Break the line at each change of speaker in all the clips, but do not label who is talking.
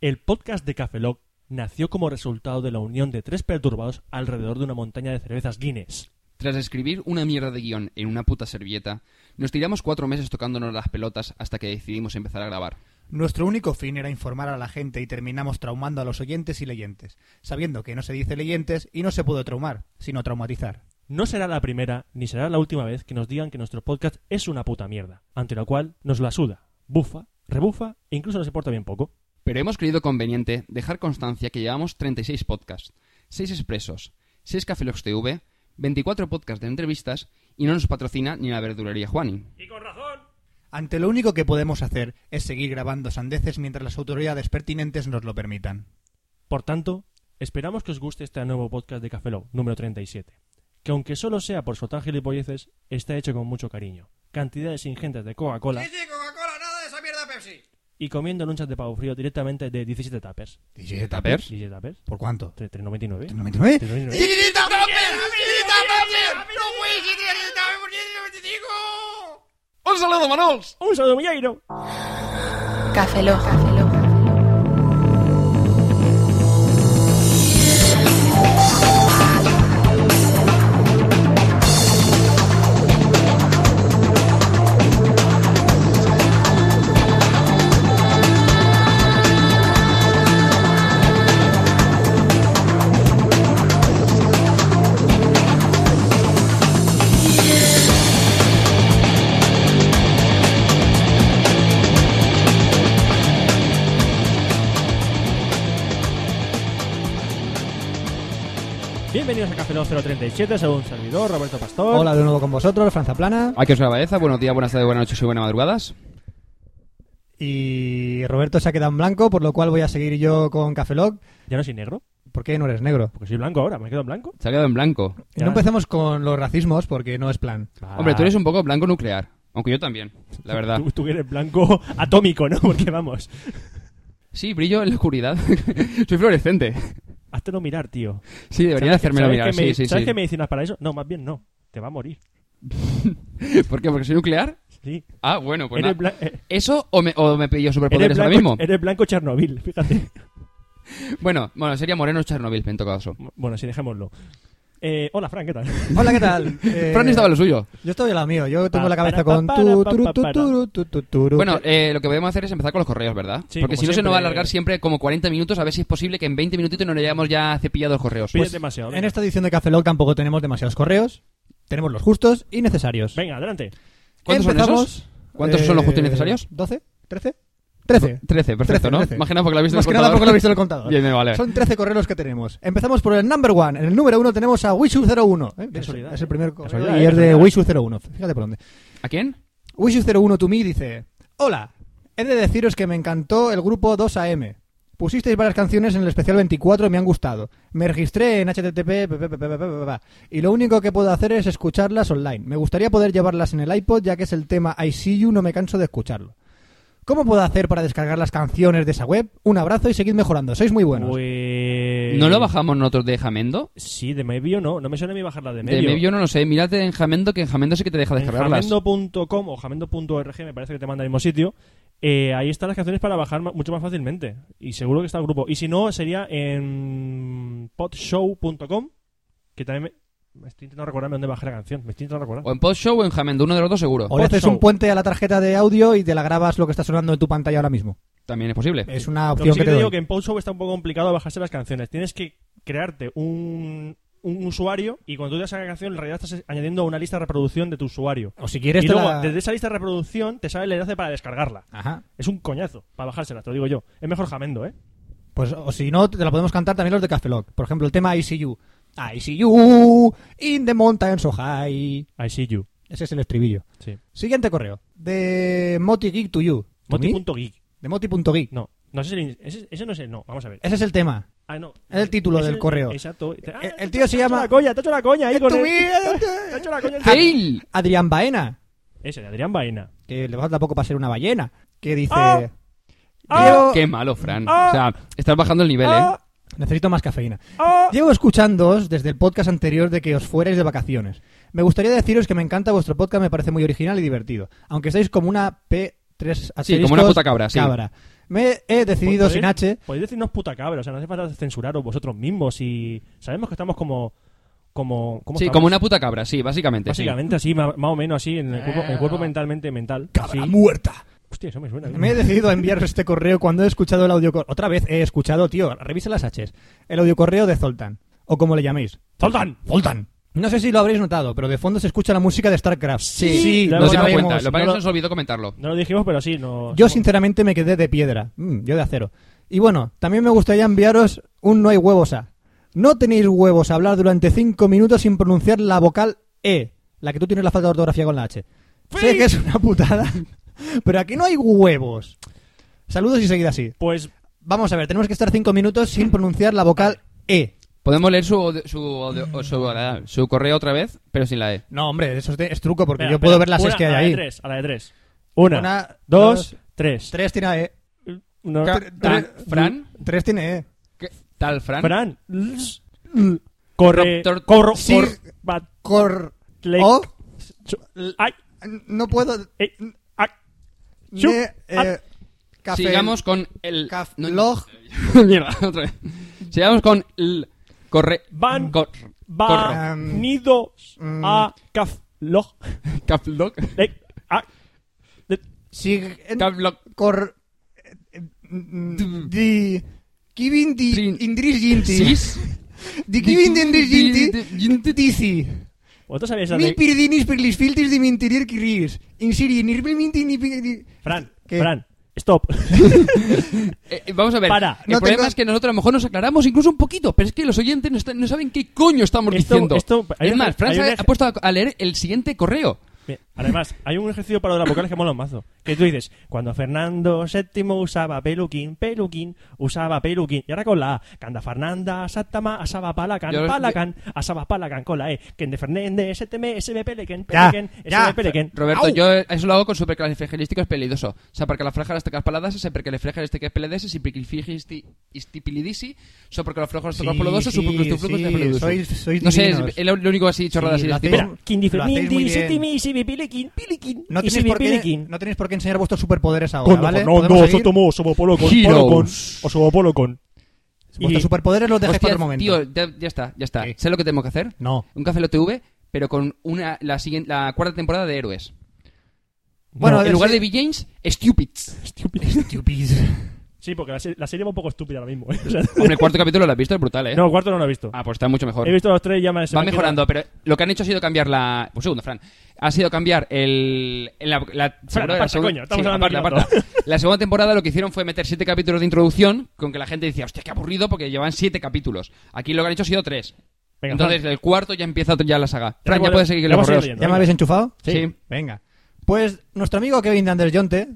El podcast de Cafeloc nació como resultado de la unión de tres perturbados alrededor de una montaña de cervezas Guinness.
Tras escribir una mierda de guión en una puta servilleta, nos tiramos cuatro meses tocándonos las pelotas hasta que decidimos empezar a grabar.
Nuestro único fin era informar a la gente y terminamos traumando a los oyentes y leyentes, sabiendo que no se dice leyentes y no se puede traumar, sino traumatizar.
No será la primera ni será la última vez que nos digan que nuestro podcast es una puta mierda, ante lo cual nos la suda, bufa, rebufa e incluso nos importa bien poco.
Pero hemos creído conveniente dejar constancia que llevamos 36 podcasts, 6 expresos, 6 Cafelox TV, 24 podcasts de entrevistas y no nos patrocina ni la verdulería Juani.
Y con razón.
Ante lo único que podemos hacer es seguir grabando sandeces mientras las autoridades pertinentes nos lo permitan.
Por tanto, esperamos que os guste este nuevo podcast de Café Lock, número 37, que aunque solo sea por soltar gilipolleces, está hecho con mucho cariño, cantidades ingentes de Coca-Cola
Coca-Cola, nada de esa mierda Pepsi.
y comiendo lonchas de pavo frío directamente de 17 tapers.
¿17
tapers?
17 tapers,
¿Por cuánto?
tre- 3,99.
99.
3,99.
¡Tiritita Pepsi! ¡Tiritita Pepsi! ¡No puede ser tiritita Pepsi! ¡95!
¡Un saludo, Manols!
¡Un saludo, Millairo!
Café Lock.
Bienvenidos a Café Lock 037, según un servidor, Roberto Pastor.
Hola de nuevo con vosotros, Franza Plana
Aquí os Baeza, buenos días, buenas tardes, buenas noches y buenas madrugadas.
y Roberto se ha quedado en blanco, por lo cual voy a seguir yo con Café Lock.
¿Ya no soy negro?
¿Por qué no eres negro?
Porque soy blanco ahora, me quedo en blanco.
Se ha quedado en blanco.
Ya.
No empecemos con los racismos porque no es plan.
Ah. Hombre, tú eres un poco blanco nuclear, aunque yo también, la verdad.
Tú, tú eres blanco atómico, ¿no? Porque vamos,
Sí, brillo en la oscuridad. Soy fluorescente.
háztelo mirar, tío.
Sí, deberían
¿Sabes que-
hacérmelo
sabes
mirar,
que me-
sí, sí,
¿Sabes
sí.
qué medicinas para eso? No, más bien no. Te va a morir.
¿Por qué? ¿Porque soy nuclear?
Sí.
Ah, bueno, pues
eres,
nada.
blan- eh,
¿Eso o me, o me pillo
eres
superpoderes ahora
blanco,
mismo?
eres blanco Chernobyl, fíjate.
Bueno, bueno, sería Moreno Chernobyl, en todo caso.
bueno, sí, dejémoslo. Eh, hola, Frank, ¿qué tal?
Pues
Hola, ¿qué tal? Eh,
Fran estaba en lo suyo.
Yo estoy a la mío, yo tengo la cabeza
para,
con
pa, para,
tu,
pa,
turu, tu,
para.
turu, tu, tu, turu.
Bueno, eh, lo que podemos hacer es empezar con los correos, ¿verdad?
Sí,
Porque
como
si no se nos va a
siempre.
alargar siempre como 40 minutos, a ver si es posible que en 20 minutitos nos hayamos ya cepillado los correos.
Pides
Pues,
demasiado.
en
Venga.
esta edición de Café Lock tampoco tenemos demasiados correos. Tenemos los justos y necesarios.
Venga, adelante.
¿Cuántos son
Empezamos. eh,
esos? ¿Cuántos son los justos y necesarios?
¿12? ¿13? ¿13?
13, perfecto,
13,
¿no?
13.
Imagina porque lo has visto
Más
en
que
el
nada
contador.
porque lo he visto en el contador.
Bien, bien, vale.
Son 13 correos que tenemos. Empezamos por el number one. En el número uno tenemos a Wishu01. ¿eh? Es,
Casualidad,
es
¿eh?
el primer correo
Casualidad,
y
¿eh?
es de
Casualidad.
Wishu01. Fíjate por dónde.
¿A quién?
Wishu01 to me dice: Hola, he de deciros que me encantó el grupo 2AM. Pusisteis varias canciones en el especial 24 y me han gustado. Me registré en http pe, pe, pe, pe, pe, pe, pe, y lo único que puedo hacer es escucharlas online. Me gustaría poder llevarlas en el iPod ya que es el tema I See You, no me canso de escucharlo. ¿Cómo puedo hacer para descargar las canciones de esa web? Un abrazo y seguid mejorando. Sois muy buenos.
Pues...
¿No lo bajamos nosotros de Jamendo?
Sí, de Mevio no. No me suena a mí bajarla de
De
Mevio.
medio no lo sé. Mírate en Jamendo, que en Jamendo sí que te deja
En
descargarlas.
jamendo.com o jamendo.org me parece que te manda al mismo sitio. Eh, ahí están las canciones para bajar ma- mucho más fácilmente. Y seguro que está el grupo. Y si no, sería en podshow.com, que también me, me estoy intentando recordarme dónde bajé la canción. Me estoy intentando
O
recordar.
en Post Show o en Jamendo, uno de los dos seguro.
O le haces
Podshow.
un puente a la tarjeta de audio y te la grabas lo que está sonando en tu pantalla ahora mismo.
También es posible.
Es una
Lo que
opción
sí que
que te
te digo
doy.
que en Podshow está un poco complicado bajarse las canciones. Tienes que crearte un, un usuario y cuando tú te das a la canción, en realidad estás añadiendo una lista de reproducción de tu usuario.
O si quieres
y
te
luego,
la-
desde esa lista de reproducción, te sale el enlace para descargarla.
Ajá.
Es un coñazo para bajársela, te lo digo yo. Es mejor jamendo, ¿eh?
Pues o si no, te la podemos cantar también los de Café Lock. Por ejemplo, el tema I See You. I See You in the mountains so high.
I see you.
Ese es el estribillo.
Sí.
Siguiente correo. De Moti Geek to You. ¿To me?
Moti.geek.
De Moti.geek.
No, no ese es el in- ese, ese no es el no, vamos a ver.
Ese es el tema.
Ah, no.
es el título
Ese
del
es-
correo.
Exacto. Ah, te
el
ha
tío se
hecho
llama-
la coña, te ha hecho la coña ahí con
To
el-
me.
Te ha hecho la coña el-
¡Fail!
Adrián Baena.
Ese de Adrián Baena.
Que le falta poco para ser una ballena. Que dice...
Ah.
"Llevo-
¡Qué malo, Fran!
Ah.
O sea, estás bajando el nivel, ¿eh?
Ah,
Necesito más cafeína.
ah.
Llevo escuchándoos desde el podcast anterior de que os fuerais de vacaciones. Me gustaría deciros que me encanta vuestro podcast, me parece muy original y divertido. Aunque estáis como una P3
Sí, como una puta cabra, sí.
Cabra. Me he decidido
¿Podéis-
sin H.
Podéis decirnos puta cabra, o sea, no hace falta censuraros vosotros mismos y sabemos que estamos como... como ¿cómo
Sí,
estamos?
como una puta cabra, sí, básicamente. sí.
Básicamente así, ma- más o menos así, en el cuerpo, el cuerpo mentalmente mental.
Ah. Cabra
Sí.
muerta.
Hostia, eso me suena. ¿eh?
Me he decidido a enviaros este correo cuando he escuchado el audio... Otra vez he escuchado, tío, revisa las Hs. El audiocorreo de Zoltan. O como le llaméis.
¡Zoltan!
Zoltan. No sé si lo habréis notado, pero de fondo se escucha la música de StarCraft.
Sí,
lo
nos dimos
sabemos,
cuenta. Lo que pasa es que
no
se nos olvidó comentarlo.
No lo dijimos, pero sí, no...
Yo sinceramente me quedé de piedra, Mm, yo de acero. Y bueno, también me gustaría enviaros un no hay huevos a. No tenéis huevos a hablar durante 5 minutos sin pronunciar la vocal E, la que tú tienes la falta de ortografía con la H. Sé que es una putada, pero aquí no hay huevos. Saludos y seguid así.
Pues
Vamos a ver, tenemos que estar 5 minutos sin pronunciar la vocal E.
Podemos leer su, su, su, su- su correo otra vez, pero sin la E.
No, hombre, eso es, de- es truco porque
Espera,
yo puedo
espera.
ver las
Una,
es que hay
a la de
ahí.
tres, a la de tres. Una,
Una,
dos,
dos,
tres.
Tres tiene E.
Uno,
Ca-
tres.
Tan-
tre-
Fran,
Tres tiene E.
¿qué tal Fran?
mm. Fran. ls, l, Corre.
Tor- tor-
Corro.
Sí.
cor- bat-
Cor...
le-
O.
chu- Ay.
No puedo...
ey, ay. Chup,
Ne,
ah,
eh, café,
Sigamos con el...
caf-
no-
log,
Mierda, otra vez. Sigamos con el... Corre...
Van-
cor- corro.
Va.
Corro.
Nidos.
Mm.
A. Caf. Log.
Caplog.
le- a-
sig, en-
Caplog.
cor, eh, eh, mm, di, kibin di,
Trin-
indris yinti.
Sis.
Di kibin di indris yinti,
Di- di- yinti.
tizi.
¿Vosotros sabéis la
Mil
de...
pirdinis per lis filtis di mintirir quiris. In siri, nirbil minti, ni pi- di-
Fran.
¿Qué?
Fran. Stop.
Eh, eh, vamos a ver.
Para.
El
No
problema
tengo-
es que nosotros a lo mejor nos aclaramos incluso un poquito, pero es que los oyentes no, están- no saben qué coño estamos
Esto-
diciendo.
esto- hay
es
una-
más, Fran
hay
se ha,
una-
ha puesto a, a leer el siguiente correo.
Bien, Además, hay un ejercicio para las vocales que mola un mazo. Que tú dices, cuando Fernando VII usaba peluquín, peluquín, usaba peluquín. Y ahora con la A. Canda Fernanda, Sátama, asaba palacan,
Yo-
palacan, asaba palacan con la E. Quien de Fernández, STM, SB pelequen,
Ya,
pelequen,
ya.
SB pelequen.
Roberto,
Au.
yo eso lo hago con supercalifragilístico espelidoso. O sea, porque la franja las tecas paladas, se porque le freja este que es peledese, si istipilidisi, so porque la franja las tecas paladas,
Sí,
su porque los
sí,
tuflucos de pelidoso.
sois- sois
No sé, es
divinos.
es lo único así chorradas.
Sí,
y
lo
es tipo-
hacéis-
Espera, quien de
Lo hacéis muy
Fernández,
bien.
STM, SB pelequen, pelequín,
No
y
tenéis,
SB
por qué,
pelequín.
no tenéis por qué enseñar vuestros superpoderes ahora,
Con
¿vale?
Fernando,
¿Podemos seguir?
Sotomo, Sobopolio, Polocon,
Heroes.
o Sobopolio.
Vuestros
Y-
superpoderes los dejéis
Hostia,
para otro momento.
tío, ya, ya está, ya está.
Sí.
¿Sabes lo que tenemos que hacer?
No.
Un café lo TV, pero con una, la, siguiente, la cuarta temporada de Héroes.
Bueno,
No,
eh, a ver
en lugar
si-
de Villains, Stupids.
Este,
estúpido.
Estúpido.
Sí, porque la, se- la serie va un poco estúpida ahora mismo. ¿eh? O sea,
Hombre, el cuarto capítulo lo has visto, es brutal, ¿eh?
no, el cuarto no lo he visto.
Ah, pues está mucho mejor.
He visto los tres y ya me se
Va
me han
mejorando,
quedado-
pero lo que han hecho ha sido cambiar la... Un segundo, Fran. Ha sido cambiar el... en la, la- seguro que
aparta,
la segunda-
coño, estamos
sí,
hablando
aparta,
aquí rato.
aparta. La segunda temporada lo que hicieron fue meter siete capítulos de introducción con que la gente decía, hostia, qué aburrido porque llevan siete capítulos. Aquí lo que han hecho ha sido tres.
Venga,
Entonces,
Fran.
el cuarto ya empieza ya la saga. Fran, ya
puedo-
puedes seguir con
ya
los
puedo seguir
correos.
leyendo.
¿Ya me
Venga.
habéis enchufado?
Sí.
Venga. Pues nuestro amigo Kevin de Anders Jonte,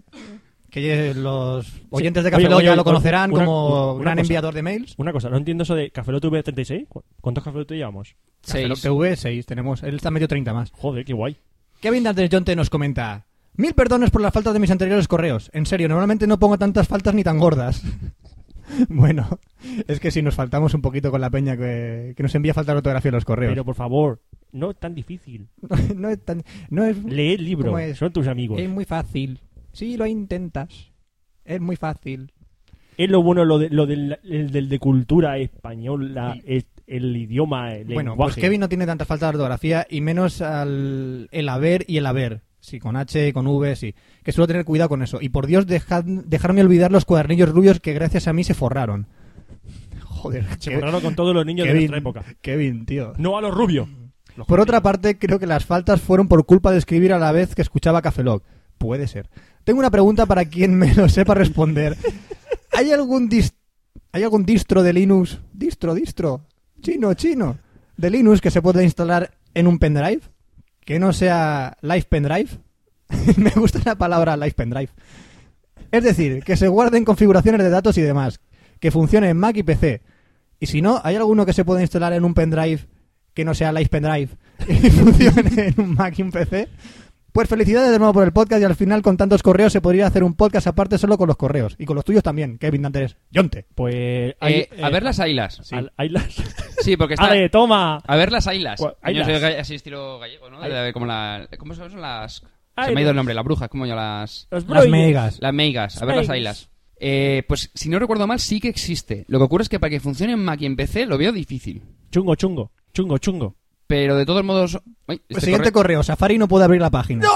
que los oyentes de
Oye,
Café Lock
oye,
ya
oye,
lo conocerán
una-
como
una
gran
cosa.
enviador de mails.
Una cosa, no entiendo eso de Café Lock TV 36. ¿Cu- ¿Cuántos Café Lock TV llevamos?
Seis.
TV 6 tenemos, él está medio 30 más.
Joder, qué guay.
Kevin de Anders Jonte nos comenta, mil perdones por las faltas de mis anteriores correos. En serio, normalmente no pongo tantas faltas ni tan gordas. bueno, es que si nos faltamos un poquito con la peña que, que nos envía falta de ortografía en los correos.
Pero pues, por favor, no es tan difícil.
no es tan... No es,
Lee el libro,
¿Cómo es? Em-
son tus amigos.
es muy fácil. Si lo intentas, es muy fácil.
Es lo bueno lo de, lo del, el del de cultura española, es- el idioma, el
Bueno,
lenguaje.
pues Kevin no tiene tantas faltas de ortografía y menos al, el haber y el haber. Sí, con H, con V, sí. Que suelo tener cuidado con eso. Y por Dios, dejad, dejarme olvidar los cuadernillos rubios que gracias a mí se forraron. Joder,
Se
Ke-
borraron con todos los niños de
Kevin,
nuestra época.
Kevin, tío.
No a los rubios. Los
Por
judíos.
otra parte, creo que las faltas fueron por culpa de escribir a la vez que escuchaba Café Lock. Puede ser. Tengo una pregunta para quien me lo sepa responder. ¿Hay algún dis- hay algún distro de Linux? Distro, distro. Chino, chino. De Linux que se pueda instalar en un pendrive que no sea Live Pendrive. me gusta la palabra Live Pendrive. Es decir, que se guarden configuraciones de datos y demás, que funcione en Mac y PC. Y si no, ¿hay alguno que se pueda instalar en un pendrive que no sea Live Pendrive y funcione en un Mac y un PC? Pues felicidades de nuevo por el podcast y al final con tantos correos se podría hacer un podcast aparte solo con los correos. Y con los tuyos también, Kevin Dantes. Yonte.
Pues... hay-
Eh, a
eh,
ver las ailas.
Sí. al- hay las...
Sí, porque está...
¡Ale, toma!
A ver las ailas.
Gua-
Yo soy
ailas.
galle- así estilo gallego, ¿no? De- de- como la... ¿Cómo son son las...? Se me ha
Ailas.
ido el nombre, la bruja, como yo las...
Los
Las
broides.
megas.
Las meigas, a ver las
Ailas.
ailas. Eh, pues si no recuerdo mal, sí que existe. Lo que ocurre es que para que funcione en Mac y en PC lo veo difícil.
Chungo, chungo, chungo, chungo.
Pero de todos modos. Ay, este
El siguiente
corre-
correo, Safari no puede abrir la página.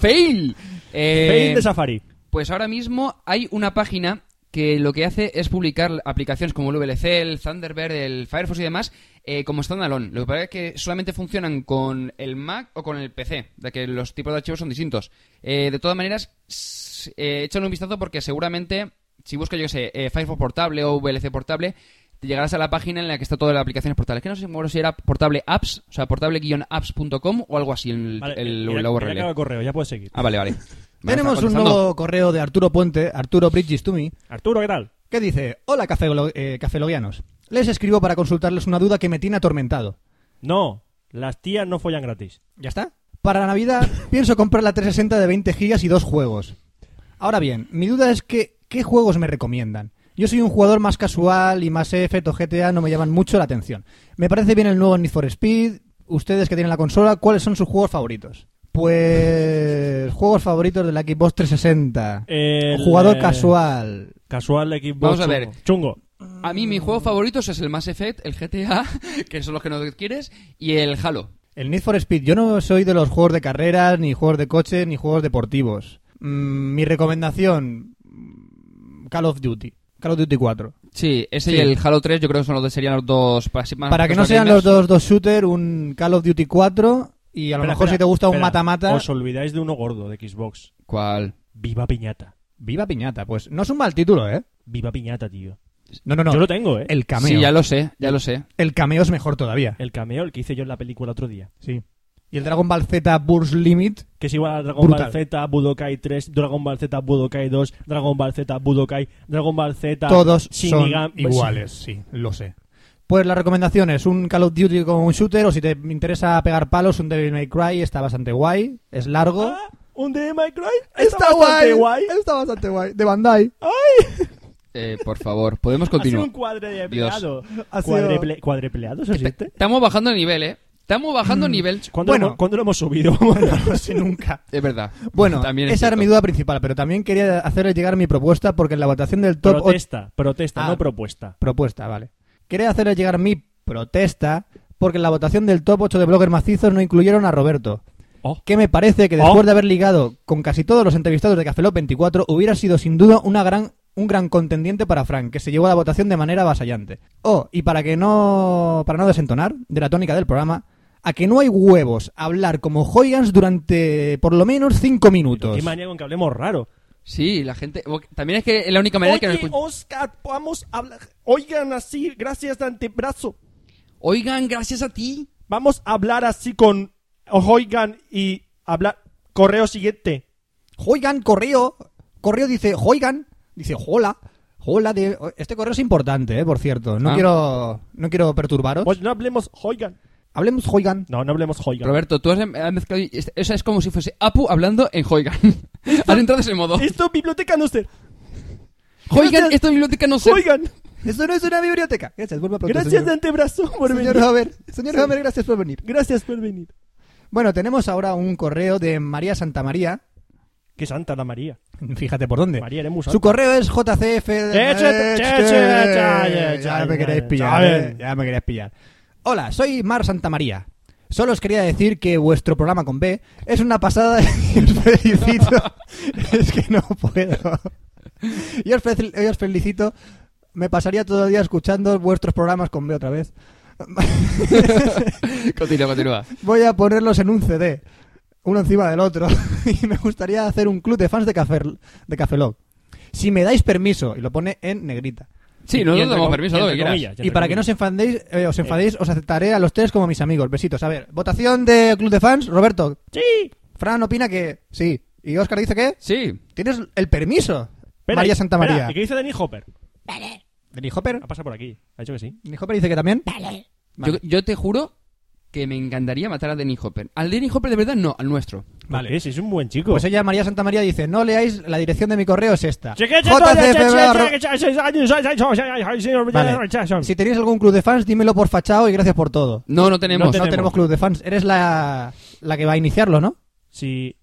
¡Fail! Eh,
Fail de Safari.
Pues ahora mismo hay una página que lo que hace es publicar aplicaciones como el VLC, el Thunderbird, el Firefox y demás eh, como standalone. Lo que pasa es que solamente funcionan con el Mac o con el PC, ya que los tipos de archivos son distintos. Eh, de todas maneras, s- eh, échale un vistazo porque seguramente, si buscas, yo qué sé, eh, Firefox portable o VLC portable, te llegarás a la página en la que está todas las aplicaciones portables. Que no sé me acuerdo si era portable apps, o sea, portable-apps.com o algo así en el,
Vale, eh,
el-
mira-
la
mira
URL.
que acaba el correo, ya puedes seguir.
Ah, vale, vale. Me está
Tenemos un
contestando.
nuevo correo de Arturo Puente, Arturo Bridges to me,
Arturo, ¿qué tal?
que dice, hola cafelo- eh, cafeloguianos, les escribo para consultarles una duda que me tiene atormentado.
No, las tías no follan gratis.
¿Ya está? Para la Navidad pienso comprar la 360 de 20 gigas y dos juegos. Ahora bien, mi duda es que, ¿qué juegos me recomiendan? Yo soy un jugador más casual y más F, o GTA no me llaman mucho la atención. Me parece bien el nuevo Need for Speed. Ustedes que tienen la consola, ¿cuáles son sus juegos favoritos? Pues... Juegos favoritos de la Xbox 360.
El,
Jugador
eh,
casual.
Casual de Xbox.
Vamos a ver.
Chungo.
A mí mis juegos favoritos es el Mass Effect, el GTA, que son los que no quieres, y el Halo.
El Need for Speed. Yo no soy de los juegos de carreras, ni juegos de coches, ni juegos deportivos. Mm, mi recomendación: mm, Call of Duty. Call of Duty 4.
Sí, ese
Sí.
y el Halo 3 yo creo que son los dos, serían los dos... Para,
Ah,
más-
Para que
pues
no
más
sean los
gamers.
dos dos shooter, un Call of Duty 4 y a lo
Espera,
mejor si
espera,
te gusta un
espera.
mata-mata.
Os olvidáis de uno gordo de Xbox.
¿Cuál?
Viva Piñata.
Viva piñata, pues no es un mal título, ¿eh?
Viva Piñata, tío.
No, no, no.
Yo lo tengo, ¿eh? El...
El cameo.
Sí, ya lo sé, ya lo sé.
El cameo es mejor todavía.
cameo, el que hice yo en la película otro día.
Sí. Y el Dragon Ball Z Burst Limit.
Que es igual a Dragon
Brutal.
Ball Z, Budokai 3, Dragon Ball Z, Budokai 2, Dragon Ball Z, Budokai, Dragon Ball Z. Pues
Todos son
Shinigami-
iguales, sí, lo sé. Pues la recomendación es un Call of Duty con un shooter o si te interesa pegar palos, un Devil May Cry está bastante guay, es largo.
Ah, Un de My Cry. Está, bastante guay.
Está bastante guay, de Bandai.
Eh, por favor, podemos
Ha sido
continuar.
un cuadrepleado.
cuadripleado.
Ha sido-
Cuadriple... ¿Cuadripleado se siente?
Estamos bajando el nivel, ¿eh? Estamos
Mm.
bajando el nivel.
¿Cuándo,
Bueno.
lo hemos- ¿Cuándo lo hemos subido?
No lo sé nunca.
Es verdad.
Bueno,
También es
esa era
cierto.
mi duda principal, pero también quería hacerle llegar mi propuesta porque en la votación del top ocho-
protesta, protesta,
Ah.
no propuesta.
Propuesta, vale. Quería hacerle llegar mi protesta porque en la votación del top 8 de bloggers macizos no incluyeron a Roberto.
Oh.
Que me parece que
Oh.
después de haber ligado con casi todos los entrevistados de Café Lock 24 hubiera sido sin duda una gran, un gran contendiente para Frank, que se llevó la votación de manera avasallante. Oh, y para que no para no desentonar de la tónica del programa, a que no hay huevos a hablar como Hoyans durante por lo menos 5 minutos.
Qué manía con que hablemos raro.
Sí, la gente... También es que es la única manera que nos escuchan.
Oscar, vamos a hablar. Oigan así, gracias de antebrazo.
Oigan, gracias a ti.
Vamos a hablar así con Oigan y hablar. Correo siguiente.
Hoigan, correo. Correo dice Hoigan. Dice hola. Hola de... Este correo es importante, eh, por cierto. No
Ah.
quiero no quiero perturbaros.
Pues no hablemos Oigan.
Hablemos Hoigan.
No, no hablemos Oigan.
Roberto, tú has em- has mezclado... Eso es como si fuese Apu hablando en Hoigan. has entrado de ese modo.
Esto es biblioteca no ser.
Hoigan,
Gracias.
esta biblioteca no sé...
Oigan,
Esto no es una biblioteca. Gracias, vuelvo pronto,
gracias de
señor.
antebrazo por
Señor
venir.
Robert. Señor Robert, gracias por venir.
Gracias por venir.
Bueno, tenemos ahora un correo de María Santa María.
Qué santa la María.
Fíjate por dónde.
María, eres muy
Su
santa.
correo es JCF. Eh,
Che, che, che, che, che,
Ya me
che,
queréis
che,
pillar.
che.
eh, Ya me queréis pillar. Hola, soy Mar Santa María. Solo os quería decir que vuestro programa con B es una pasada y os felicito. es que no puedo. Y os, fel- y os felicito. Me pasaría todo el día escuchando vuestros programas con B otra vez.
Continúa, continúa.
Voy a ponerlos en un CD, uno encima del otro, y me gustaría hacer un club de fans de Café, de Café Lock. Si me dais permiso, y lo pone en negrita.
Sí,
Y
nosotros
entre
damos
com-
permiso, lo que
entre
quieras.
comillas, entre
Y para que no
comillas.
os enfadéis, eh, os enfadéis, os aceptaré a los tres como mis amigos. Besitos. A ver, votación de club de fans. Roberto,
¡Sí!
Fran opina que sí. Y Oscar dice que
Sí.
tienes el permiso.
Espera,
María Santa
espera,
María.
¿y ¿Qué dice Danny Hopper?
Denny Hopper.
Ha pasado por aquí. Ha dicho que sí.
Denny Hopper dice que también.
Yo, yo te juro que me encantaría matar a Denny Hopper. Al Denny Hopper de verdad no, al nuestro.
Vale.
Es, es un buen chico.
Pues ella, María Santa María, dice, no leáis, la dirección de mi correo es esta. JCFB.
Pues Vale.
Si tenéis algún club de fans, dímelo por fachao y gracias por todo.
No, no tenemos.
No
No tenemos club de fans. Eres la, la que va a iniciarlo, ¿no?
Si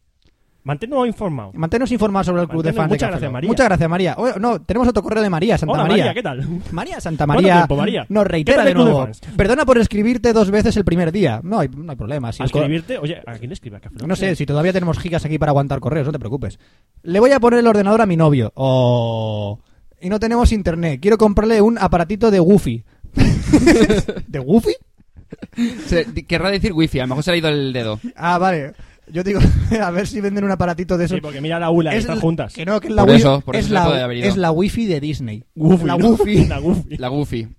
Manténnos informados.
Manténnos informados sobre el club de
Manténnos-
fans. de
muchas
Café
gracias,
Lock.
María.
Muchas gracias, María. Oye, no, tenemos otro correo de María, Santa
Hola,
María.
María, ¿qué tal?
María Santa
¿Cuánto
María,
tiempo, María?
nos
¿Qué
reitera
tal
de
el club de
nuevo.
fans?
Perdona por escribirte dos veces el primer día. No hay, no hay problema. si
¿A
el co-
escribirte? Oye, ¿a quién le escribe? ¿A Café Lock?
no sé, si todavía tenemos gigas aquí para aguantar correos, no te preocupes. Le voy a poner el ordenador a mi novio. Oh. Y no tenemos internet. Quiero comprarle un aparatito de Goofy. ¿De Goofy?
Se- di- querrá decir wifi, a lo mejor se le ha ido el dedo.
Ah, vale. Yo digo, a ver si venden un aparatito de eso.
Sí, porque mira la ULA,
Es
están
la-
juntas.
Que no, que es la,
Por
wi-
eso, por
es
eso
la-
se puede haber ido.
es la wifi de Disney.
Goofy,
la
¿no?
Goofy.
La Goofy.
La wifi.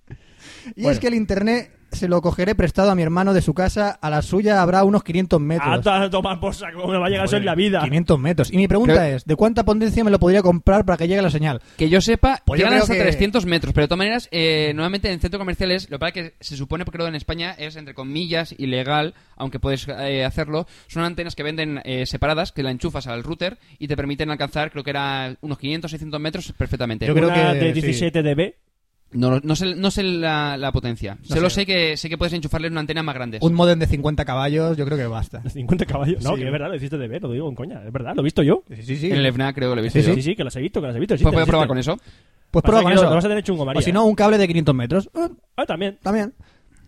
Y
Bueno.
es que el internet se lo cogeré prestado a mi hermano de su casa. A la suya habrá unos 500
Ah,
metros.
ta- toma por saco, me va a llegar eso en la vida.
500 metros. Y mi pregunta
Creo-
es, ¿de cuánta potencia me lo podría comprar para que llegue la señal?
Que yo sepa,
Pues yo
llegan
creo
hasta
que-
300 metros, pero de todas maneras, eh, normalmente en centros comerciales, lo que pasa es que se supone, porque lo en España es, entre comillas, ilegal, aunque puedes eh, hacerlo, son antenas que venden eh, separadas, que la enchufas al router y te permiten alcanzar, creo que era unos 500, 600 metros perfectamente.
Yo creo
Una
que-
de
sí.
17 dB.
No, lo- no sé, no sé la, la potencia. Solo sé que sé que puedes enchufarle una antena más grande.
Un modem de 50 caballos, yo creo que basta.
de 50 caballos. No,
Sí.
que es verdad, lo hiciste de ver, lo digo en coña. Es verdad, lo he visto yo.
Sí, sí, sí.
En el FNAC creo que lo he visto
Sí,
yo.
sí, que las he visto, que las he visto.
Pues voy a probar con eso.
Pues prueba con eso.
Te vas a tener chungo, María.
o si no, un cable de 500 metros. Eh,
Ah, también.
también.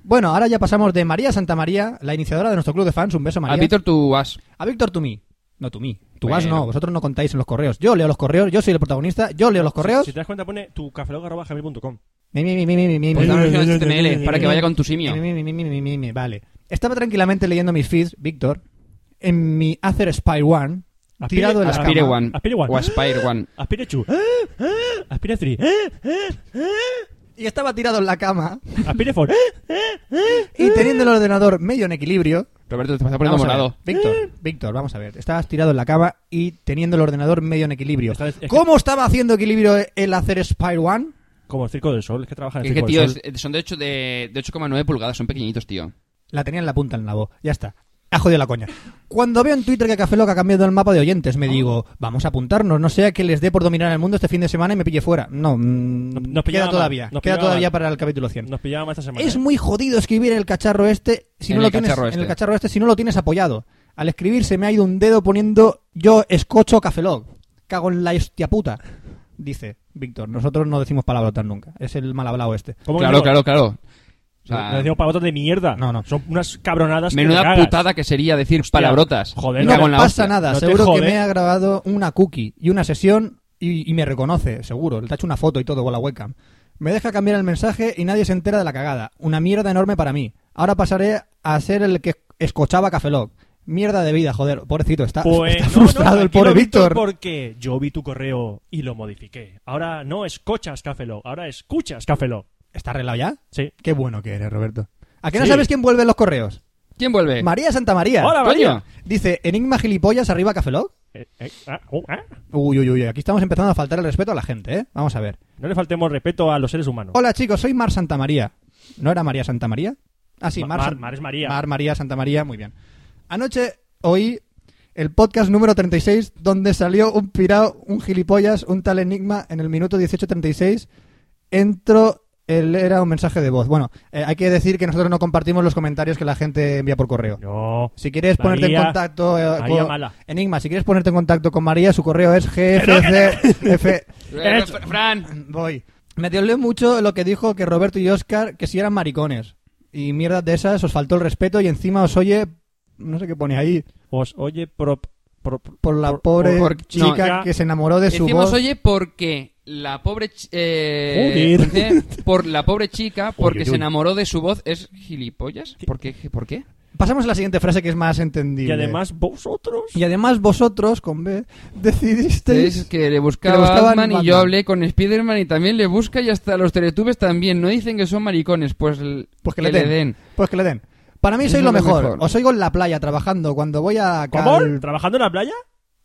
Bueno, ahora ya pasamos de María Santa María, la iniciadora de nuestro club de fans. Un beso, María.
A Víctor tú vas.
A Víctor Tumí. No, Tumí. Tú
Bueno.
vas no, vosotros no contáis en los correos. Yo leo los correos, yo soy el protagonista, yo leo los correos.
Si te das cuenta, pone tu cafelog.com.
Mi, mi, mi, mi, mi, mi,
Pues
mi,
dame
mi,
un
no, no, no,
HTML
no,
para que
no.
vaya con tu simio.
mi, mi, mi, mi, mi, mi, mi. Vale. Estaba tranquilamente leyendo mis feeds, Víctor, en mi Acer Spy One,
Aspire-
tirado en la
Aspire
cama.
One.
Aspire One.
O Aspire One.
Aspire Chu. Aspire 3.
Y estaba tirado en la cama
Aspire 4.
y teniendo el ordenador medio en equilibrio.
Roberto, te vas a poner
Vamos a ver,
morado.
Víctor, Víctor, vamos a ver. Estabas tirado en la cama y teniendo el ordenador medio en equilibrio.
Esta vez es que-
¿Cómo estaba haciendo equilibrio el Acer Spy One?
Como el Circo del Sol, es que trabaja en
Que
el
es
Circo
que, tío,
del Sol.
es- son de 8 de, de 8,9 pulgadas, son pequeñitos, tío.
La tenía en la punta del nabo. Ya está. Ha jodido la coña. Cuando veo en Twitter que Café Lock ha cambiado el mapa de oyentes, me digo, vamos a apuntarnos, no sea que les dé por dominar el mundo este fin de semana y me pille fuera. No, mm,
Nos- nos pillaba
queda
mal,
todavía.
nos
queda
pillaba
todavía
mal.
para el capítulo 100.
Nos pillábamos esta semana.
Es muy jodido escribir en el cacharro este si
En
no lo
el
tienes
cacharro
en el
este.
cacharro este si no lo tienes apoyado. Al escribir se me ha ido un dedo poniendo yo escocho Café Lock. Cago en la hostia puta. Dice Víctor, nosotros no decimos palabrotas nunca. Es el mal hablado este.
¿Cómo que
claro,
no?
claro, claro. O
Nos
sea,
decimos palabrotas de mierda.
No, no.
Son unas cabronadas que
menuda
te cagas.
putada que sería decir
Hostia,
palabrotas.
joder,
Me
No
cago
me
en la
pasa
hostia.
nada,
No te
seguro que
jode.
me ha grabado una cookie y una sesión y, y me reconoce, seguro. Le ha hecho una foto y todo con la webcam. Me deja cambiar el mensaje y nadie se entera de la cagada. Una mierda enorme para mí. Ahora pasaré a ser el que escochaba Café Lock. Mierda de vida, joder. Pobrecito, está,
Pues,
está
no, no,
frustrado el
tranquilo,
pobre Víctor.
Porque yo vi tu correo y lo modifiqué. Ahora no escuchas Café Lock, ahora escuchas Café Lock.
¿Está arreglado ya?
Sí.
Qué bueno que eres, Roberto. ¿A qué no
Sí.
sabes quién vuelve en los correos?
¿Quién vuelve?
María Santa María.
Hola, María.
Coño.
Dice, enigma gilipollas arriba Café Lock.
Eh, eh, ah, oh, ah.
Uy, uy, uy, aquí estamos empezando a faltar el respeto a la gente, ¿eh? Vamos a ver.
No le faltemos respeto a los seres humanos.
Hola chicos, soy Mar Santa María. ¿No era María Santa María? Ah, sí,
Ma-
Mar,
Mar-
San-
Mar es María.
Mar María Santa María, muy bien. Anoche oí el podcast número 36 donde salió un pirao, un gilipollas, un tal enigma en el minuto 18.36. Entro, él era un mensaje de voz. Bueno, eh, hay que decir que nosotros no compartimos los comentarios que la gente envía por correo.
No.
Si quieres
La
ponerte en
guía-
contacto eh,
María
con-
mala.
Enigma, si quieres ponerte en contacto con María, su correo es gfcf
Eh,
Eres-
Fra- Fran.
Voy. Me dolió mucho lo que dijo que Roberto y Oscar que si eran maricones. Y mierdas de esas, os faltó el respeto y encima os oye, no sé qué pone ahí,
Os oye prop. prop-
por la
Por-
pobre
por-
chica
no, ya.
que se enamoró de su
Decimos
voz.
oye porque la pobre ch- eh,
Joder.
dice, por la pobre chica porque
Uy, uy,
se
uy.
enamoró de su voz es gilipollas. ¿Por qué? ¿Por qué?
Pasamos a la siguiente frase que es más entendible.
Y además vosotros.
Y además vosotros, con B, decidisteis...
Es que le buscaba,
que le buscaban
Batman, y yo
Batman.
hablé con Spiderman y también le busca y hasta los Teletubbies también. No dicen que son maricones, pues, l-
Pues que le den. Pues que le den. Para mí
Es
sois lo
lo
mejor.
mejor.
Os oigo en la playa trabajando cuando voy a...
¿Cómo?
Cal-
¿Trabajando en la playa?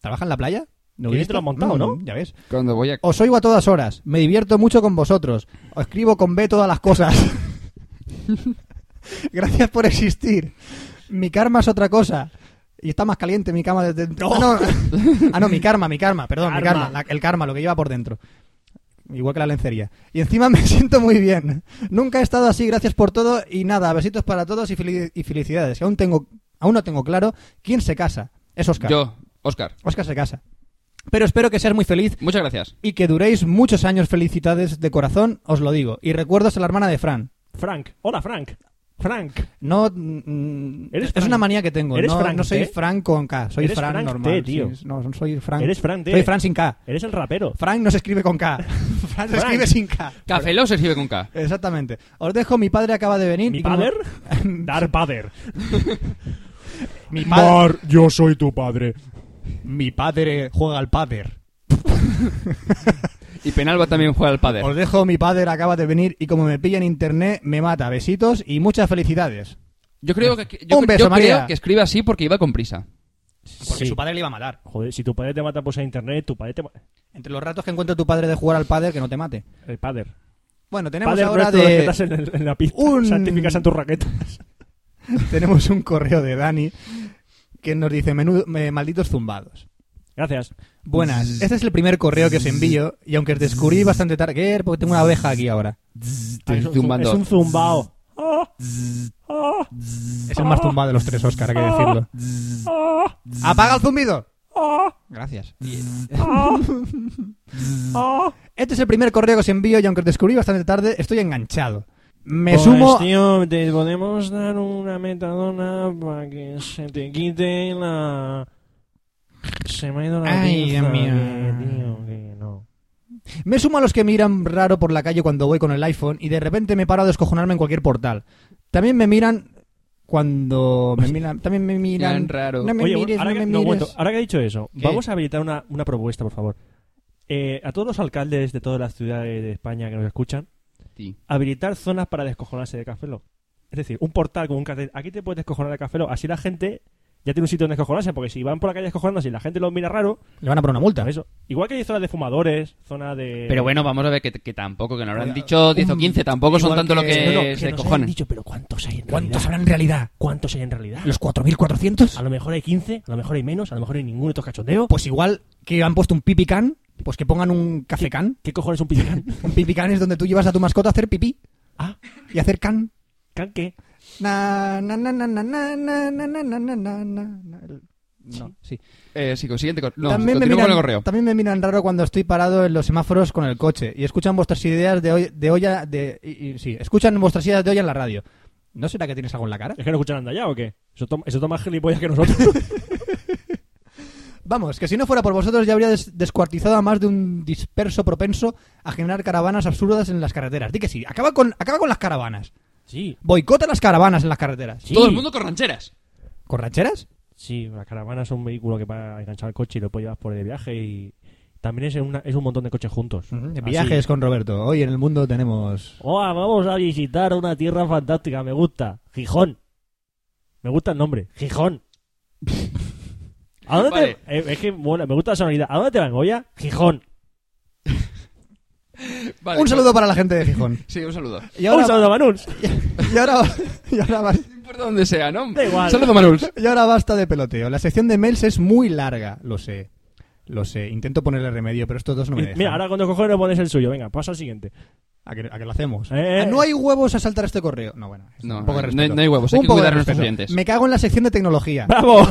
¿Trabaja en la playa? ¿No
Que bien
viste?
te lo has montado,
Mm,
¿no?
Ya ves.
Cuando voy a...
Os oigo a todas horas. Me divierto mucho con vosotros. Os escribo con B todas las cosas. Gracias por existir. Mi karma es otra cosa. Y está más caliente mi cama desde... No. Ah, no. Ah, no, mi karma, mi karma, perdón, mi
Karma.
karma. la- el karma, lo que lleva por dentro. Igual que la lencería. Y encima me siento muy bien. Nunca he estado así, gracias por todo y nada, besitos para todos y, feli- y felicidades. Que aún, tengo, aún no tengo claro quién se casa. Es Oscar.
Yo. Oscar,
Oscar se casa. Pero espero que seas muy feliz
muchas gracias.
y que duréis muchos años felicidades de corazón, os lo digo. Y recuerdos a la hermana de Fran.
Frank. Hola, Frank. Frank.
No, mm,
Eres
es
Frank.
una manía que tengo.
Eres
no,
Frank
no soy
T.
Frank con K, soy
Eres
Frank
Frank
normal.
T, tío.
sí, no, soy Frank.
Eres Frank T.
Soy Frank sin K.
Eres el rapero.
Frank no se escribe con K. Frank
Frank.
se escribe sin K.
Café Lock se escribe con K.
Exactamente. Os dejo, mi padre acaba de venir.
¿Mi
y como-
padre? Dar padre.
mi, padre
yo soy tu padre.
mi padre juega al padre.
Y Penalba también juega al padre.
Os dejo, mi padre acaba de venir y como me pilla en internet, me mata. Besitos y muchas felicidades.
Yo creo que, yo,
Un
yo
beso,
creo
María.
que escribe así porque iba con prisa.
Porque
Sí.
su padre le iba a matar.
Joder, si tu padre te mata por ser internet, tu padre te mata.
Entre los ratos que encuentra tu padre de jugar al padre, que no te mate.
El padre.
Bueno, tenemos
Padre
ahora
nuestro que
de...
estás en, el- en la pista.
un-
Santificas en tus raquetas.
tenemos un correo de Dani que nos dice, "Menudo- me- malditos zumbados.
Gracias. Ah,
Buenas, este es el primer correo que os envío y aunque os descubrí bastante tarde, ¿qué? porque tengo una oveja aquí ahora.
Ahí
es, un,
zumbando.
es un zumbao. Ah, ah,
Es el más zumbado de los tres, Oscar, hay que decirlo.
ah,
¡Apaga el zumbido!
ah,
Gracias.
ah, ah.
Este es el primer correo que os envío y aunque os descubrí bastante tarde, estoy enganchado. Me
Pues,
sumo...
tío, te podemos dar una metadona para que se te quite la. Se me ha ido la
Ay,
pinza,
Dios mío.
que, tío, que no.
Me sumo a los que miran raro por la calle cuando voy con el iPhone y de repente me paro a descojonarme en cualquier portal. También me miran cuando me miran, también me miran
Miran raro.
No me
Oye,
mires,
ahora,
no
que,
me
no, un
mires.
momento, ahora que ha dicho eso,
¿Qué?
vamos a habilitar una, una propuesta, por favor. Eh, a todos los alcaldes de todas las ciudades de España que nos escuchan,
Sí.
habilitar zonas para descojonarse de Café Lock. Es decir, un portal con un cartel. Aquí te puedes descojonar de Café Lock. Así la gente ya tiene un sitio donde descojonarse, porque si van por la calle descojonándose y la gente los mira raro,
Le van a poner una multa.
eso. Igual que hay zonas de fumadores, zona de.
Pero bueno, vamos a ver que, que tampoco, que no habrán
Oiga,
dicho 10 o
un-
15, tampoco son
igual
tanto lo
que-
que,
No, no,
se
nos hayan
cojones.
dicho, pero ¿cuántos hay en
¿Cuántos
realidad?
habrán en realidad?
¿Cuántos hay en realidad?
¿Los 4.400?
A lo mejor hay 15, a lo mejor hay menos, a lo mejor hay ninguno de estos cachondeos.
Pues igual que han puesto un pipi can, pues que pongan un café can.
¿Qué cojones es un pillacán?
Un pipi can es donde tú llevas a tu mascota a hacer pipí
ah,
y hacer can.
¿can qué?
Na, na, na, na, na, na, na, na, na, na, na, na, na. El- No, sí.
Eh, sí, siguiente correo. No,
también, me
continúo
miran,
con el correo.
también me miran raro cuando estoy parado en los semáforos con el coche y escuchan vuestras ideas de, hoy- de olla de y- y- sí, escuchan vuestras ideas de olla en la radio. ¿No será que tienes algo en la cara?
¿Es que no escuchan anda ya o qué? Eso toma, eso toma más gilipollas que nosotros.
Vamos, que si no fuera por vosotros ya habría des- descuartizado a más de un disperso propenso a generar caravanas absurdas en las carreteras. Di que sí, acaba con, acaba con las caravanas.
sí,
Boicota las caravanas en las carreteras.
sí.
Todo el mundo con rancheras.
¿Corracheras?
Sí, la caravana es un vehículo que va a enganchar el coche y lo puedes llevar por el viaje y también es, una- es un montón de coches juntos.
De
Así.
Viajes con Roberto. Hoy en el mundo tenemos...
Hola, vamos a visitar una tierra fantástica, me gusta. Gijón. Me gusta el nombre, Gijón. ¿A dónde
Vale.
te... eh, es que mola, me gusta la sonoridad. ¿A dónde te van, Goya? Gijón.
Vale,
un saludo para la gente de Gijón.
Sí, un saludo.
Y ahora,
Un saludo, Manuls.
y ahora, y ahora vas-
No importa donde sea, ¿no?
Da igual.
Saludo, Manuls.
Y ahora basta de peloteo. La sección de mails es muy larga, lo sé. Lo sé, intento ponerle remedio, pero estos dos no me dejan.
Mira, ahora cuando cojones no pones el suyo. Venga, pasa al siguiente.
¿A que, a que lo hacemos?
Eh.
Ah, no hay huevos a saltar este correo. No, bueno. es
No,
un poco
no
de
hay-
respeto.
no hay huevos,
Un
hay que
poco de
cuidar a nuestros
respeto.
oyentes.
Me cago en la sección de tecnología.
Eh, ¡Bravo!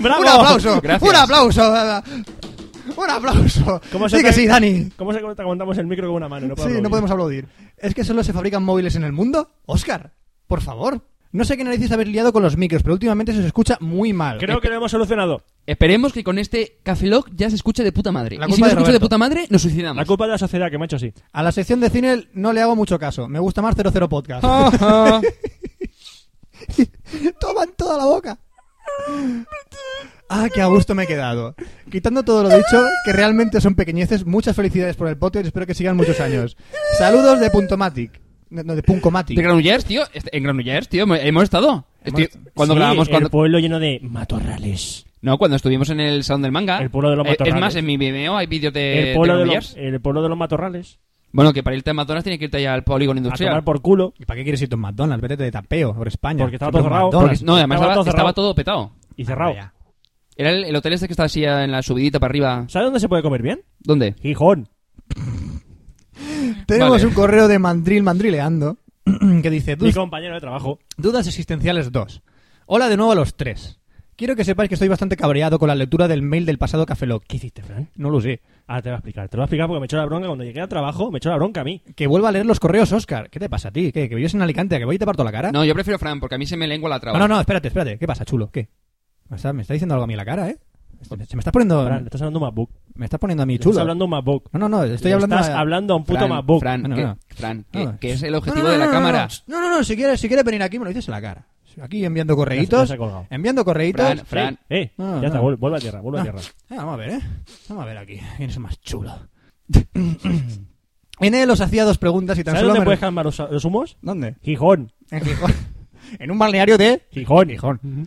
¡Bravo!
¡Un aplauso!
Gracias.
¡Un aplauso! ¡Un aplauso!
¿Cómo se
sí que
te-
sí, Dani.
¿Cómo se te aguantamos el micro con una mano? No puedo
sí, no
aplaudir.
podemos aplaudir. ¿Es que solo se fabrican móviles en el mundo? Oscar, por favor. No sé qué narices habéis liado con los micros, pero últimamente se os escucha muy mal.
Creo que lo hemos solucionado.
Esperemos que con este Café Lock ya se escuche de puta madre.
La
y
culpa
si no
de
se escucha de
Roberto.
puta madre, nos suicidamos.
La culpa de la sociedad que me ha hecho así.
A la sección de cine no le hago mucho caso. Me gusta más 00 Podcast.
Ah.
Ajá.
Toman toda la boca. Ah, qué a gusto me he quedado. Quitando todo lo dicho, que realmente son pequeñeces, muchas felicidades por el podcast, espero que sigan muchos años. Saludos de Puntomatic. No, de
de
Puncomatic.
Granollers, tío. Este- En Granollers, tío. hemos- Hemos estado. Estoy- cuando
Sí,
grabamos...
el
Cuando...
pueblo lleno de matorrales.
No, cuando estuvimos en el Salón del Manga.
El pueblo de los
Eh, Es
matorrales.
más, en mi Vimeo hay vídeos
Eh,
de,
el, pueblo de los,
Granollers.
el pueblo de los matorrales.
Bueno, que para irte a McDonald's tiene que irte allá al polígono
A
industrial.
tomar por culo.
¿Y para qué quieres ir a un McDonald's? Vete de tapeo por España.
Porque estaba
Siempre
todo
un
cerrado.
McDonald's.
Porque
No, además
Estaba
estaba,
todo cerrado.
estaba todo petado.
Y cerrado.
Ah, Vaya.
Era el, el hotel este que está así en la subidita para arriba.
¿Sabes dónde se puede comer bien?
¿Dónde?
Gijón.
Tenemos
Vale.
un correo de Mandril Mandrileando que dice...
Mi compañero de trabajo.
Dudas existenciales 2. Hola de nuevo a los tres. Quiero que sepáis que estoy bastante cabreado con la lectura del mail del pasado Café Lock.
¿Qué hiciste, Fran?
No lo sé.
Ahora te voy a explicar. Te lo voy a explicar porque me echó la bronca cuando llegué al trabajo, me echó la bronca a mí.
Que vuelva a leer los correos, Oscar. ¿Qué te pasa a ti? ¿Qué? ¿Que vives en Alicante? ¿A que voy y te parto la cara?
No, yo prefiero Fran, porque a mí se me lengua la traba.
no, no, no, espérate, espérate. ¿Qué pasa, chulo? ¿Qué? Me está, me está diciendo algo a mí en la cara, ¿eh? Se me está poniendo.
Fran, le estás hablando a un MacBook. Le
Me está poniendo a mí
Estás
chulo.
hablando a un MacBook.
No, no, no, estoy
Le
hablando.
Estás
a-
hablando a un puto
Fran,
MacBook.
Fran,
No, no,
que,
no.
Fran,
No,
que-
no.
que es el
No,
objetivo
no,
de la
Ah,
no, no,
cámara.
No, no, no, si quieres, si quieres venir aquí, me lo dices en la cara. Aquí enviando correitos.
se ha colgado.
Enviando correitos.
Fran, Fran.
Eh, eh,
No,
ya
Ah, no.
está, vuel- vuelve a tierra, vuelve a tierra.
Ah, vamos a ver, ¿eh? Vamos a ver aquí. ¿Quién es el más chulo? en él os hacía dos preguntas y tan
¿Sabes
solo
dónde
me-
puedes calmar los, los humos?
¿Dónde?
Gijón.
En Gijón. en un balneario de...
Gijón.
Gijón.
Ujú.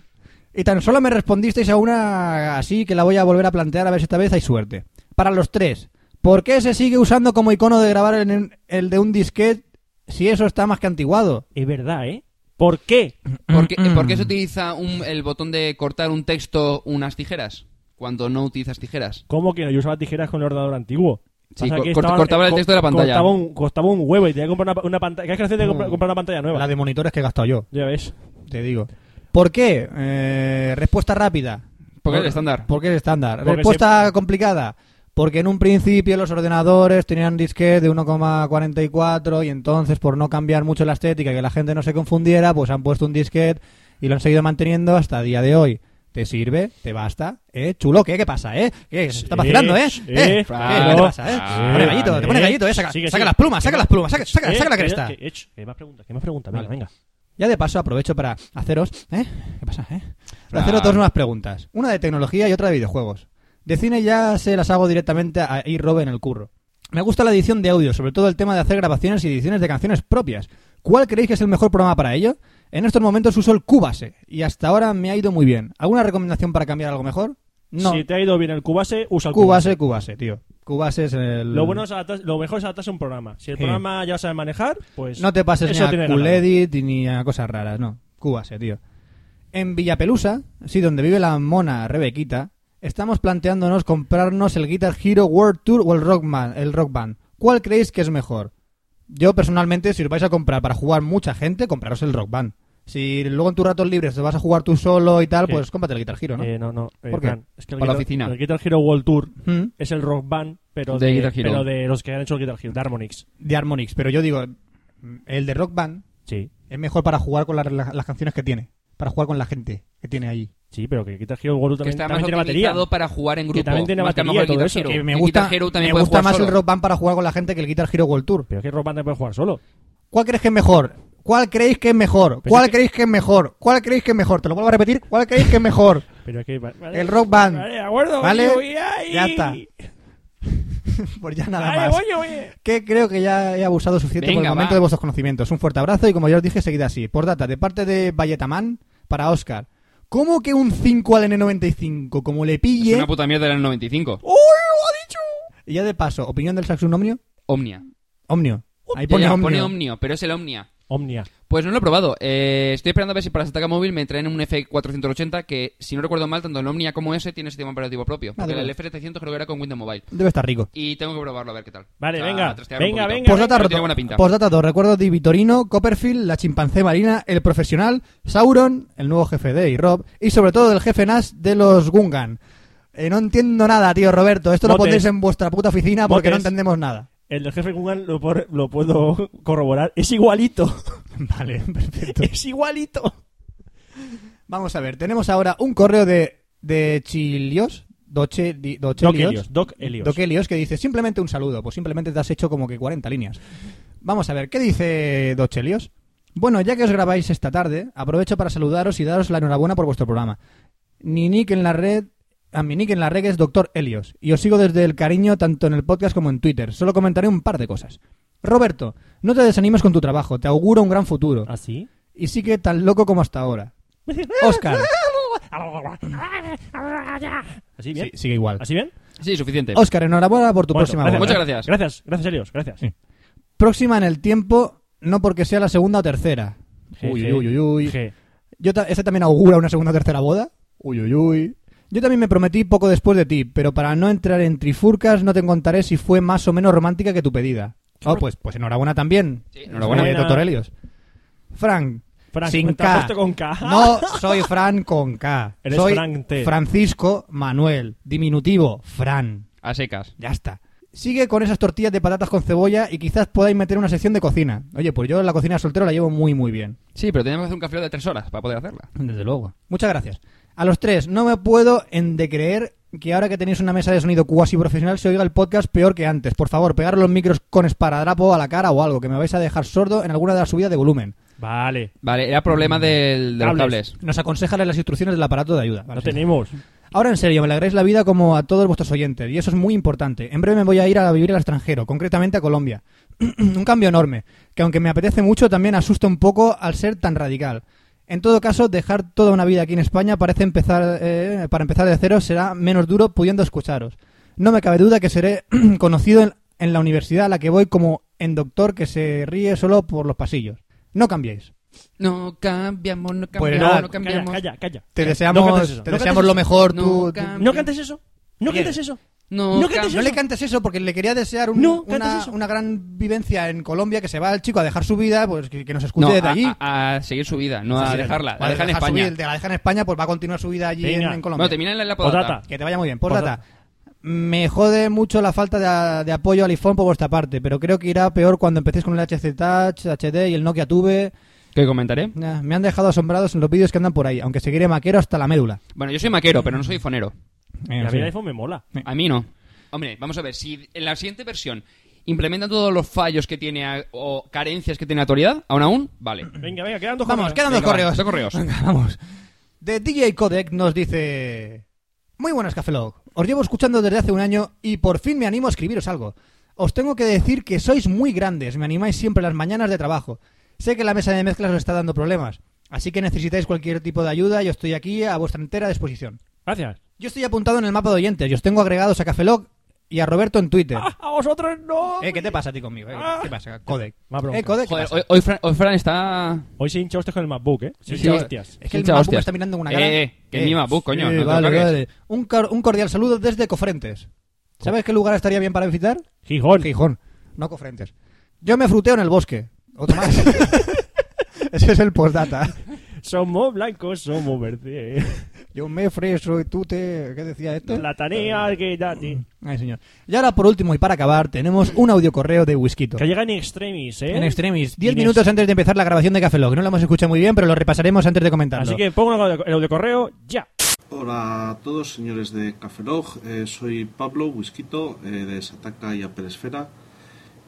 Y tan solo me respondisteis a una así que la voy a volver a plantear a ver si esta vez hay suerte. Para los tres, ¿por qué se sigue usando como icono de grabar en el, el de un disquete si eso está más que antiguado?
Es verdad, ¿eh? ¿Por qué?
¿Por qué,
Mm, mm.
por qué se utiliza un- el botón de cortar un texto unas tijeras cuando no utilizas tijeras?
¿Cómo que no? yo usaba tijeras con el ordenador antiguo?
Sí,
Pasa
co-
que
cort- cortaba el
co-
texto de la pantalla.
Cortaba un, costaba un huevo y tenía que comprar una, una pantalla. ¿Qué es que hacía? Tenía que comprar, comprar una pantalla nueva?
La de monitores que he gastado yo,
Ya ves.
te digo. ¿Por qué? Eh, respuesta rápida.
Porque es el estándar.
Porque es estándar.
Porque
Respuesta complicada. Porque en un principio los ordenadores tenían disquete de 1,44 y entonces por no cambiar mucho la estética y que la gente no se confundiera, pues han puesto un disquete y lo han seguido manteniendo hasta día de hoy. ¿Te sirve? ¿Te basta? ¿Eh? Chulo, ¿qué? ¿Qué pasa, eh? ¿Qué? Se está vacilando, ¿eh?
Sí,
¿Eh?
Fran,
¿Qué te pasa, eh?
Fran.
Te pone gallito, te pone gallito, eh. Saca,
Sigue,
saca
sigue.
las plumas, saca
Que
las
no-
plumas, saca, saca,
Eh,
saca la
que-
cresta.
Que, ech, que más preguntas, que más preguntas. Venga,
Vale.
venga.
Ya de paso aprovecho para haceros, ¿eh? ¿Qué pasa, eh? Para
Ah.
haceros dos nuevas preguntas, una de tecnología y otra de videojuegos. De cine ya se las hago directamente a y Robe en el curro. Me gusta la edición de audio, sobre todo el tema de hacer grabaciones y ediciones de canciones propias. ¿Cuál creéis que es el mejor programa para ello? En estos momentos uso el Cubase y hasta ahora me ha ido muy bien. ¿Alguna recomendación para cambiar algo mejor? No.
Si te ha ido bien el cubase, usa el cubase.
Cubase, Cubase, tío. Cubase es el
Lo, bueno es adaptar- lo mejor es adaptarse a un programa. Si el
Sí.
programa ya sabes manejar, pues.
No te pases
eso
ni
tiene
a
ganado.
cool edit ni a cosas raras, no. Cúbase, tío. En Villapelusa, sí, donde vive la mona Rebequita, estamos planteándonos comprarnos el Guitar Hero World Tour o el Rock, Man- el rock Band. ¿Cuál creéis que es mejor? Yo, personalmente, si os vais a comprar para jugar mucha gente, compraros el Rock Band. Si luego en tus ratos libres te vas a jugar tú solo y tal,
Sí.
pues cómprate el Guitar Hero, ¿no?
Eh, no, no. eh,
¿Por qué?
Fran, Es que el
Para la
Guitar-
oficina.
El Guitar Hero World Tour
Mm,
es el rock band, pero
De
de,
Guitar Hero.
pero de los que han hecho el Guitar Hero, de Harmonix.
De Harmonix, pero yo digo, el de Rock Band
Sí.
es mejor para jugar con la- la- las canciones que tiene, para jugar con la gente que tiene ahí.
Sí, pero que el Guitar Hero World Tour
que
también,
está
también
más
tiene batería.
optimizado para jugar en grupo.
también tiene
más que a lo
batería
mejor el
y todo eso.
Guitar Hero.
que me
El
gusta,
Guitar Hero también
me
puede
gusta
jugar
más
solo.
el rock band para jugar con la gente que el Guitar Hero World Tour.
Pero que el rock band te puede jugar solo.
¿Cuál crees que es mejor? ¿Cuál creéis que es mejor?
Pero
¿Cuál
es que-
creéis que es mejor? ¿Cuál creéis que es mejor? Te lo vuelvo a repetir. ¿Cuál creéis que es mejor?
Pero es que. vale.
El rock band.
Vale, de acuerdo.
Vale,
oye, oye, ahí.
ya está. Pues ya nada
Vale,
más.
oye, oye.
Que creo que ya he abusado suficiente por el
Venga,
momento
va.
de vuestros conocimientos. Un fuerte abrazo y como ya os dije, seguid así. Por data, de parte de Valletamán para Oscar. ¿Cómo que un 5 al N95? Como le
Es
pille.
¿eh?
una puta mierda del 95.
¡Oh, lo ha dicho!
Y ya de paso, opinión del Saxon Omnio.
Omnia.
Omnio. Ahí
Ya,
pone,
ya,
Omnio.
Omnio, pero es el Omnia.
Omnia.
Pues no lo he probado. Eh, estoy esperando a ver si para Sataka Móvil me traen un F480 que, si no recuerdo mal, tanto el Omnia como ese tiene sistema operativo propio. Porque
Vale,
el
vale.
F700 creo que era con Windows Mobile.
Debe estar rico.
Y tengo que probarlo a ver qué tal.
Vale,
Ah,
venga,
trastear un
venga,
poquito.
venga.
Postdata
Pero
roto.
tiene buena pinta.
Postdata dos. Recuerdo de Vitorino, Copperfield, la chimpancé marina, el profesional, Sauron, el nuevo jefe de Rob y sobre todo del jefe Nash de los Gungan. Eh, no entiendo nada, tío Roberto. Esto lo
Motes.
pondréis en vuestra puta oficina porque no
Motes.
entendemos nada.
El del jefe Kungan lo, por- lo puedo corroborar. Es igualito.
Vale, perfecto.
es igualito.
Vamos a ver, tenemos ahora un correo de, de Chilios, Doche, di- Doche
Doc
Lios.
Helios. Doc Helios.
Doc Helios, que dice simplemente un saludo. Pues simplemente te has hecho como que 40 líneas. Vamos a ver, ¿qué dice Dochelios? Bueno, ya que os grabáis esta tarde, aprovecho para saludaros y daros la enhorabuena por vuestro programa. Mi nick en la red, a mi nick en la red es Doctor Helios, y os sigo desde el cariño tanto en el podcast como en Twitter. Solo comentaré un par de cosas. Roberto, no te desanimes con tu trabajo, te auguro un gran futuro.
¿Ah, sí?
Y sigue tan loco como hasta ahora. Oscar.
¿Así bien?
Sí, sigue igual.
¿Así bien?
Sí, suficiente.
Oscar, enhorabuena por tu
Bueno,
próxima
gracias,
boda.
Muchas
gracias. Gracias, gracias, Helios. Gracias.
Sí. próxima en el tiempo, no porque sea la segunda o tercera.
G,
Uy,
G,
uy, uy, uy.
G.
Yo ta- ¿Ese también augura una segunda o tercera boda? Uy, uy, uy. Yo también me prometí poco después de ti, pero para no entrar en trifurcas no te contaré si fue más o menos romántica que tu pedida. Oh, pues, pues enhorabuena también.
Sí, enhorabuena.
Eh, doctor Helios. Frank,
Frank,
sin
te has
K.
puesto con K.
No soy Fran con K.
Eres
soy
Frank T.
Francisco Manuel, diminutivo, Fran.
A secas.
Ya está. Sigue con esas tortillas de patatas con cebolla y quizás podáis meter una sección de cocina. Oye, pues yo la cocina soltero la llevo muy, muy bien.
Sí, pero teníamos que hacer un café de tres horas para poder hacerla.
Desde luego. Muchas gracias. A los tres, no me puedo en de creer que ahora que tenéis una mesa de sonido cuasi profesional se oiga el podcast peor que antes. Por favor, pegar los micros con esparadrapo a la cara o algo, que me vais a dejar sordo en alguna de las subidas de volumen.
Vale,
Vale, era problema del, de los
Mm. Cables.
cables.
Nos aconsejan las instrucciones del aparato de ayuda.
no
Vale, sí.
tenemos.
Ahora en serio, me alegráis la vida como a todos vuestros oyentes, y eso es muy importante. En breve me voy a ir a vivir al extranjero, concretamente a Colombia. un cambio enorme, que aunque me apetece mucho, también asusta un poco al ser tan radical. En todo caso, dejar toda una vida aquí en España parece empezar, eh, para empezar de cero será menos duro pudiendo escucharos. No me cabe duda que seré conocido en, en la universidad a la que voy como en doctor que se ríe solo por los pasillos. No cambiéis.
No cambiamos, no cambiamos,
Pues
no,
nada,
Calla,
cambiamos.
calla, calla.
Te
Eh, No
deseamos,
cantes eso,
te
no
deseamos
cantes
lo
eso.
mejor.
No
tú-
cam-
No cantes eso. No
Bien.
cantes eso.
No,
No cantes
cam-
No le
eso.
cantes eso porque le quería desear un-
No,
una,
cantes eso.
una gran vivencia en Colombia que se va el chico a dejar su vida, pues que, que nos escuche
No,
desde
a-
allí.
A, a seguir su vida, no a
Sí, sí,
dejarla.
Vale,
la dejan en
deja su
España.
vida- la deja en España, pues va a continuar su vida allí en,
Venga.
en Colombia.
Bueno, termina en la, en la
Potata.
podata.
Que te vaya muy bien. Por
Por
data. Me jode mucho la falta de, de apoyo al iPhone por vuestra parte, pero creo que irá peor cuando empecéis con el HC Touch, HD y el Nokia Tube.
¿Qué comentaré?
Nah, me han dejado asombrados en los vídeos que andan por ahí, aunque seguiré maquero hasta la médula.
Bueno, yo soy maquero, pero no soy fonero.
Eh,
Y a
sí.
mí el iPhone me mola.
A mí no. Hombre, vamos a ver, si en la siguiente versión implementan todos los fallos que tiene a- o carencias que tiene la actualidad, aún aún, vale.
Venga, venga, quedan dos
Vamos,
jornadas.
quedan dos
Venga, va,
correos.
dos correos.
Venga, vamos. De DJ Codec nos dice... Muy buenas, Cafelog. Os llevo escuchando desde hace un año y por fin me animo a escribiros algo. Os tengo que decir que sois muy grandes, me animáis siempre las mañanas de trabajo. Sé que la mesa de mezclas os está dando problemas, así que necesitáis cualquier tipo de ayuda y estoy aquí a vuestra entera disposición.
Gracias.
Yo estoy apuntado en el mapa de oyentes y os tengo agregados a Cafelog y a Roberto en Twitter.
A vosotros no.
Eh, ¿Qué te pasa a ti conmigo? eh? ¿Qué pasa, Codec?
Más bronca.
Eh, Codec, ¿qué
Joder,
pasa?
hoy, hoy Fran, hoy Fran está...
Hoy se hincha hostias con el MacBook, ¿eh? Se
Sí,
hincha
sí.
hostias.
Es que el
Hincha
MacBook
hostias.
está mirando con una cara.
Eh, eh, que ni MacBook, coño, no te
vale,
apagues.
vale. Un, cor- un cordial saludo desde Cofrentes. ¿Sabes qué lugar estaría bien para visitar?
Gijón.
Gijón, no Cofrentes. Yo me fruteo en el bosque. Otro más. Ese es el postdata.
Somos blancos, somos verdes.
Yo me freso y tú te. ¿Qué decía esto?
La tarea que da ti.
Ay, señor. Y ahora, por último y para acabar, tenemos un audio correo de Whiskito.
Que llega en extremis, ¿eh?
En extremis. Diez
Inés.
minutos antes de empezar la grabación de Café Lock. No lo hemos escuchado muy bien, pero lo repasaremos antes de comentarlo.
Así que pongo el audio- el autocorreo ya.
Hola a todos, señores de Café Log. Eh, soy Pablo Huisquito eh, de Sataka y Aperesfera.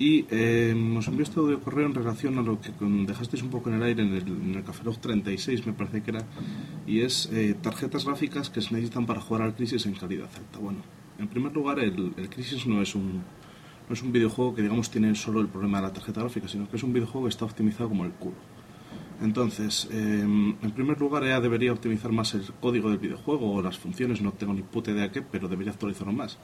Y eh, os envío este audio correo en relación a lo que con- dejasteis un poco en el aire en el, en el Café Log 36, me parece que era. Y es eh, tarjetas gráficas que se necesitan para jugar al Crisis en calidad alta. Bueno, en primer lugar, el, el Crisis no es un. No es un videojuego que digamos tiene solo el problema de la tarjeta gráfica, sino que es un videojuego que está optimizado como el culo. Entonces, eh, en primer lugar, EA debería optimizar más el código del videojuego o las funciones, no tengo ni puta idea qué, pero debería actualizarlo más.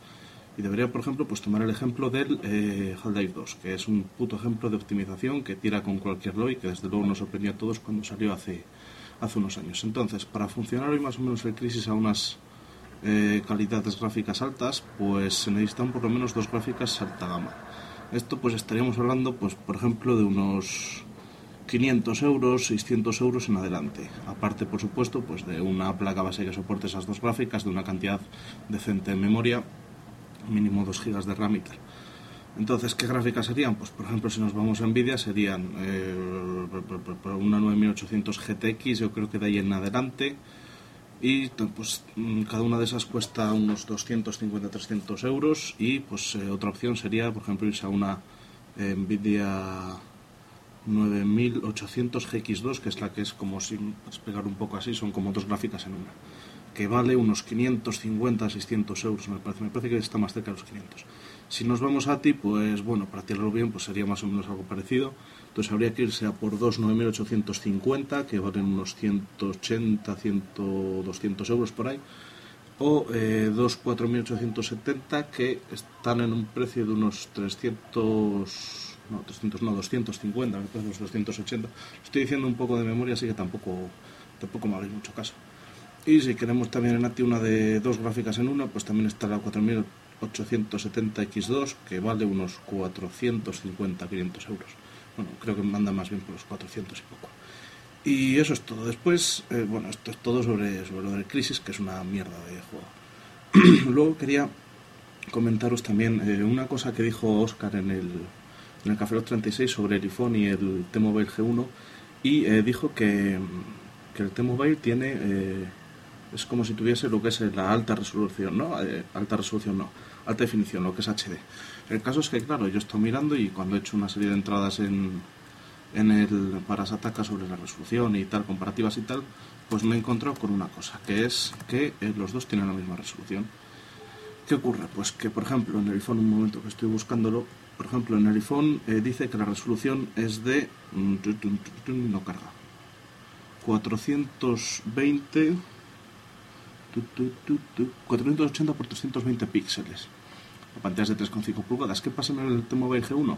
Y debería, por ejemplo, pues tomar el ejemplo del eh, Half-Life 2, que es un puto ejemplo de optimización que tira con cualquier lo y que desde luego nos sorprendió a todos cuando salió hace, hace unos años. Entonces, para funcionar hoy más o menos el Crisis a unas eh, calidades gráficas altas, pues se necesitan por lo menos dos gráficas alta gama. Esto pues estaríamos hablando, pues por ejemplo, de unos 500 euros, 600 euros en adelante. Aparte, por supuesto, pues de una placa base que soporte esas dos gráficas, de una cantidad decente de memoria, mínimo 2 gigas de RAM y tal. Entonces, ¿qué gráficas serían? Pues, por ejemplo, si nos vamos a Nvidia, serían eh, una 9800 GTX, yo creo que de ahí en adelante. Y t- pues mm, cada una de esas cuesta unos 250-300 euros. Y pues eh, otra opción sería, por ejemplo, irse a una eh, Nvidia 9800 GX2, que es la que es como sin pegar un poco así, son como dos gráficas en una, que vale unos 550, 600 euros, me parece, me parece que está más cerca de los 500. Si nos vamos a ti, pues bueno, para tirarlo bien, pues sería más o menos algo parecido. Entonces habría que irse a por dos 9850, que valen unos 180, 100, 200 euros por ahí o eh, dos 4.870 que están en un precio de unos 300, no, 300, no, 250, me parece unos 280. Estoy diciendo un poco de memoria, así que tampoco, tampoco me hagáis mucho caso. Y si queremos también en ATI una de dos gráficas en una, pues también está la 4870X2, que vale unos 450-500 euros. Bueno, creo que manda más bien por los 400 y poco. Y eso es todo. Después, eh, bueno, esto es todo sobre, sobre lo del Crisis, que es una mierda de juego. Luego quería comentaros también eh, una cosa que dijo Oscar en el, en el Café Lock 36 sobre el iPhone y el T-Mobile G1 y eh, dijo que, que el T-Mobile tiene eh, es como si tuviese lo que es la alta resolución, ¿no? Eh, alta resolución no, alta definición, lo que es HD. El caso es que claro, yo estoy mirando y cuando he hecho una serie de entradas en en el para Sataka sobre la resolución y tal, comparativas y tal, pues me he encontrado con una cosa, que es que eh, los dos tienen la misma resolución. ¿Qué ocurre? Pues que, por ejemplo, en el iPhone, un momento que estoy buscándolo, por ejemplo, en el iPhone eh, dice que la resolución es de. mm, tu, tu, tu, tu, No carga. 420. tu, tu, tu, tu, 480 por 320 píxeles. La pantalla es de 3,5 pulgadas. ¿Qué pasa en el T-Mobile G1?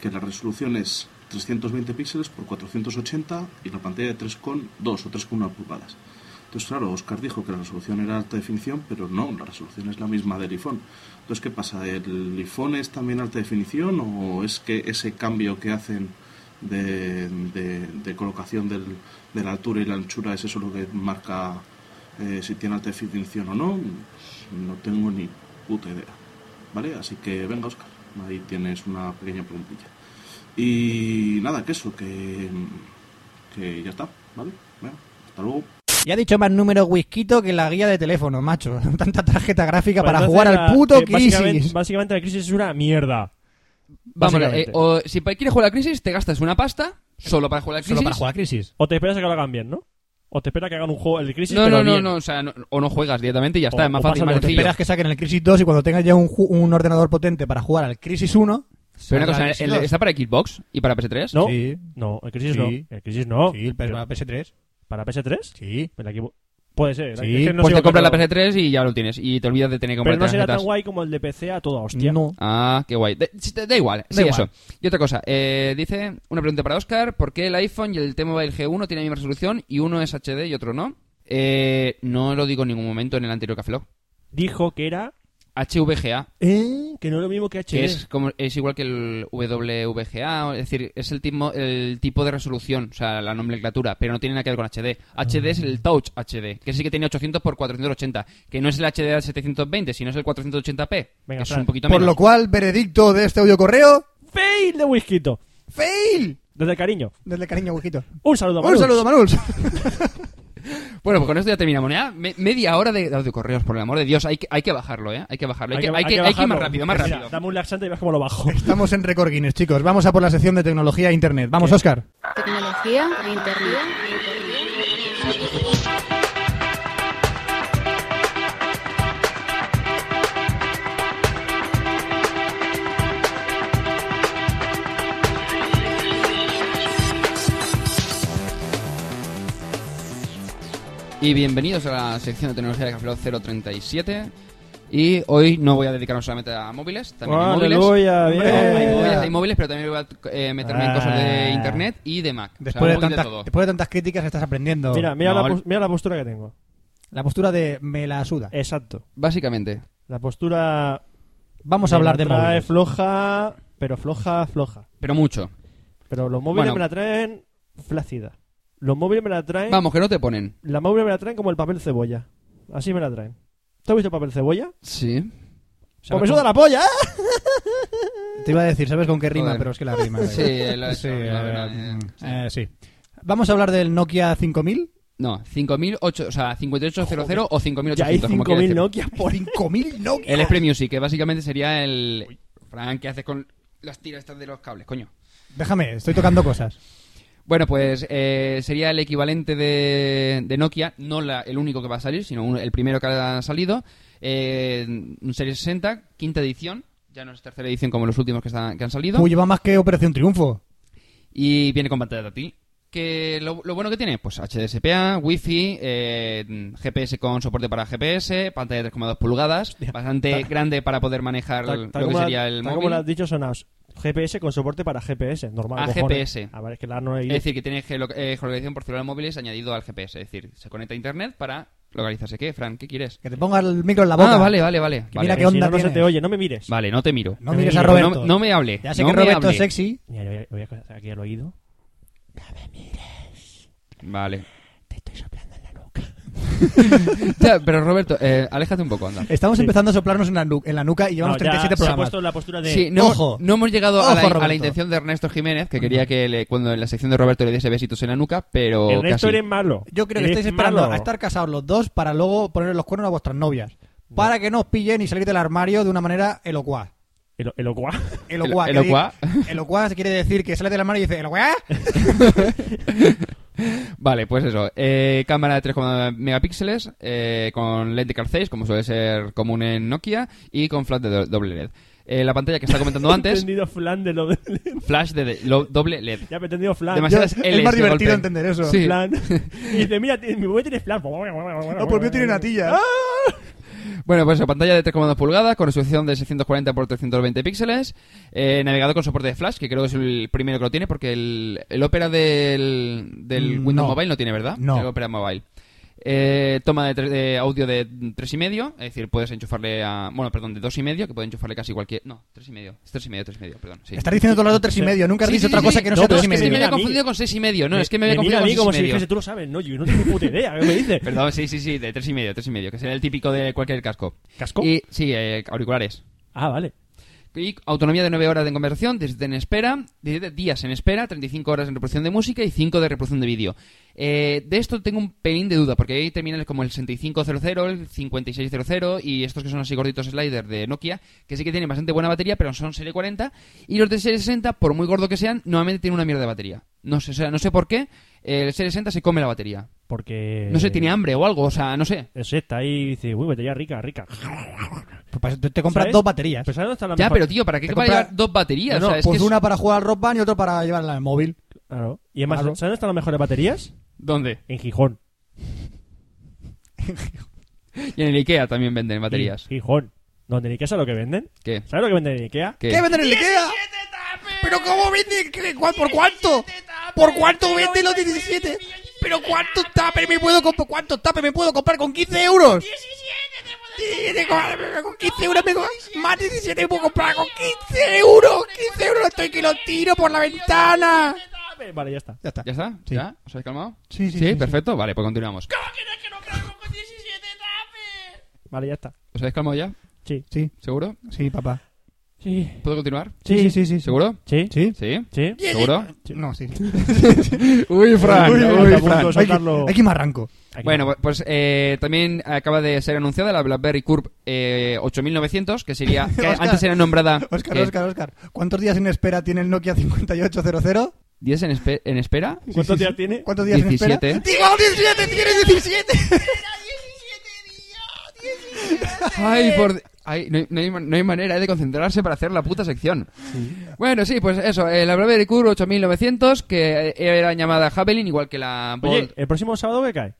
Que la resolución es 320 píxeles por 480 y la pantalla de 3,2 o 3,1 pulgadas. Entonces, claro, Oscar dijo que la resolución era alta definición, pero no, la resolución es la misma del iPhone. Entonces, ¿qué pasa? ¿El iPhone es también alta definición o es que ese cambio que hacen de, de- de colocación del- de la altura y la anchura es eso lo que marca eh, si tiene alta definición o no? No tengo ni puta idea. ¿Vale? Así que venga, Oscar, ahí tienes una pequeña preguntilla. Y nada, que eso, que, que ya está, ¿vale? Venga, hasta luego.
Ya he dicho más números Wisquito que la guía de teléfono, macho. Tanta tarjeta gráfica para
Entonces,
jugar
la-
al puto
eh, Básicamente,
Crisis.
básicamente la crisis es una mierda.
Vamos,
Básicamente.
eh, o, si pa- quieres jugar a la crisis, te gastas una pasta solo para jugar a la crisis.
Solo para jugar a Crisis.
O te esperas a que lo hagan bien, ¿no? O te esperas a que hagan un juego, el de crisis,
No,
pero
no, no,
bien.
no, o sea, no- o no juegas directamente y ya
O-
está, es más
o
fácil,
pásalo,
más
te
Te
sencillo.
esperas que saquen el Crisis 2 y cuando tengas ya un, ju- un ordenador potente para jugar al Crisis 1.
Pero una
saldrá
cosa,
Crisis
¿el-
2.
¿está para Xbox y para PS3?
¿No?
Sí,
No, el crisis
Sí.
no. El crisis no.
sí, el PS- la PS3.
¿Para PS3?
Sí.
Me la equivo- Puede ser.
Sí,
es que no
pues
sigo
te compras la
claro.
PS3 y ya lo tienes. Y te olvidas de tener que comprar
Pero no será tan
tarjetas.
guay como el de PC a toda hostia.
No.
Ah, qué guay. Da, sí, da- da igual, sí,
igual.
eso. Y otra cosa, eh, dice una pregunta para Oscar: ¿por qué el iPhone y el T-Mobile G1 tienen la misma resolución y uno es HD y otro no? Eh, no lo digo en ningún momento en el anterior Café Lock.
Dijo que era...
HVGA,
¿Eh? Que no es lo mismo que HD.
que es, como, es igual que el WVGA, es decir, es el tipo, el tipo de resolución, o sea, la nomenclatura, pero no tiene nada que ver con HD. HD es el Touch HD, que sí que tiene 800 x 480, que no es el HD de 720, sino es el 480p,
Venga,
que es
Fran.
un poquito
Por lo
menos.
cual, veredicto de este audio correo,
¡Fail de whisky!
fail.
Desde el cariño.
Desde cariño, Wisquito.
Un saludo,
Un
Manus.
saludo, Manuls.
Bueno, pues con esto ya terminamos, ¿ya? Me- media hora de audio correos, por el amor de Dios, hay que, hay que bajarlo, ¿eh? Hay que bajarlo, hay, que, hay, que, hay que ir más
bajarlo.
rápido, más
Mira,
rápido.
dame un laxante y ves cómo lo bajo.
Estamos en Record Guinness, chicos. Vamos a por la sección de tecnología e internet. Vamos, Oscar.
Tecnología e internet.
Y bienvenidos a la sección de tecnología de Café Lock 037. Y hoy no voy a dedicarnos solamente a móviles, también hay móviles.
Aleluya,
Hombre,
Hay
bien.
móviles, hay móviles, pero también voy a eh, meterme en cosas de
Ah.
internet y de Mac. O sea,
Después,
un
de
poquito
tantas,
todo.
después de tantas críticas estás aprendiendo
Mira, mira,
No,
la,
el-
pos- mira la postura que tengo.
la postura de me la
Eh,
suda.
Exacto.
Básicamente.
La postura...
Vamos a
me
hablar de
la trae
móviles.
floja, pero floja, floja.
Pero mucho.
Pero los móviles
Bueno.
me la traen flácida. Los móviles me la traen...
Vamos, que no te ponen.
La móviles me la traen como el papel cebolla. Así me la traen. ¿Tú has visto el papel cebolla?
Sí.
Pues me suda la polla, ¿eh?
Te iba a decir, ¿sabes con qué rima?
Joder.
Pero es que la rima. da
Sí,
igual.
lo he hecho,
Sí,
la verdad,
eh,
eh,
eh, sí. Vamos a hablar del Nokia 5000.
No, 5008, o sea, 5800 o 5800.
Ya hay
como quieras
5.000
decir.
Nokia pues, por...
5000 Nokia.
El Spray Music, que básicamente sería el. Frank, ¿qué haces con las tiras estas de los cables, coño?
Déjame, estoy tocando cosas.
Bueno, pues eh, sería el equivalente de, de Nokia, no la- el único que va a salir, sino un- el primero que ha salido. eh, un Series 60, quinta edición, ya no es tercera edición como los últimos que, están- que han salido.
Uy, lleva más que Operación Triunfo.
Y viene con pantalla táctil. Que lo, lo bueno que tiene, pues HDSPA, Wi-Fi, eh, GPS con soporte para GPS, pantalla de 3,2 pulgadas, bastante grande para poder manejar
Tal, tal
lo que
como la-
sería el
tal como
móvil.
lo has dicho, son as- GPS con soporte para GPS, normal.
Ah,
cojones.
GPS.
A ver, es que la no he
Es
ido.
decir, que tiene geolo- eh, geolocalización por celular móviles añadido al GPS. Es decir, se conecta a internet para localizarse. ¿Qué, Fran? ¿Qué quieres?
Que te pongas el micro en la boca.
Ah, vale, vale, vale.
Que
vale,
mira
Que
qué
si
onda
no, no se
tienes.
te oye, no me mires.
Vale, no te miro.
No mires a
No,
Roberto.
No, no me hable.
Ya sé
no
que
me
Roberto
hable.
es sexy.
Mira, le voy a- le voy a coger aquí al oído. No me mires.
Vale.
Te estoy soplando en la nuca.
Ya, pero Roberto, eh, aléjate un poco, anda.
Estamos
Sí.
empezando a soplarnos en la, nu- en la nuca y llevamos
No, ya se
37
ha
programas.
puesto la postura de...
Sí, no,
Ojo.
no hemos llegado a, la,
Ojo,
a la
Roberto.
intención de Ernesto Jiménez, que quería que le- cuando en la sección de Roberto le diese besitos en la nuca, pero
Ernesto,
casi.
eres malo.
Yo creo que
Eres
estáis esperando
malo.
a estar casados los dos para luego poner los cuernos a vuestras novias. Para que no os pillen y salir del armario de una manera elocuaz.
Elo- elocuaz.
Elo-
Elocuaz. que di-
elocuaz.
Elocuaz quiere decir que sale del armario y dice, ¿elocuaz?
Vale, pues eso. Eh, cámara de 3,9 megapíxeles eh, con LED de Car 6, como suele ser común en Nokia, y con flash de do- doble LED. Eh, la pantalla que estaba comentando
He
antes,
entendido flan de lo de...
flash de, de- lo- doble LED.
Ya me he entendido flan.
Demasiado- Esas
es
Ls
más
de
divertido
golpe.
entender eso.
Sí.
Flan. Y dice, mira, ti- mi bebé tiene flan.
No,
No,
por mí tiene natilla.
Bueno, pues eso, pantalla de 3,2 pulgadas con resolución de 640 x 320 píxeles, eh, navegador con soporte de flash, que creo que es el primero que lo tiene, porque el, el Opera del, del
Mm,
Windows
no.
Mobile no tiene, ¿verdad?
No.
El Opera Mobile. Eh, toma de, tres- de audio de 3,5, es decir, puedes enchufarle a... Bueno, perdón, de 2,5, que puedes enchufarle casi cualquier... No, 3,5, es 3,5, 3,5, perdón. Sí.
Estás diciendo todo el rato tres y medio. Nunca has
Sí,
dicho
sí,
otra
sí,
cosa
sí.
que no
No,
sea
pero
tres
es
y
que
mira
me
medio.
había
a mí.
confundido con 6,5, no,
Me-
es que me había
me mira
confundido
a mí
con 6,5.
como si dijese, tú lo sabes, no, yo no tengo ni puta idea, ¿qué me dices?
Perdón, sí, sí, sí, de 3,5, 3,5, que será el típico de cualquier casco.
¿Casco?
Y, sí, eh, auriculares.
Ah, vale.
Y autonomía de 9 horas de conversación, 17 en espera, 17 días en espera, 35 horas en reproducción de música y 5 de reproducción de vídeo. Eh, de esto tengo un pelín de duda, porque hay terminales como el 6500, el 5600 y estos que son así gorditos slider de Nokia, que sí que tienen bastante buena batería, pero son serie 40. Y los de serie 60, por muy gordo que sean, nuevamente tienen una mierda de batería. No sé, o sea, no sé por qué eh, el serie 60 se come la batería.
Porque...
No
Eh.
sé, tiene hambre o algo, o sea, no sé.
Eso está ahí y dice, uy, batería rica, rica.
Pues para eso te- te compras
¿Sabes?
dos baterías.
Pero ¿sabes dónde está la
Ya,
mejor-
pero tío, ¿para qué
Te
va a
compra-
llevar dos baterías?
No,
O
no,
sea, es que
pues
es-
una para jugar al rock band y otra para llevarla en el móvil.
Claro. Y además,
Claro.
¿sabes dónde están las mejores baterías?
¿Dónde?
En Gijón.
Y en el Ikea también venden baterías.
En Gijón. Donde en Ikea sabe lo que venden.
¿Qué?
¿Sabes lo que venden en Ikea?
¿Qué?
¿Qué, venden en el Ikea? ¿Pero cómo venden? ¿Qué- cuál- ¿Por cuánto? ¿Por cuánto venden los 17? ¿Pero cuántos tapes me puedo comprar? ¿Cuántos tapes me puedo comprar con 15 euros? 17 co- con 15 euros me co- más 17 me puedo comprar con 15 euros. 15 euros estoy que lo tiro por la ventana.
Vale, ya está.
Ya está.
¿Ya está?
Sí.
¿Ya? ¿Os habéis calmado?
Sí, sí, sí,
Sí,
sí.
perfecto. Vale, pues continuamos.
Vale, ya está.
¿Os habéis calmado ya?
Sí.
Sí,
¿Seguro?
sí, papá.
Sí.
¿Puedo continuar?
Sí,
sí, sí.
¿Seguro?
Sí.
¿Sí?
¿Sí? ¿Seguro?
No, sí.
Uy,
Frank, uy, uy, Frank. Frank.
Hay que,
soltarlo.
hay que ir más ranco.
Aquí.
Bueno, pues eh, también acaba de ser anunciada la BlackBerry Curve eh, 8900, que sería que
Oscar.
antes era nombrada
Oscar,
eh,
Oscar, Oscar. ¿Cuántos días en espera tiene el Nokia 5800?
10 en, espe- en espera.
¿Cuántos días tiene?
¿Cuántos días en espera?
17.
¡Digo 17! ¡Tienes 17!
Ay, por... ay, no, hay- no hay, man- no hay manera eh, de concentrarse para hacer la puta sección. Bueno, sí, pues eso. eh, la BlackBerry Curve 8900, que eh, era llamada Javelin, igual que la Bolt.
Oye, ¿el próximo sábado qué cae?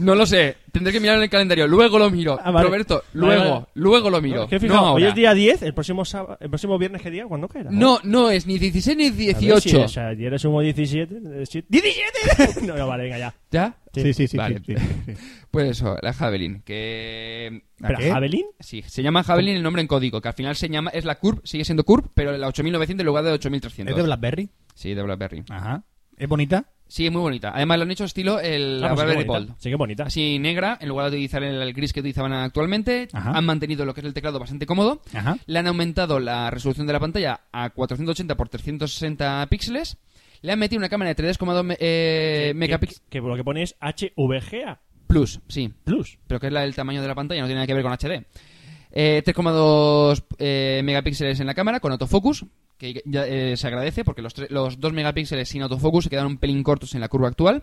No lo sé, tendré que mirar en el calendario. Luego lo miro.
Ah, vale.
Roberto,
Vale,
luego,
vale.
luego lo miro.
No, que he
No,
fijado, Hoy
ahora.
es día 10, el próximo, sábado, el próximo viernes, ¿qué día? ¿Cuándo caerá?
no, no es ni 16 ni 18.
A ver Si, o sea, ayer sumo 17. eh, si- ¡17! no, no, vale, venga, ya.
¿Ya?
Sí,
sí,
Vale. Pues eso, la Javelin, que...
¿Pero
qué?
Javelin?
Sí, se llama Javelin el nombre en código, que al final se llama, es la Curve, sigue siendo Curve, pero la 8900 en lugar de 8300.
¿Es de BlackBerry?
Sí, de BlackBerry.
Ajá. ¿Es bonita?
Sí, es muy bonita. Además, lo han hecho estilo el
Ah, pues sí que
la BlackBerry
bonita.
Bold.
Sí, que bonita.
Así negra, en lugar de utilizar el, el gris que utilizaban actualmente.
Ajá.
Han mantenido lo que es el teclado bastante cómodo.
Ajá.
Le han aumentado la resolución de la pantalla a 480 por 360 píxeles. Le han metido una cámara de 3,2 me- eh, megapíxeles
Que, que lo que pone es HVGA
plus, sí,
Plus.
pero que es la- el tamaño de la pantalla, no tiene nada que ver con HD. Eh, 3,2 eh, megapíxeles en la cámara con autofocus, que ya, eh, se agradece porque los, tre- los 2 megapíxeles sin autofocus se quedaron un pelín cortos en la curva actual.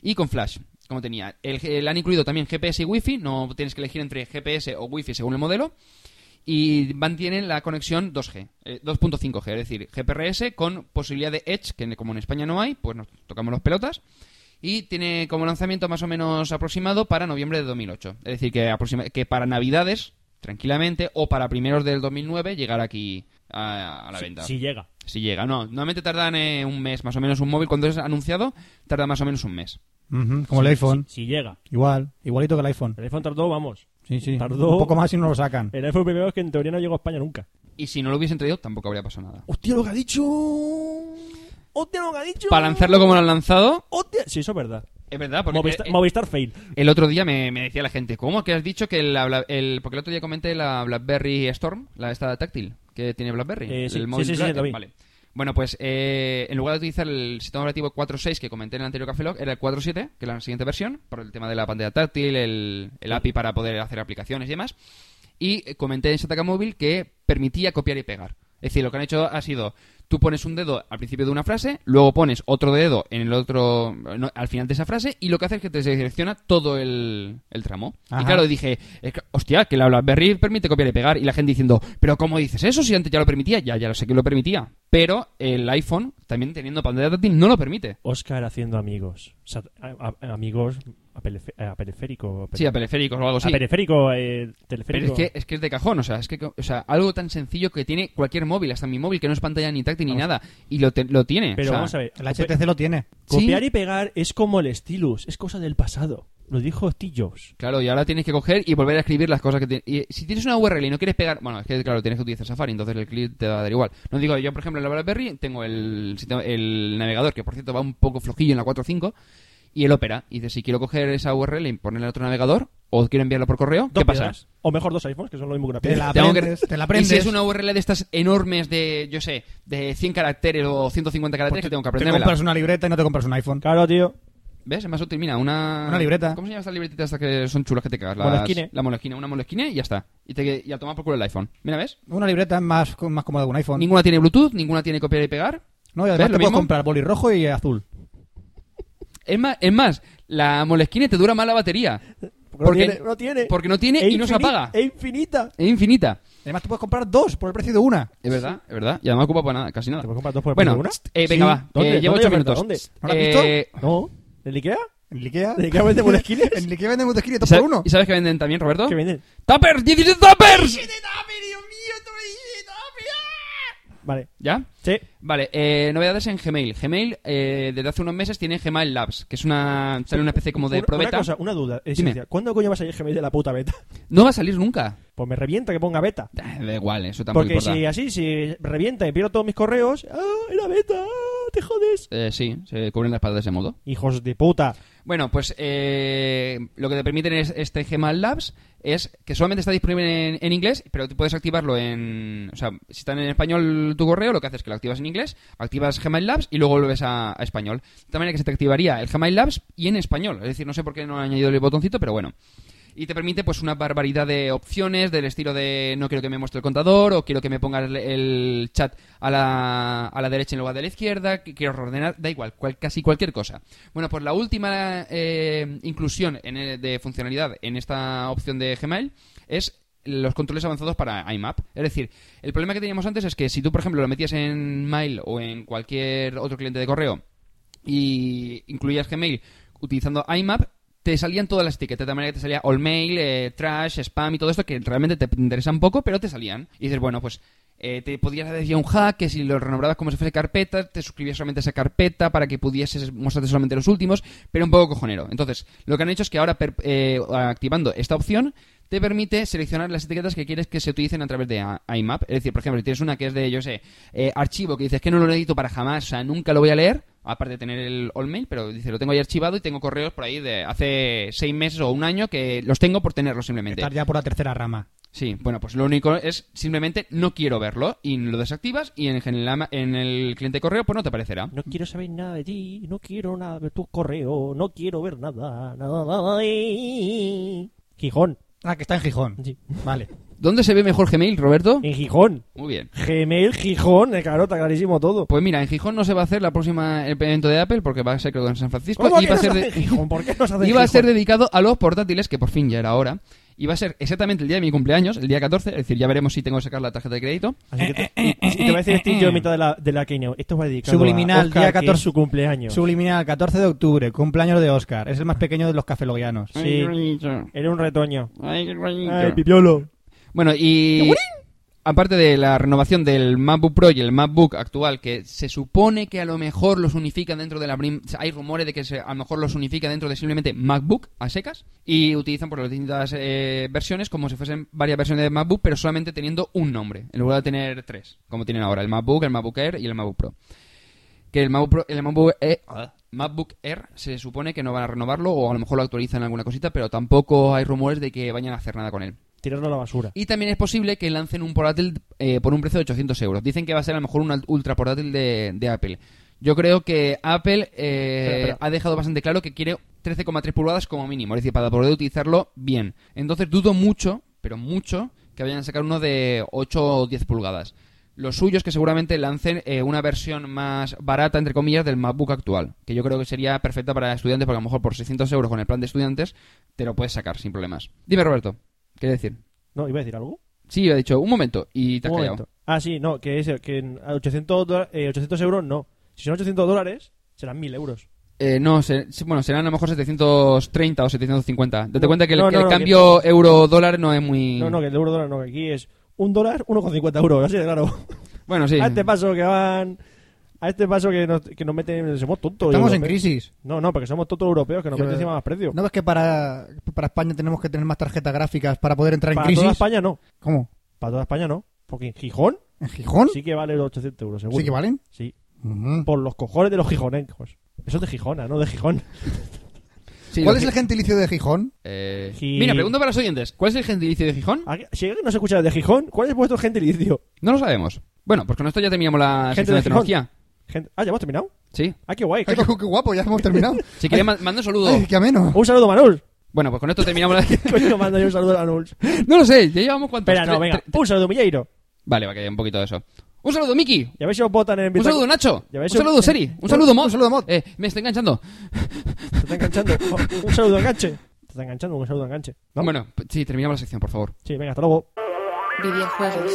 Y con flash, como tenía. El, le han incluido también GPS y Wi-Fi, no tienes que elegir entre GPS o Wi-Fi según el modelo. Y mantienen la conexión 2G, eh, 2.5G, es decir, GPRS con posibilidad de Edge, que como en España no hay, pues nos tocamos las pelotas. Y tiene como lanzamiento más o menos aproximado para noviembre de 2008. Es decir, que, aproxima- que para Navidades, tranquilamente, o para primeros del 2009, llegar aquí a, a la
si,
venta.
si llega.
Si llega, no. Normalmente tardan eh, un mes, más o menos un móvil. Cuando es anunciado, tarda más o menos un mes.
Como el iPhone.
Si llega.
Igual. Igualito que el iPhone. Eh,
El iPhone tardó, vamos.
Sí, sí.
Tardó-
Un poco más si no lo sacan.
El iPhone primero es que en teoría no llegó a España nunca.
Y si no lo hubiesen traído, tampoco habría pasado nada.
Hostia, lo que ha dicho. ¡Hostia, lo que ha dicho!
Para lanzarlo como lo han lanzado,
¡Hostia! Sí, eso es verdad.
es verdad, porque
Movistar,
eh,
Movistar fail.
el otro día me, me decía la gente, ¿cómo que has dicho que la, Bla- el... Porque el otro día comenté la BlackBerry Storm, la esta táctil que tiene BlackBerry.
Eh, sí,
el
sí,
móvil
sí, sí,
Black-
la vi.
Vale. Bueno, pues eh, en lugar de utilizar el sistema operativo 4.6 que comenté en el anterior Café Lock, era el 4.7, que es la siguiente versión, por el tema de la pantalla táctil, el, el API para poder hacer aplicaciones y demás. Y eh, comenté en Sataka Móvil que permitía copiar y pegar. Es decir, lo que han hecho ha sido, tú pones un dedo al principio de una frase, luego pones otro dedo en el otro, no, al final de esa frase, y lo que hace es que te selecciona todo el, el tramo.
Ajá.
Y claro, dije, es que, hostia, que la BlackBerry permite copiar y pegar. Y la gente diciendo, pero ¿cómo dices eso? Si antes ya lo permitía, ya, ya lo sé que lo permitía. Pero el iPhone, también teniendo pantalla táctil, no lo permite.
Oscar haciendo amigos. O sea, a- a- amigos a, pelefe- a periférico.
Sí, a periféricos o algo
A
así.
periférico, eh,
Pero
teleférico.
es que, es que es de cajón, o sea, es que o sea, algo tan sencillo que tiene cualquier móvil, hasta mi móvil, que no es pantalla ni táctil ni nada, y lo, te- lo tiene.
Ah. Pero
o sea,
vamos a ver.
El HTC lo tiene.
Sí.
Copiar y pegar es como el stylus, es cosa del pasado. Lo dijo Steve Jobs.
Claro, y ahora tienes que coger y volver a escribir las cosas que tienes. Y si tienes una URL y no quieres pegar. Bueno, es que claro, tienes que utilizar Safari, entonces el clip te va a dar igual. No digo, yo por ejemplo en la BlackBerry tengo el, sistema- el navegador, que por cierto va un poco flojillo en la 4.5, y el Opera. Y dice, si quiero coger esa URL y ponerla en otro navegador, o quiero enviarla por correo,
Dos
¿qué pasa?
piedras. O mejor dos iPhones, que son lo mismo que una
Te
piedra.
la
Tengo que-
aprendes. Te la aprendes.
Y si es una URL de estas enormes de, yo sé, de 100 caracteres o 150 caracteres, que tengo que
Pues Te
aprendérmela.
compras una libreta y no te compras un iPhone.
Claro, tío.
¿Ves? Es más útil, mira, una...
Una libreta.
¿Cómo se llama estas libretitas estas que son chulas que te cagas? Las-
Moleskine.
La molesquina, una molesquina y ya está. Y, te... y a tomar por culo el iPhone. Mira, ¿ves?
Una libreta es más, co- más cómoda que un iPhone.
Ninguna tiene Bluetooth, ninguna tiene copiar y pegar.
No, y además
¿Ves
te
lo
puedes
mismo?
comprar boli rojo y azul.
Es más, es más la molesquina te dura más la batería.
Porque
Porque-
no tiene. No tiene,
porque no tiene
E
y no se
infini-
apaga.
E infinita.
Es infinita.
Además, te puedes comprar dos por el precio de una.
Es verdad, es verdad. Y además ocupa para nada, casi nada.
¿Te puedes comprar dos por el
bueno,
precio de una?
eh, venga,
Sí.
va.
¿Dónde?
Eh, llevo
¿Dónde
ocho
la
minutos.
oferta?
¿No la has visto?
Eh,
No. ¿El Ikea?
¿En Ikea?
¿En Ikea venden moleskines?
en Ikea venden moleskines
¿y
dos
sa-
por uno.
¿Y sabes qué venden también, Roberto?
¿Qué venden?
¡Tuppers! ¡17 tuppers!
Vale.
¿Ya?
Sí.
Vale, eh, novedades en Gmail. Gmail, eh, desde hace unos meses, tiene Gmail Labs, que es una. sale una especie como de
Una-
pro
una,
beta.
cosa, una duda. esencial.
Dime.
¿Cuándo coño va a salir Gmail de la puta beta?
No va a salir nunca.
Pues me revienta que ponga beta.
Ah, Da igual, eso tampoco
Porque
importa.
si así, si revienta y pierdo todos mis correos, ¡ah, era beta! ¡Ah, ¡Te jodes!
Eh, sí, se cubren la espalda de ese modo.
Hijos de puta.
Bueno, pues eh, lo que te permiten es este Gmail Labs es que solamente está disponible en, en inglés, pero tú puedes activarlo en... O sea, si está en español tu correo, lo que haces es que lo activas en inglés, activas Gmail Labs y luego vuelves a, a español. De tal manera que se te activaría el Gmail Labs y en español. Es decir, no sé por qué no han añadido el botoncito, pero bueno. Y te permite pues una barbaridad de opciones del estilo de no quiero que me muestre el contador o quiero que me pongas el- el chat a la, a la derecha en lugar de la izquierda, que quiero ordenar, da igual, cual- casi cualquier cosa. Bueno, pues la última eh, inclusión en el- de funcionalidad en esta opción de Gmail es los controles avanzados para IMAP. Es decir, el problema que teníamos antes es que si tú, por ejemplo, lo metías en Mail o en cualquier otro cliente de correo y incluías Gmail utilizando IMAP, te salían todas las etiquetas. De tal manera que te salía all mail, eh, trash, spam y todo esto que realmente te interesan poco, pero te salían. Y dices, bueno, pues eh, te podías hacer ya un hack que si lo renombrabas como si fuese carpeta, te suscribías solamente a esa carpeta para que pudieses mostrarte solamente los últimos, pero un poco cojonero. Entonces, lo que han hecho es que ahora per- eh, activando esta opción te permite seleccionar las etiquetas que quieres que se utilicen a través de a- IMAP. Es decir, por ejemplo, si tienes una que es de, yo sé, eh, archivo, que dices que no lo necesito para jamás, o sea, nunca lo voy a leer, aparte de tener el all mail, pero dice, lo tengo ahí archivado y tengo correos por ahí de hace seis meses o un año que los tengo por tenerlos simplemente.
Estar ya por la tercera rama.
Sí, bueno, pues lo único es simplemente no quiero verlo y lo desactivas y en, general, en el cliente de correo pues no te aparecerá.
No quiero saber nada de ti, no quiero nada de tu correo, no quiero ver nada, nada, nada de- Gijón.
Ah, que está en Gijón.
Sí.
Vale.
¿Dónde se ve mejor Gmail, Roberto?
En Gijón.
Muy bien.
Gmail, Gijón, eh, claro, está clarísimo todo.
Pues mira, en Gijón no se va a hacer la próxima evento de Apple porque va a ser creo que en San Francisco
¿Cómo
y
que
va
no
a ser
se
de-
hace en Gijón? ¿Por qué no se hace en
Iba a ser
Gijón?
dedicado a los portátiles, que por fin ya era hora. Y va a ser exactamente el día de mi cumpleaños, el día 14, es decir, ya veremos si tengo que sacar la tarjeta de crédito.
Así que te, y- y te voy a decir Steve Jobs en mitad de la, de la keynote. Esto va dedicado
Subliminal,
a Oscar,
día
que es
14.
su cumpleaños.
Subliminal, 14 de octubre, cumpleaños de Oscar. Es el más pequeño de los cafelogianos.
Sí. Era un retoño.
Ay, qué bonito.
Ay, pipiolo.
Bueno, y aparte de la renovación del MacBook Pro y el MacBook actual, que se supone que a lo mejor los unifica dentro de la... prim- Hay rumores de que se- a lo mejor los unifica dentro de simplemente MacBook a secas y utilizan por las distintas eh, versiones como si fuesen varias versiones de MacBook, pero solamente teniendo un nombre, en lugar de tener tres, como tienen ahora, el MacBook, el MacBook Air y el MacBook Pro. que el MacBook, Pro- el MacBook, eh, MacBook Air se supone que no van a renovarlo o a lo mejor lo actualizan en alguna cosita, pero tampoco hay rumores de que vayan a hacer nada con él.
Tirarlo a la basura.
Y también es posible que lancen un portátil eh, por un precio de 800 euros. Dicen que va a ser a lo mejor un alt- ultra portátil de, de Apple. Yo creo que Apple eh,
Espera, espera.
ha dejado bastante claro que quiere 13,3 pulgadas como mínimo. Es decir, para poder utilizarlo bien. Entonces dudo mucho, pero mucho, que vayan a sacar uno de 8 o 10 pulgadas. Lo suyo es que seguramente lancen eh, una versión más barata, entre comillas, del MacBook actual. Que yo creo que sería perfecta para estudiantes, porque a lo mejor por 600 euros con el plan de estudiantes te lo puedes sacar sin problemas. Dime, Roberto, ¿qué decir?
No, iba a decir algo.
Sí, ha dicho un momento y te has
Un
callado.
momento. Ah, sí, no, que, es, que en- a 800, dola- eh, 800 euros no. Si son 800 dólares, serán 1000 euros.
Eh, no, se- se- bueno, serán a lo mejor 730 o 750. Date
No,
cuenta que el,
no, no,
el
no,
cambio euro-dólar no es
Mm.
muy...
No, no, que el euro dólar no, que aquí es un dólar, 1,50 euros, así de claro.
Bueno, sí.
A este paso que van. A este paso que nos, que nos meten. Somos tontos.
Estamos en
europeos.
crisis.
No, no, porque somos tontos europeos que nos
Yo-
meten encima más precios.
¿No ves que para, para España tenemos que tener más tarjetas gráficas para poder entrar en
Para
crisis?
toda España no.
¿Cómo?
Para toda España no. Porque en Gijón
¿En Gijón?
sí que vale los 800 euros, seguro.
¿Sí que valen? Mm.
Sí.
Ujú.
Por los cojones de los gijonecos. Eso es de Gijona, no de Gijón.
sí,
¿Cuál
lo
es
que-
el gentilicio de Gijón?
eh,
Gi-
Mira, pregunta para los oyentes. ¿Cuál es el gentilicio de Gijón?
Aquí- Ah, Si alguien no se escucha de Gijón, ¿cuál es vuestro gentilicio?
No lo sabemos. Bueno, pues con esto ya terminamos la
Gente
sección
de
de tecnología.
Gente... Ah, ya hemos terminado.
Sí.
Ah, qué guay.
Ay, qué, qué guapo, ya hemos terminado.
Si queréis, ma- manda un saludo.
Ay, qué ameno.
Un saludo, Manuel.
Bueno, pues con esto terminamos la...
Coño, mando yo un saludo a Manuel.
no lo sé, ya llevamos cuántos...
Espera, no,
Tre-
venga.
tre-
Un saludo, Milleiro.
Vale, va a quedar un poquito de eso. Un saludo, Miki.
Y a ver si os votan en
Un
Bitácora-
saludo, Nacho.
Ya
Un
ves,
saludo,
un-
Seri. Un saludo, Mod.
Un saludo, Mod.
Eh, me estoy enganchando.
Te está enganchando. Oh, Un saludo, enganche. Te está enganchando, un saludo, enganche. ¿No?
Bueno, p- sí, terminamos la sección, por favor.
Sí, venga, hasta luego.
Videojuegos.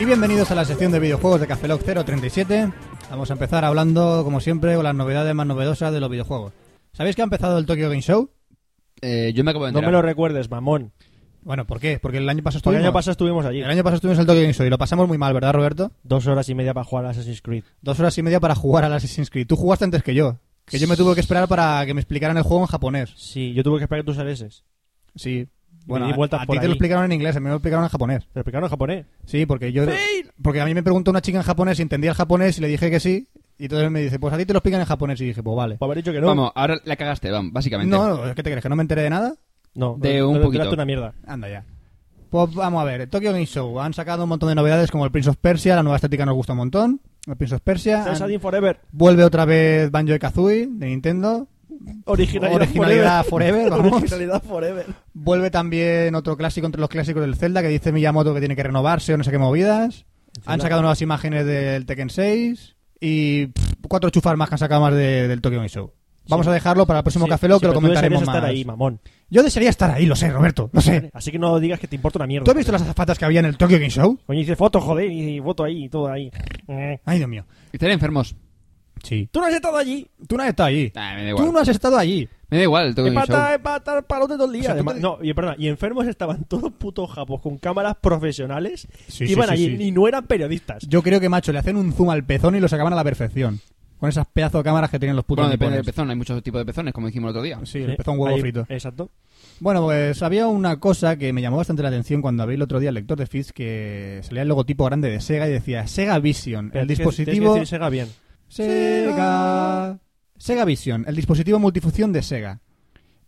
Y bienvenidos a la sección de videojuegos de Café Lock 037. Vamos a empezar hablando, como siempre, con las novedades más novedosas de los videojuegos. ¿Sabéis que ha empezado el Tokyo Game Show?
Eh, yo me acabo de
No
enterar.
me lo recuerdes, mamón.
Bueno, ¿por qué? Porque el año pasado
Porque
estuvimos...
el año pasado estuvimos allí.
El año pasado estuvimos en el Tokyo Game Show y lo pasamos muy mal, ¿verdad, Roberto?
Dos horas y media para jugar a Assassin's Creed.
Dos horas y media para jugar al Assassin's Creed. Tú jugaste antes que yo. Que yo me tuve que esperar para que me explicaran el juego en japonés.
Sí, yo tuve que esperar que tú salieses.
Sí.
Y
Bueno,
di vueltas
a, a
por
ti te lo
ahí.
explicaron en inglés, a mí me lo explicaron en japonés.
Te lo explicaron en japonés. Pues
Sí, porque yo... Porque a mí me preguntó una chica en japonés si entendía el japonés y le dije que sí. Y entonces me dice, pues a ti te lo explican en japonés. Y dije, pues vale.
Por haber dicho que no.
Vamos, ahora la cagaste, vamos, básicamente.
No, no, ¿qué te crees? ¿Que no me enteré de nada?
No,
De
no,
un
no,
poquito.
date una mierda.
Anda ya. Pues vamos a ver, Tokyo Game Show. Han sacado un montón de novedades como el Prince of Persia, la nueva estética nos gusta un montón. El Prince of Persia. han-
Assassin's Forever.
Vuelve otra vez Banjo y Kazooie de Nintendo.
Originalidad,
Originalidad forever, vamos.
Originalidad Forever.
Vuelve también otro clásico entre los clásicos del Zelda que dice Miyamoto que tiene que renovarse o no sé qué movidas. Han
Zelda.
sacado nuevas imágenes del Tekken 6 y pff, cuatro chufas más que han sacado más de- del Tokyo Game Show. Vamos
Sí.
a dejarlo para el próximo
Sí,
Café Lock,
sí,
que lo
pero tú desearías
comentaremos más.
estar ahí, mamón.
Yo desearía estar ahí, lo sé, Roberto, lo sé.
Así que no digas que te importa una mierda.
¿Tú has visto las azafatas que había en el Tokyo Game Show?
Coño, hice foto, joder, y foto ahí y todo ahí. Eh.
Ay, Dios mío.
Están enfermos.
Sí.
Tú no has estado allí.
Tú no has estado allí.
Nah, me da
Tú
igual.
no has estado allí.
Me da igual el Tokyo
Es para
Game Show.
estar, es para estar palote todo el día.
O sea, tú
Además-
te-
no, y perdona, y enfermos estaban todos putos japos con cámaras profesionales.
Sí,
iban
sí, sí,
allí
sí.
y no eran periodistas.
Yo creo que, macho, le hacen un zoom al pezón y lo sacaban a la perfección. Con esas pedazos de cámaras que tienen los putos
Bueno, depende del
nipones.
pezón. Hay muchos tipos de pezones, como dijimos el otro día.
Sí, el pezón huevo
Eh, ahí-
frito.
Exacto.
Bueno, pues había una cosa que me llamó bastante la atención cuando abrí el otro día el lector de Fizz que salía el logotipo grande de Sega y decía Sega Vision,
Pero
el
tienes que-
dispositivo...
tienes que decir Sega bien.
Sega... Sega Vision, el dispositivo multifunción de Sega.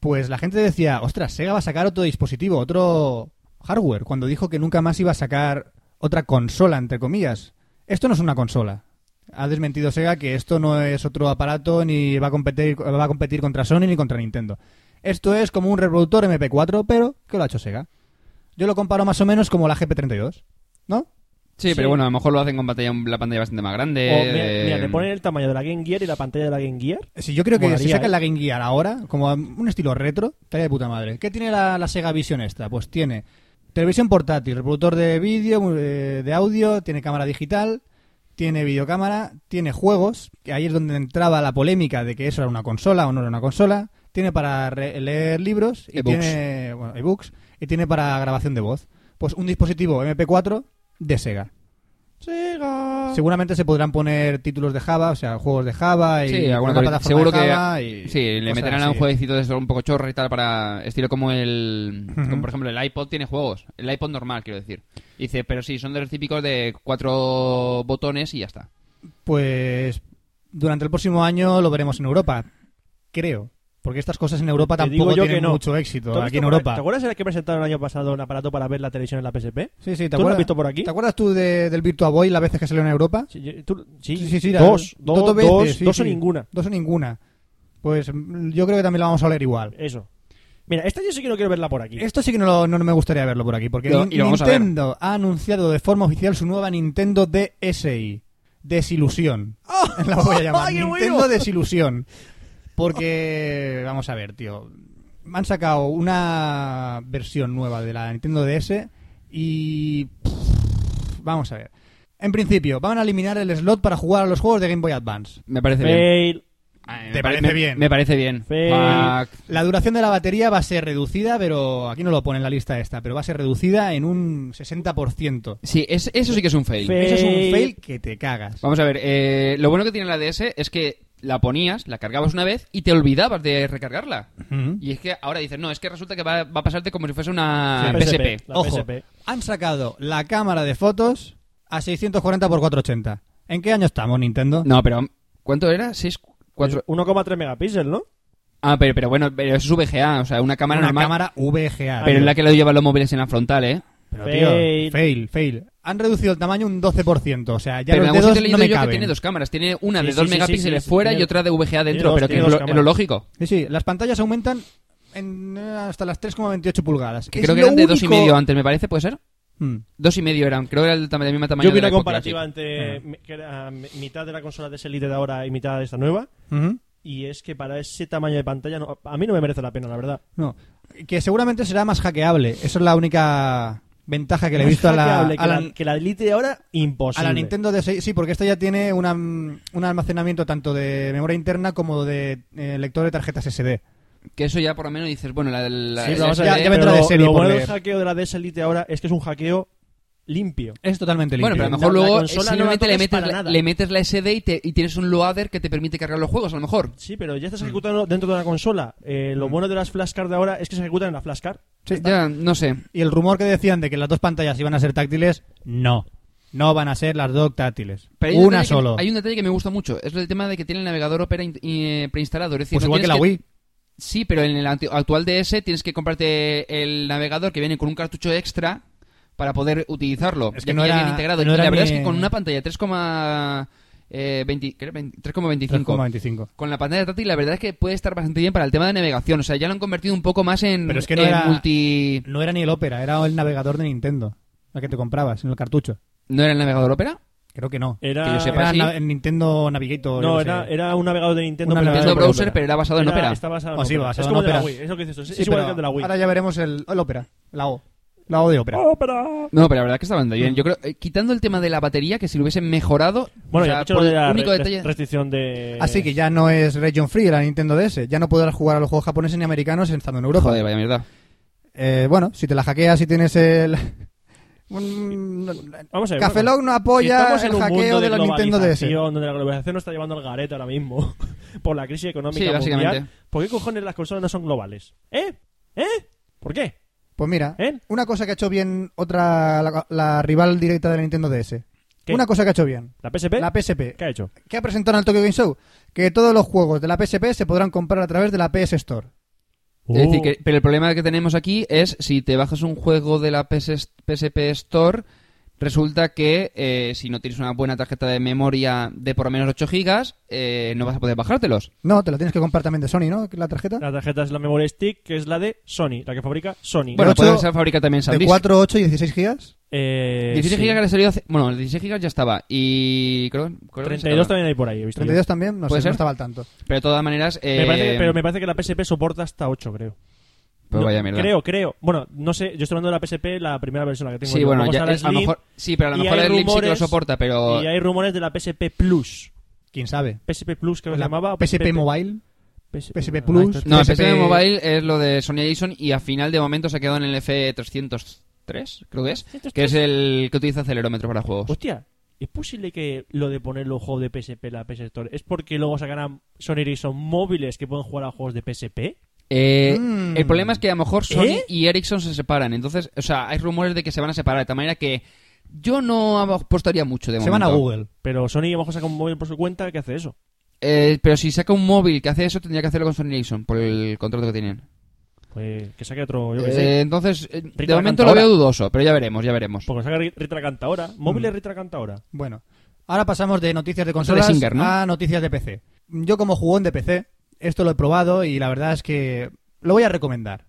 Pues la gente decía, ostras, Sega va a sacar otro dispositivo, otro hardware, cuando dijo que nunca más iba a sacar otra consola, entre comillas. Esto no es una consola. Ha desmentido Sega que esto no es otro aparato ni va a competir, va a competir contra Sony ni contra Nintendo. Esto es como un reproductor MP4, pero que lo ha hecho Sega. Yo lo comparo más o menos como la GP32, ¿no?
Sí,
Sí.
pero bueno, a lo mejor lo hacen con pantalla, la pantalla bastante más grande.
O, mira,
eh,
mira, te ponen el tamaño de la Game Gear y la pantalla de la Game Gear.
Sí, yo creo que si
Molaría,
sacan
¿eh?
la Game Gear ahora, como un estilo retro, estaría de puta madre. ¿Qué tiene la, la Sega Vision esta? Pues tiene televisión portátil, reproductor de vídeo, eh, de audio, tiene cámara digital, tiene videocámara, tiene juegos, que ahí es donde entraba la polémica de que eso era una consola o no era una consola, tiene para re- leer libros y
E-books.
tiene bueno, ebooks y tiene para grabación de voz. Pues un dispositivo MP4 de Sega.
Sega.
Seguramente se podrán poner títulos de Java, o sea, juegos de Java y
Sí, alguna
una
cosa.
plataforma
Seguro
de
que
Java y
sí, le
cosas
meterán a un
así.
jueguecito de esos un poco chorro y tal para estilo como el como por ejemplo el iPod tiene juegos, el iPod normal quiero decir. Dice, pero sí, son de los típicos de cuatro botones y ya está.
Pues durante el próximo año lo veremos en Europa, creo. Porque estas cosas en Europa
Te digo
tampoco
yo que
tienen
no.
mucho
¿Tú
éxito
has
aquí
visto
en
por-
Europa.
¿Te acuerdas de la que presentaron el año pasado un aparato para ver la televisión en la PSP?
Sí,
¿Tú lo
sí, ¿te
has
acuerdas?
visto por aquí?
¿Te acuerdas tú de- del Virtua Boy las veces que salió en Europa?
Sí, yo- tú- sí,
Sí, sí, sí, la-
dos,
dos
dos, dos,
veces,
dos,
sí,
dos o
sí.
ninguna.
Dos o ninguna. Pues mm, yo creo que también la vamos a oler igual.
Eso. Mira, esta yo sí que no quiero verla por aquí.
Esto sí que no, lo- no me gustaría verlo por aquí, porque
Lo-
Nin-
y lo vamos a ver.
Nintendo ha anunciado de forma oficial su nueva Nintendo DSi. Desilusión. La voy a llamar.
¡Oh! ¡Ay, qué bueno!
Nintendo Desilusión. Porque, vamos a ver, tío. Han sacado una versión nueva de la Nintendo DS y... pff, vamos a ver. En principio, van a eliminar el slot para jugar a los juegos de Game Boy Advance.
Me parece bien.
Fail.
Ay, me pare-
¿Te parece
me-
bien?
Me parece bien.
Fe-
Fuck.
La duración de la batería va a ser reducida, pero aquí no lo pone en la lista esta, pero va a ser reducida en un 60%.
Sí, es- eso sí que es un fail.
Fe-
Eso es un
Fail.
fail que te cagas.
Vamos a ver, eh, lo bueno que tiene la DS es que la ponías, la cargabas una vez y te olvidabas de recargarla.
Ujú.
Y es que ahora dices, no, es que resulta que va, va a pasarte como si fuese una
Sí,
PSP.
PSP. La
Ojo,
PSP.
han sacado la cámara de fotos a 640 x 480. ¿En qué año estamos, Nintendo?
No, pero ¿cuánto era? 6, 4...
1,3 megapíxeles, ¿no?
Ah, pero, pero bueno, pero eso es VGA, o sea, una cámara
Una
normal.
cámara VGA.
Pero
tío.
en la que lo llevan los móviles en la frontal, ¿eh?
Pero, tío,
Fail.
fail, fail. Han reducido el tamaño un 12%, o sea, ya
pero en
los
algún
dedos
sitio he leído
no me
yo que
caben.
tiene dos cámaras. Tiene una
Sí,
de
sí,
2
sí, sí,
megapíxeles
sí, sí,
fuera
tiene-
y otra de VGA dentro,
dos-
pero que
tiene
es
dos
lo, es lo
cámaras.
lógico.
Sí, sí, las pantallas aumentan en, eh, hasta las 3,28 pulgadas.
Que
Es
creo que
lo
eran de dos y
único-
medio antes, me parece, ¿puede ser?
Mm.
Dos y medio eran, creo que era el tam- del mismo tamaño
Yo vi
de la Ah.
una
Pocket
comparativa
Classic.
entre me- que era mi- mitad de la consola de ese Elite de ahora y mitad de esta nueva.
Ujú.
Y es que para ese tamaño de pantalla, no- a mí no me merece la pena, la verdad.
No, que seguramente será más hackeable. Eso es la única ventaja que le he visto a la,
Hackeable,
a la,
que, la, que la Elite de ahora,
a
imposible.
la Nintendo DS. Sí, porque esta ya tiene una, mm, un almacenamiento tanto de memoria interna como de eh, lector de tarjetas SD.
Que eso ya por lo menos dices, bueno, la, la-
Sí,
la-
pero vamos a
la-
ver,
ya vendrá
pero
de
lo-
serie
Lo
por
bueno del
leer.
hackeo de la DS Elite ahora es que es un hackeo limpio.
Es totalmente limpio.
Bueno, pero a lo
La-
mejor
la
luego eh,
consola no la
simplemente le,
toques
metes
para
la,
nada.
le metes la SD y, te- y tienes un loader que te permite cargar los juegos, a lo mejor.
Sí, pero
Mm.
ya estás ejecutando dentro de una consola. Eh, lo bueno de las flashcards de ahora es que se ejecutan en la flashcard.
Sí, está.
Ya, no sé.
Y el rumor que decían de que las dos pantallas iban a ser táctiles, no. No van a ser las dos táctiles.
Pero hay un
Una
detalle que-
solo.
hay un detalle que me gusta mucho. Es el tema de que tiene el navegador Opera in- eh, preinstalado. Es decir,
Pues
no
igual que la
tienes
Wii.
Sí, pero en el anti- actual DS tienes que comprarte el navegador que viene con un cartucho extra para poder utilizarlo.
Es
ya
que no
ya
era-
viene integrado.
no
Y
era
la verdad
ni-
es que con una pantalla 3,25. Eh, 20 ¿qué era? 20 3,25.
3,25.
Con la pantalla táctil, la verdad es que puede estar bastante bien para el tema de navegación. O sea, ya lo han convertido un poco más en,
Pero es que no
en
era-
multi.
No era ni el Opera, era el navegador de Nintendo. El que te comprabas en el cartucho.
¿No era el navegador Opera?
Creo que no.
Era,
Que yo sepa,
Era
sí.
na- el Nintendo Navigator. yo
no,
qué
era,
sé.
era un navegador de Nintendo.
Un
pero
navegador
Nintendo
era de
Browser,
Opera.
pero era basado en
Era-
Opera.
Está basado en
Ah, sí,
Opera.
basado
es
en
como de la
Opera.
Wii. Es lo que dices tú. Es,
Sí,
es igual
pero
que el de la Wii. Eh.
Ahora ya veremos el, el ópera, la O. La O de ópera.
¡Opera!
No, pero la verdad es que está bastante
Mm.
bien. Yo creo, eh, quitando el tema de la batería, que si lo hubiesen mejorado.
Bueno,
o
ya
sea,
he dicho
por
lo de
el
la
único
re-
detalle.
restricción de...
Así que ya no es Region Free la Nintendo DS. Ya no podrás jugar a los juegos japoneses ni americanos estando en Europa.
Joder, vaya mierda.
Eh, bueno, si te la hackeas y tienes el... un-
Vamos a ver.
Café
bueno,
Lock no
si
apoya
estamos en
el
un
hackeo
mundo
de la Nintendo
globalización,
DS.
Donde la globalización nos está llevando al garete ahora mismo por la crisis económica
Sí,
mundial.
básicamente.
¿Por qué cojones las consolas no son globales? ¿Eh? ¿Eh? ¿Por qué?
Pues mira,
¿Eh?
una cosa que ha hecho bien otra la, la rival directa de la Nintendo DS.
¿Qué?
Una cosa que ha hecho bien.
¿La PSP?
La PSP.
¿Qué ha hecho?
que ha presentado en el Tokyo Game Show? Que todos los juegos de la PSP se podrán comprar a través de la PS Store.
Uh.
Es decir, que, pero el problema que tenemos aquí es si te bajas un juego de la PS PSP Store, resulta que eh, si no tienes una buena tarjeta de memoria de por lo menos 8 gigas, eh, no vas a poder bajártelos.
No, te la tienes que comprar también de Sony, ¿no? La tarjeta.
La tarjeta es la memory stick, que es la de Sony, la que fabrica Sony.
Bueno,
ocho-
puedes fabricar también
de
SanDisk.
4, 8 y 16 gigas.
eh,
16
sí.
gigas le salió hace- Bueno, el 16 gigas ya estaba. Y creo, creo que se
32
acaba.
también hay por ahí, he visto yo.
32 también, no sé,
¿Puede
no
ser?
estaba al tanto.
Pero de todas maneras. Eh,
Me parece que- pero me parece que la PSP soporta hasta 8, creo.
pues
No,
vaya mierda.
Creo, creo. Bueno, no sé, yo estoy hablando de la PSP, la primera versión, la que tengo.
Sí,
yo.
bueno,
Luego
ya
está la
es- a lo
Slim,
mejor. Sí, pero a lo
y
mejor
hay
el Lip sí que lo
rumores-
soporta, pero.
Y hay rumores de la PSP Plus.
¿Quién sabe?
PSP Plus, creo que se
La
llamaba. o
PSP Mobile.
PSP,
PSP
Ah,
Plus.
esto es-
No, el
PSP
PSP Mobile es lo de Sony Edison y a final de momento se ha quedado en el F303, creo que es, que es el que utiliza acelerómetro para juegos.
Hostia, ¿Es posible que lo de poner los juegos de PSP en la PS Store es porque luego sacarán Sony Ericsson móviles que pueden jugar a juegos de PSP?
Eh,
Mm.
El problema es que a lo mejor Sony
¿Eh?
y Ericsson se separan. Entonces, o sea, hay rumores de que se van a separar. De tal manera que yo no apostaría mucho de
Se van a
momento.
Google.
Pero Sony a lo mejor saca un móvil por su cuenta que hace eso.
Eh, pero si saca un móvil que hace eso, tendría que hacerlo con Sony Ericsson por el contrato que tienen.
Pues que saque otro, yo que
Eh,
sé.
Entonces, eh, de
Rita
momento lo
Cantadora.
veo dudoso, pero ya veremos, ya veremos.
Porque saca Rit- Ritra Cantadora. Móviles Ritra Cantadora.
Bueno, ahora pasamos de noticias de
Cosa de
consolas
Singer, ¿no?
a noticias de PC. Yo como jugón de PC, esto lo he probado y la verdad es que lo voy a recomendar.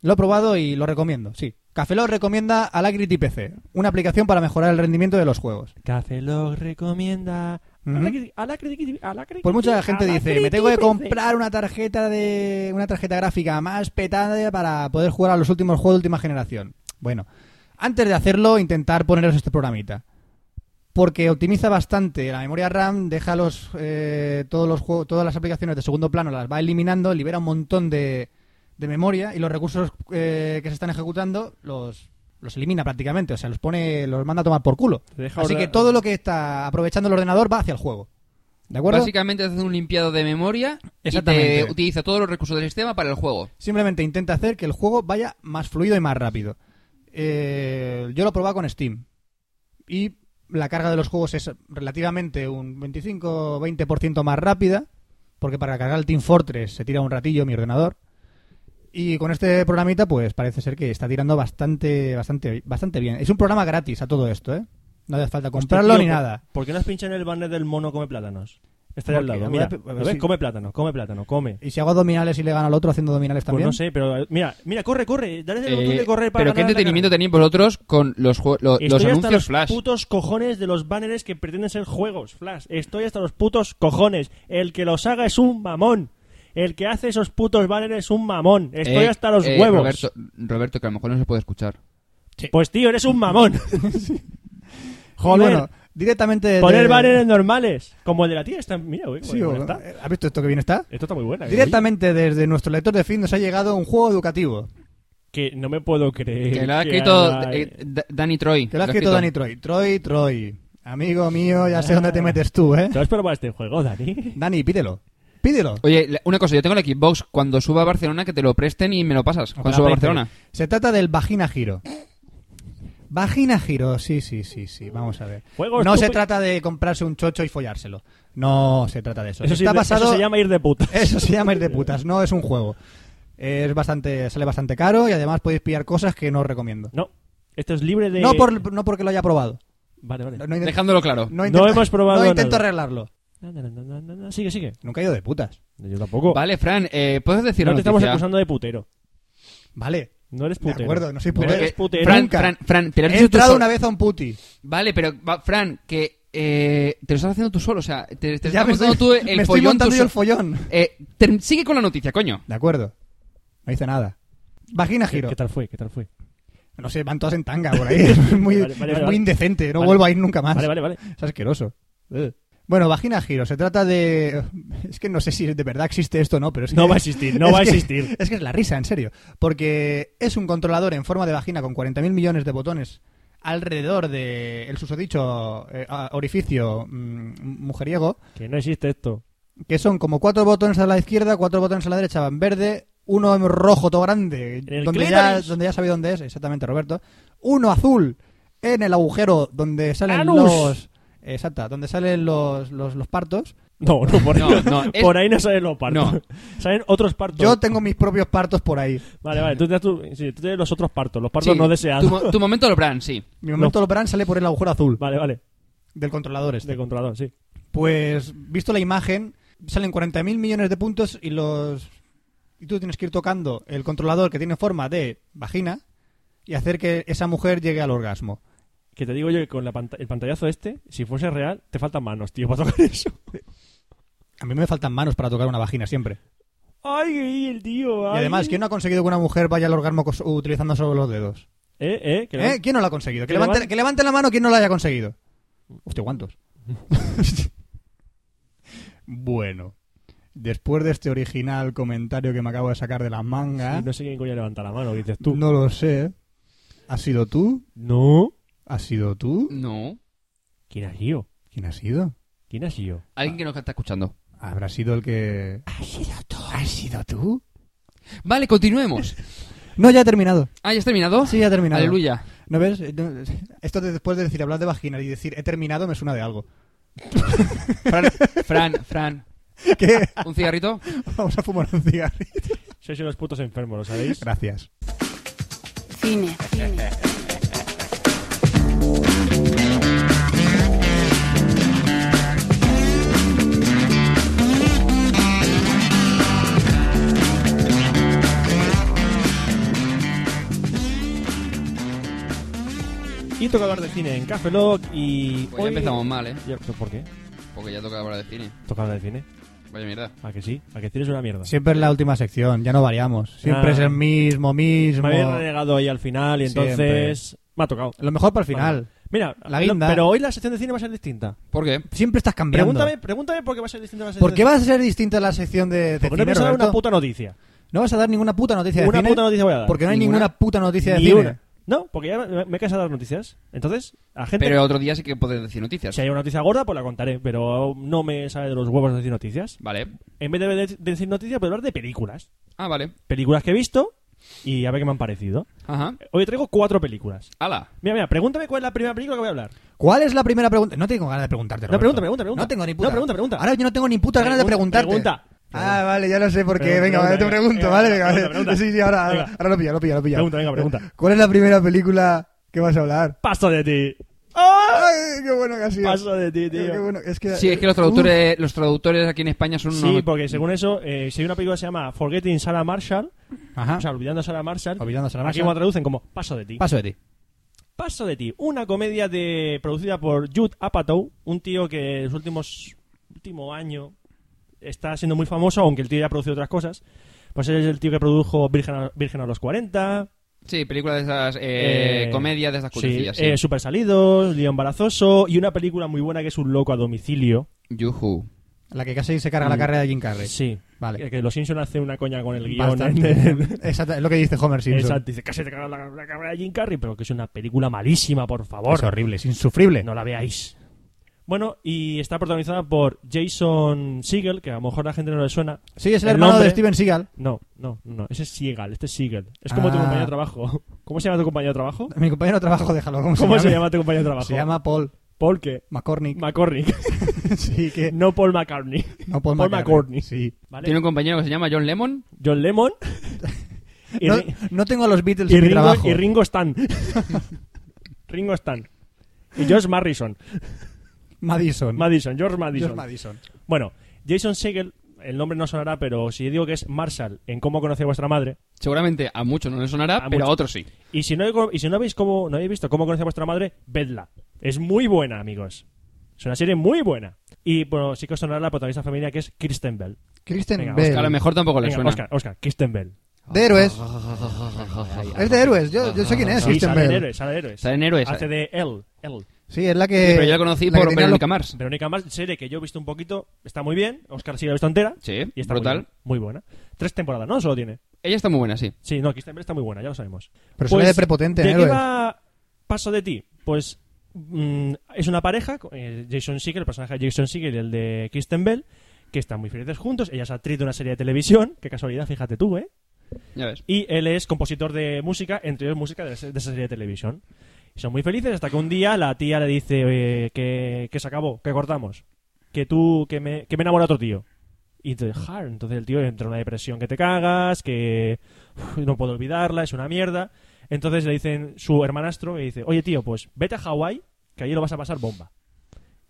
Lo he probado y lo recomiendo, sí. Café Lock recomienda Alacrity PC, una aplicación para mejorar el rendimiento de los juegos.
Café lo recomienda.
Ujú.
A la criti- a la criti- a la criti-
Pues mucha gente
a la
dice, me
criti-
tengo que comprar una tarjeta de una tarjeta gráfica más petada para poder jugar a los últimos juegos de última generación. Bueno, antes de hacerlo, intentar poneros este programita. Porque optimiza bastante la memoria RAM, deja los, eh, todos los juegos, todas las aplicaciones de segundo plano, las va eliminando, libera un montón de, de memoria y los recursos eh, que se están ejecutando los, los elimina prácticamente, o sea, los pone, los manda a tomar por culo.
Te deja
Así
orden-
que todo lo que está aprovechando el ordenador va hacia el juego. ¿De acuerdo?
Básicamente hace un limpiado de memoria y te
Exactamente.
utiliza todos los recursos del sistema para el juego.
Simplemente intenta hacer que el juego vaya más fluido y más rápido. Eh, yo lo probaba con Steam. Y la carga de los juegos es relativamente un 25-20% más rápida. Porque para cargar el Team Fortress se tira un ratillo mi ordenador. Y con este programita, pues parece ser que está tirando bastante, bastante, bastante bien. Es un programa gratis a todo esto, ¿eh? No hace falta
Hostia,
comprarlo
tío, pues
ni
¿por-
nada.
¿Por qué no has pinchado en el banner del mono come plátanos? Está ahí al
Porque
lado.
voy a
Mira,
pe- a ver
¿lo ves?
si-
come plátano, come plátano, come.
Y si hago abdominales y le gano al otro haciendo abdominales
Pues
también.
no sé, pero eh, mira, mira, corre, corre, dale el botón
Eh,
de correr para
pero qué
ganar la
entretenimiento
carrera.
tenéis vosotros con los, jue- lo-
Estoy
los
hasta
anuncios
los
flash.
putos cojones de los banners que pretenden ser juegos, Flash. Estoy hasta los putos cojones. El que los haga es un mamón. El que hace esos putos banners es un mamón. Estoy
Eh,
hasta los
eh,
huevos.
Roberto, Roberto, que a lo mejor no se puede escuchar.
Pues tío, eres un mamón.
Joder,
Joder.
bueno, directamente. de-
Poner banners normales, como el de la tía está, mira, güey,
Sí, eh,
bueno,
o-
está.
¿Has visto esto que bien está?
Esto está muy buena. ¿eh? güey.
Directamente desde nuestro lector de fin nos ha llegado un juego educativo.
Que no me puedo creer.
que lo ha
que
escrito
haga-
eh, Da- Danny Troy.
Que lo ha escrito Dani Troy. Troy, Troy. Amigo mío, ya sé dónde te metes tú, ¿eh?
¿Te has probado este juego, Dani?
Dani, pídelo. Pídelo.
Oye, la- una cosa, yo tengo el Xbox. Cuando suba a Barcelona, que te lo presten y me lo pasas. Cuando
Ojalá
suba a
aprecie.
Barcelona.
Se trata del Vagina Giro. Vagina Giro, sí, sí, sí, sí. Vamos a ver.
Juego
no se
estúpido.
trata de comprarse un chocho y follárselo. No se trata de eso.
Eso, sí,
Está
de-
basado...
eso se llama ir de puta.
Eso se llama ir de putas, no es un juego. Es bastante, sale bastante caro y además podéis pillar cosas que no os recomiendo.
No, esto es libre de...
No, por, no porque lo haya probado.
Vale, vale.
No, no intent-
Dejándolo claro.
no
No
intento-
hemos probado
No intento
nada.
arreglarlo.
Na, na, na, na, na, na. Sigue, sigue.
Nunca he ido de putas.
Yo tampoco.
Vale, Fran, eh, ¿puedes decir
no
la
te estamos
noticia?
acusando de putero.
Vale,
No eres
de
putero.
acuerdo, no soy
Pero
putero.
que- putero.
Eh, Fran,
Nunca.
Fran, Fran, te lo has
He
dicho tú
entrado
solo.
una vez a un puti.
Vale, pero va, Fran, que eh, te lo estás haciendo tú solo, o sea, te, te
Ya
estás
me
montando
estoy,
tú el
me estoy
follón
montando
tú
yo el
so-
follón.
Eh, ter- sigue con la noticia, coño.
De acuerdo. No hice nada. Vagina
¿Qué,
giro.
qué tal fue? ¿Qué tal fue?
No sé, van todas en tanga por ahí. Es muy,
Vale, vale,
es
vale,
muy
vale.
indecente. No
Vale.
vuelvo a ir nunca más.
Vale, vale, vale.
Es asqueroso. Ugh. Bueno, vagina giro. Se trata de. Es que no sé si de verdad existe esto o no, pero es
No
que-
va a existir, no
es
va a
que-
existir.
Es que es la risa, en serio. Porque es un controlador en forma de vagina con 40.000 millones de botones alrededor del el susodicho eh, a- orificio mm, mujeriego,
Que no existe esto.
que son como cuatro botones a la izquierda, cuatro botones a la derecha en verde, uno en rojo todo grande,
En el
donde ya,
clítoris.
donde ya sabéis dónde es, exactamente, Roberto. Uno azul en el agujero donde salen
Anus.
los... Exacta, donde salen los, los, los partos.
No, no, por,
No, no, es-
por ahí no salen los partos.
No.
Salen otros partos.
Yo tengo mis propios partos por ahí.
Vale, vale. Tú, tienes tu- sí, tú tienes los otros partos, los partos
Sí,
no deseados.
Tu, mo- tu momento lo Fran, sí.
Mi momento lo verán, sale por el agujero azul
Vale, vale.
del controlador este.
De controlador, sí.
Pues, visto la imagen, salen 40.000 millones de puntos y los. Y tú tienes que ir tocando el controlador que tiene forma de vagina y hacer que esa mujer llegue al orgasmo.
Que te digo yo que con la panta- el pantallazo este, si fuese real, te faltan manos, tío, para tocar eso.
A mí me faltan manos para tocar una vagina siempre.
Ay, ay, el tío.
Y
ay.
además, ¿quién no ha conseguido que una mujer vaya al orgasmo cos- utilizando solo los dedos?
Eh, eh, que
¿Eh? ¿Quién no lo ha conseguido? Que
Que
levante,
levan-
que levante la mano quien no lo haya conseguido. Hostia, ¿cuántos? bueno, después de este original comentario que me acabo de sacar de la manga.
no sé quién coño levanta la mano, dices tú.
No lo sé. ¿Has sido tú?
No.
¿Has sido tú?
No.
¿Quién ha sido?
¿Quién ha sido?
¿Quién ha sido?
Alguien que nos está escuchando.
¿Habrá sido el que...? ¿Has sido tú? ¿Has sido tú?
Vale, continuemos.
No, ya he terminado.
Ah, ¿ya has terminado?
Sí, ya he terminado.
Aleluya.
¿No ves? No- Esto de- después de decir hablar de vagina y decir he terminado me suena de algo.
Fran, Fran, Fran.
¿Qué?
¿Un cigarrito? Pues
Vamos a fumar un cigarrillo.
Sois unos putos enfermos, ¿lo sabéis?
Gracias.
Cine. Cine.
Y toca hablar de cine en Café Lock y...
Pues ya empezamos mal, ¿eh?
Ya, ¿Por qué?
Porque ya toca hablar de cine.
Toca hablar de cine.
Vaya mierda.
¿A que sí? ¿A que cine es una mierda?
Siempre es la última sección, ya no variamos. Siempre
Ah.
es el mismo, mismo.
Me había llegado ahí al final y entonces... Me ha tocado.
Lo mejor para el final.
Mira,
La guinda.
pero hoy la sección de cine va a ser distinta.
¿Por qué?
Siempre estás cambiando.
Pregúntame, pregúntame por qué va a ser distinta la sección
¿Por
de
qué
cine.
va a ser distinta la sección de, de
Porque no
cine,
pienso dar una
Roberto?
puta noticia.
No vas a dar ninguna puta noticia de
Una
cine.
puta noticia voy a dar.
Porque no hay
Ninguna.
ninguna, puta noticia de
Ah, Ni
cine.
una. No, porque ya me, me he cansado de dar noticias. Entonces, a gente...
Pero otro día sí que podés decir noticias.
Si hay una noticia gorda, pues la contaré, pero no me sale de los huevos decir noticias.
Vale.
En vez de, de- de decir noticias, puedo hablar de películas.
Ah, vale.
Películas que he visto y a ver qué me han parecido.
Ajá.
Hoy traigo cuatro películas.
Ala.
Mira, mira, pregúntame cuál es la primera película que voy a hablar.
¿Cuál es la primera pregunta? No tengo ganas de preguntarte. Roberto.
pregunta, pregunta, pregunta.
No tengo ni puta.
No, pregunta, pregunta.
Ahora yo no tengo ni puta ganas de
Pregunta,
preguntarte.
pregunta.
Ah, vale, ya lo sé por qué.
Pregunta,
Venga, vale, te
venga,
pregunto,
venga,
vale,
venga,
venga. vale.
pregunta, pregunta.
Sí, sí, ahora,
Venga.
ahora lo pillo, lo pillo, lo pillo.
Pregunta, venga, pregunta.
¿Cuál es la primera película que vas a hablar?
Paso de ti. ¡Ah!
Ay, qué bueno que ha sido.
Paso de ti, tío.
Qué bueno, es que,
Sí, es que los traductores, los traductores aquí en España son unos...
Sí, porque según eso, eh, si hay una película que se llama Forgetting Sarah Marshall,
Uf, Ajá.
o sea, olvidando a Sarah Marshall,
Olvidando a Sarah
aquí
Marshall.
como traducen como Paso de ti.
Ah. Paso de ti.
Paso de ti, una comedia de producida por Jude Apatow, un tío que en los últimos último año está siendo muy famoso, aunque el tío ya ha producido otras cosas. Pues él es el tío que produjo Virgen a, Virgen a los 40,
Sí, películas de esas... Eh,
Eh,
comedias de esas
sí,
cutricillas, sí.
eh, Super Salidos, Lío Embarazoso y una película muy buena que es Un Loco a Domicilio.
Yuhu.
La que casi se carga la carrera de Jim Carrey.
Sí,
Vale.
que, que los Simpsons hacen una coña con el guión.
Bastante. Exacto, es lo que dice Homer Simpson.
Exacto, dice casi te cagas la, la cabra de Jim Carrey, pero que es una película malísima, por favor.
Es horrible, es insufrible.
No la veáis. Bueno, y está protagonizada por Jason Segel, que a lo mejor a la gente no le suena.
Sí, es el,
El
hermano
nombre-
de Steven Seagal.
No, no, no, ese es Siegel, este es Siegel. Es como tu
Ah.
compañero de trabajo. ¿Cómo se llama tu compañero de trabajo?
Mi compañero de trabajo, déjalo. ¿Cómo,
¿Cómo se llama tu compañero de trabajo?
Se llama Paul
Paul qué?
McCormick.
McCormick.
sí, que.
no Paul McCartney.
No, Paul,
Paul McCartney.
Sí.
¿Vale?
Tiene un compañero que se llama John Lemon.
John Lemon. y,
No,
Ri-
no tengo a los Beatles
y
en mi
Ringo,
trabajo.
y Ringo Stan. Ringo Stan. Y George Marrison.
Madison.
Madison, George Madison.
George Madison.
Bueno, Jason Segel, el nombre no sonará, pero si digo que es Marshall en Cómo conoce a vuestra madre,
Seguramente a muchos no les sonará,
A
pero
muchos.
a
Eh,
otros sí.
y si no, he co- y si no habéis cómo, no habéis visto Cómo conoce a vuestra madre, vedla. Es muy buena, amigos. Es una serie muy buena. Y bueno, sí que os sonará la protagonista femenina que es Kristen Bell.
Kristen
Venga,
Bell.
Que a lo mejor tampoco les
Venga,
suena.
Oscar, Oscar, Kristen Bell.
De héroes. es de héroes. Yo, yo sé quién es
Sí,
Kristen
sale en
Bell.
héroes, sale en héroes.
Sale en héroes.
Hace de él, él.
Sí, es la que.
Sí, pero yo
Eh,
la conocí
que
por
tenía
Verónica
los-
Mars.
Verónica Mars, serie que yo he visto un poquito, está muy bien. Oscar sí la ha visto entera.
Sí,
Y está
brutal.
Muy, bien, muy buena. Tres temporadas, ¿no? Solo tiene.
Ella está muy buena, sí.
Sí, no, Kristen Bell está muy buena, ya lo sabemos. Pues,
Pero sale de prepotente en
¿De qué
héroes.
va Paso de ti? Pues mm, es una pareja, eh, Jason Segel, el personaje de Jason Segel y el de Kristen Bell, que están muy felices juntos. Ella es actriz de una serie de televisión, qué casualidad, fíjate tú, ¿eh?
Ya ves.
Y él es compositor de música, entre ellos música de, ese- de esa serie de televisión. Y son muy felices hasta que un día la tía le dice eh, que, que se acabó, que cortamos, que tú, que me, que me enamora otro tío. Y entonces, "Jar", entonces el tío entra en una depresión que te cagas, que "Uf, no puedo olvidarla, es una mierda. Entonces le dicen su hermanastro y dice, oye tío, pues vete a Hawái, que allí lo vas a pasar bomba.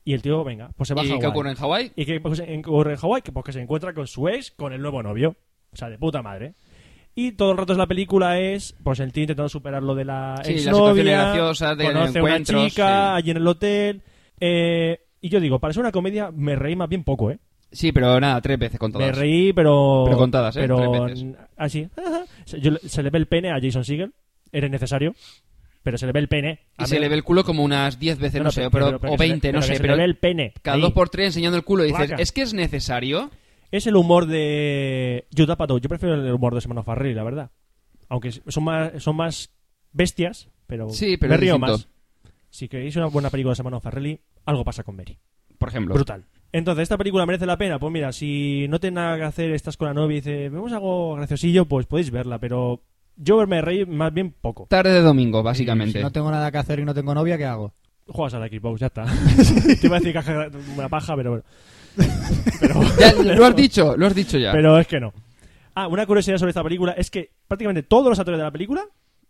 Y el tío, venga, pues se va a
¿Y
Hawái.
qué ocurre en Hawái?
¿Y qué pues, en- ocurre en Hawái? Que, pues, que se encuentra con su ex, con el nuevo novio. O sea, de puta madre. Y todo el rato de la película es pues el tío intentando superar lo de la
Sí, las
exnovia,
situaciones graciosas de
conoce a una
encuentros,
chica
sí.
allí en el hotel. eh, y yo digo, para ser una comedia me reí más bien poco, ¿eh?
Sí, pero nada, tres veces con
Me
todas.
reí, pero...
Pero contadas, ¿eh?
pero
Tres veces.
Así. Se, yo- se le ve el pene a Jason Segel. Era necesario. Pero se le ve el pene.
Y
A
Ah, se
mí-
le ve el culo como unas 10 veces, no,
No, no,
sé,
pero-
pero,
pero- pero
o
que se le-
20, no
pero que
sé.
se le
Pero
ve el pene,
Cada
ahí.
dos por tres enseñando el culo y dices,
Placa.
¿es que es necesario?
Es el humor de Judd Apatow. Yo prefiero el humor de Semana Farrell, la verdad. Aunque son más, son más bestias, pero,
Sí, pero
me
es
río
distinto.
más. si queréis una buena película de Samano Farrelly, algo pasa con Mary.
Por ejemplo.
Brutal. Entonces, ¿esta película merece la pena? Pues mira, si no tenéis nada que hacer, estás con la novia y dices, vemos algo graciosillo, pues podéis verla, pero yo verme reír más bien poco.
Tarde de domingo, básicamente.
Si no tengo nada que hacer y no tengo novia, ¿qué hago?
Juegas a la Xbox, ya está. Te iba a decir caja una paja, pero bueno. Pero,
Ya, lo has dicho, lo has dicho ya.
pero es que no. Ah, una curiosidad sobre esta película es que prácticamente todos los actores de la película,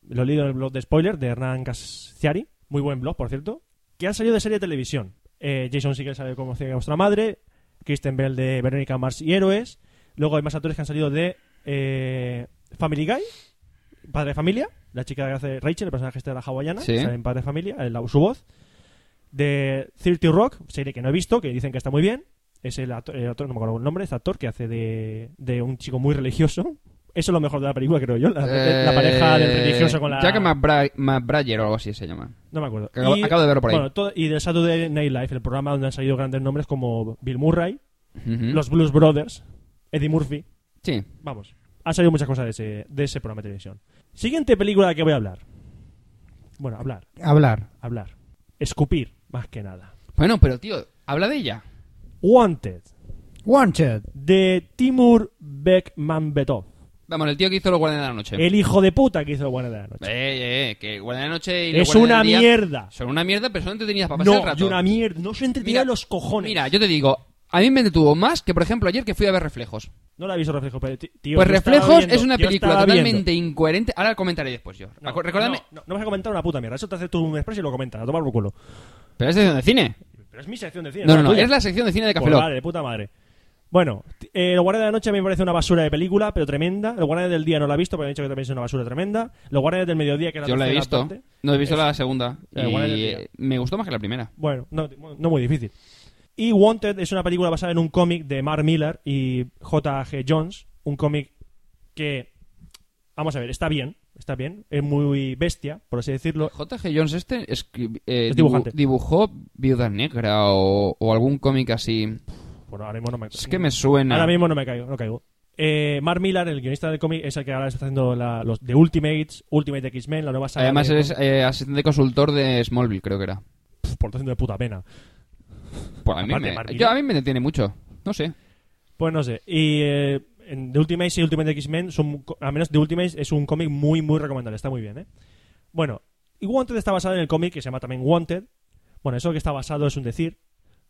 lo he leído en el blog de spoiler de Hernán Casciari, muy buen blog, por cierto, que han salido de serie de televisión. Eh, Jason Segel salió como Ciega Vuestra Madre, Kristen Bell de Verónica Mars y Héroes, luego hay más actores que han salido de eh, Family Guy, Padre de Familia, la chica que hace Rachel, el personaje este de la hawaiana,
Sí.
sale en Padre de Familia, eh, la- su voz, de 30 Rock, serie que no he visto, que dicen que está muy bien, es el actor, el actor- no me acuerdo el nombre, este actor que hace de, de un chico muy religioso. Eso es lo mejor de la película, creo yo. La,
Eh,
la pareja del religioso con la.
Jack Mabra- Mabrayer o algo así se llama.
No me acuerdo.
Que acabo- acabo de verlo por ahí.
Bueno, todo- y de Saturday Night Live, el programa donde han salido grandes nombres como Bill Murray,
Ujú.
los Blues Brothers, Eddie Murphy.
Sí.
Vamos, han salido muchas cosas de ese, de ese programa de televisión. Siguiente película de la que voy a hablar. Bueno, hablar,
Hablar.
hablar. Escupir, más que nada.
Bueno, pero tío, habla de ella.
Wanted,
Wanted.
de Timur Bekmambetov.
Vamos, el tío que hizo los Guardianes de la Noche.
El hijo de puta que hizo Buena de la Noche.
Eh, eh, que Guardianes de la Noche y los
Es
Guardianes
una
del Día
mierda.
Son una mierda, pero son entretenidas para pasar el
No,
rato.
y una mierda. No se entretenía los cojones.
Mira, yo te digo, a mí me detuvo más que, por ejemplo, ayer que fui a ver Reflejos.
No la he visto Reflejos, pero, ti- tío,
pues
yo estaba
Reflejos
viendo,
es una
yo
película
estaba viendo.
totalmente incoherente. Ahora comentaré después yo.
No,
Acu- Recordadme.
No, no, no vas a comentar una puta mierda. Eso te hace tú un express y lo comentas. A tomar por culo.
Pero es sección de cine.
Pero es mi sección de cine.
No, no, no.
tuya.
Es la sección de cine de Café
Pues
Lock.
vale, de puta madre. Bueno, t- eh, El Guardia de la Noche a mí me parece una basura de película, pero tremenda. El Guardia del Día no la he visto, pero han dicho que también es una basura tremenda. Los Guardianes del Mediodía, que era
Yo la he
tercera
visto.
parte.
No he visto
Es-
la segunda.
Eh, Guardianes
Y
del Día.
eh, me gustó más que la primera.
Bueno, no, no muy difícil. Y Wanted es una película basada en un cómic de Mark Miller y J.G. Jones, un cómic que, vamos a ver, está bien, está bien, es muy bestia, por así decirlo.
J.G. Jones este escri- eh,
Es
dibu-
dibujante.
dibujó Viuda Negra o, o algún cómic así.
Bueno, ahora mismo no me
Es que me suena.
Ahora mismo no me caigo, no caigo. Eh, Mark Miller, el guionista del cómic, es el que ahora está haciendo la- los de Ultimates, Ultimate X-Men, la nueva saga.
Además
de-
eres eh, asistente de consultor de Smallville, creo que era.
Pff, por lo haciendo de puta pena.
Pues a, mí
Aparte,
me,
Mark
yo- a
Miller.
mí me detiene mucho. No sé.
Pues no sé. Y eh, en The Ultimates y Ultimate X-Men son, co- al menos The Ultimates es un cómic muy, muy recomendable. Está muy bien, ¿eh? Bueno, y Wanted está basado en el cómic que se llama también Wanted. Bueno, eso que está basado es un decir,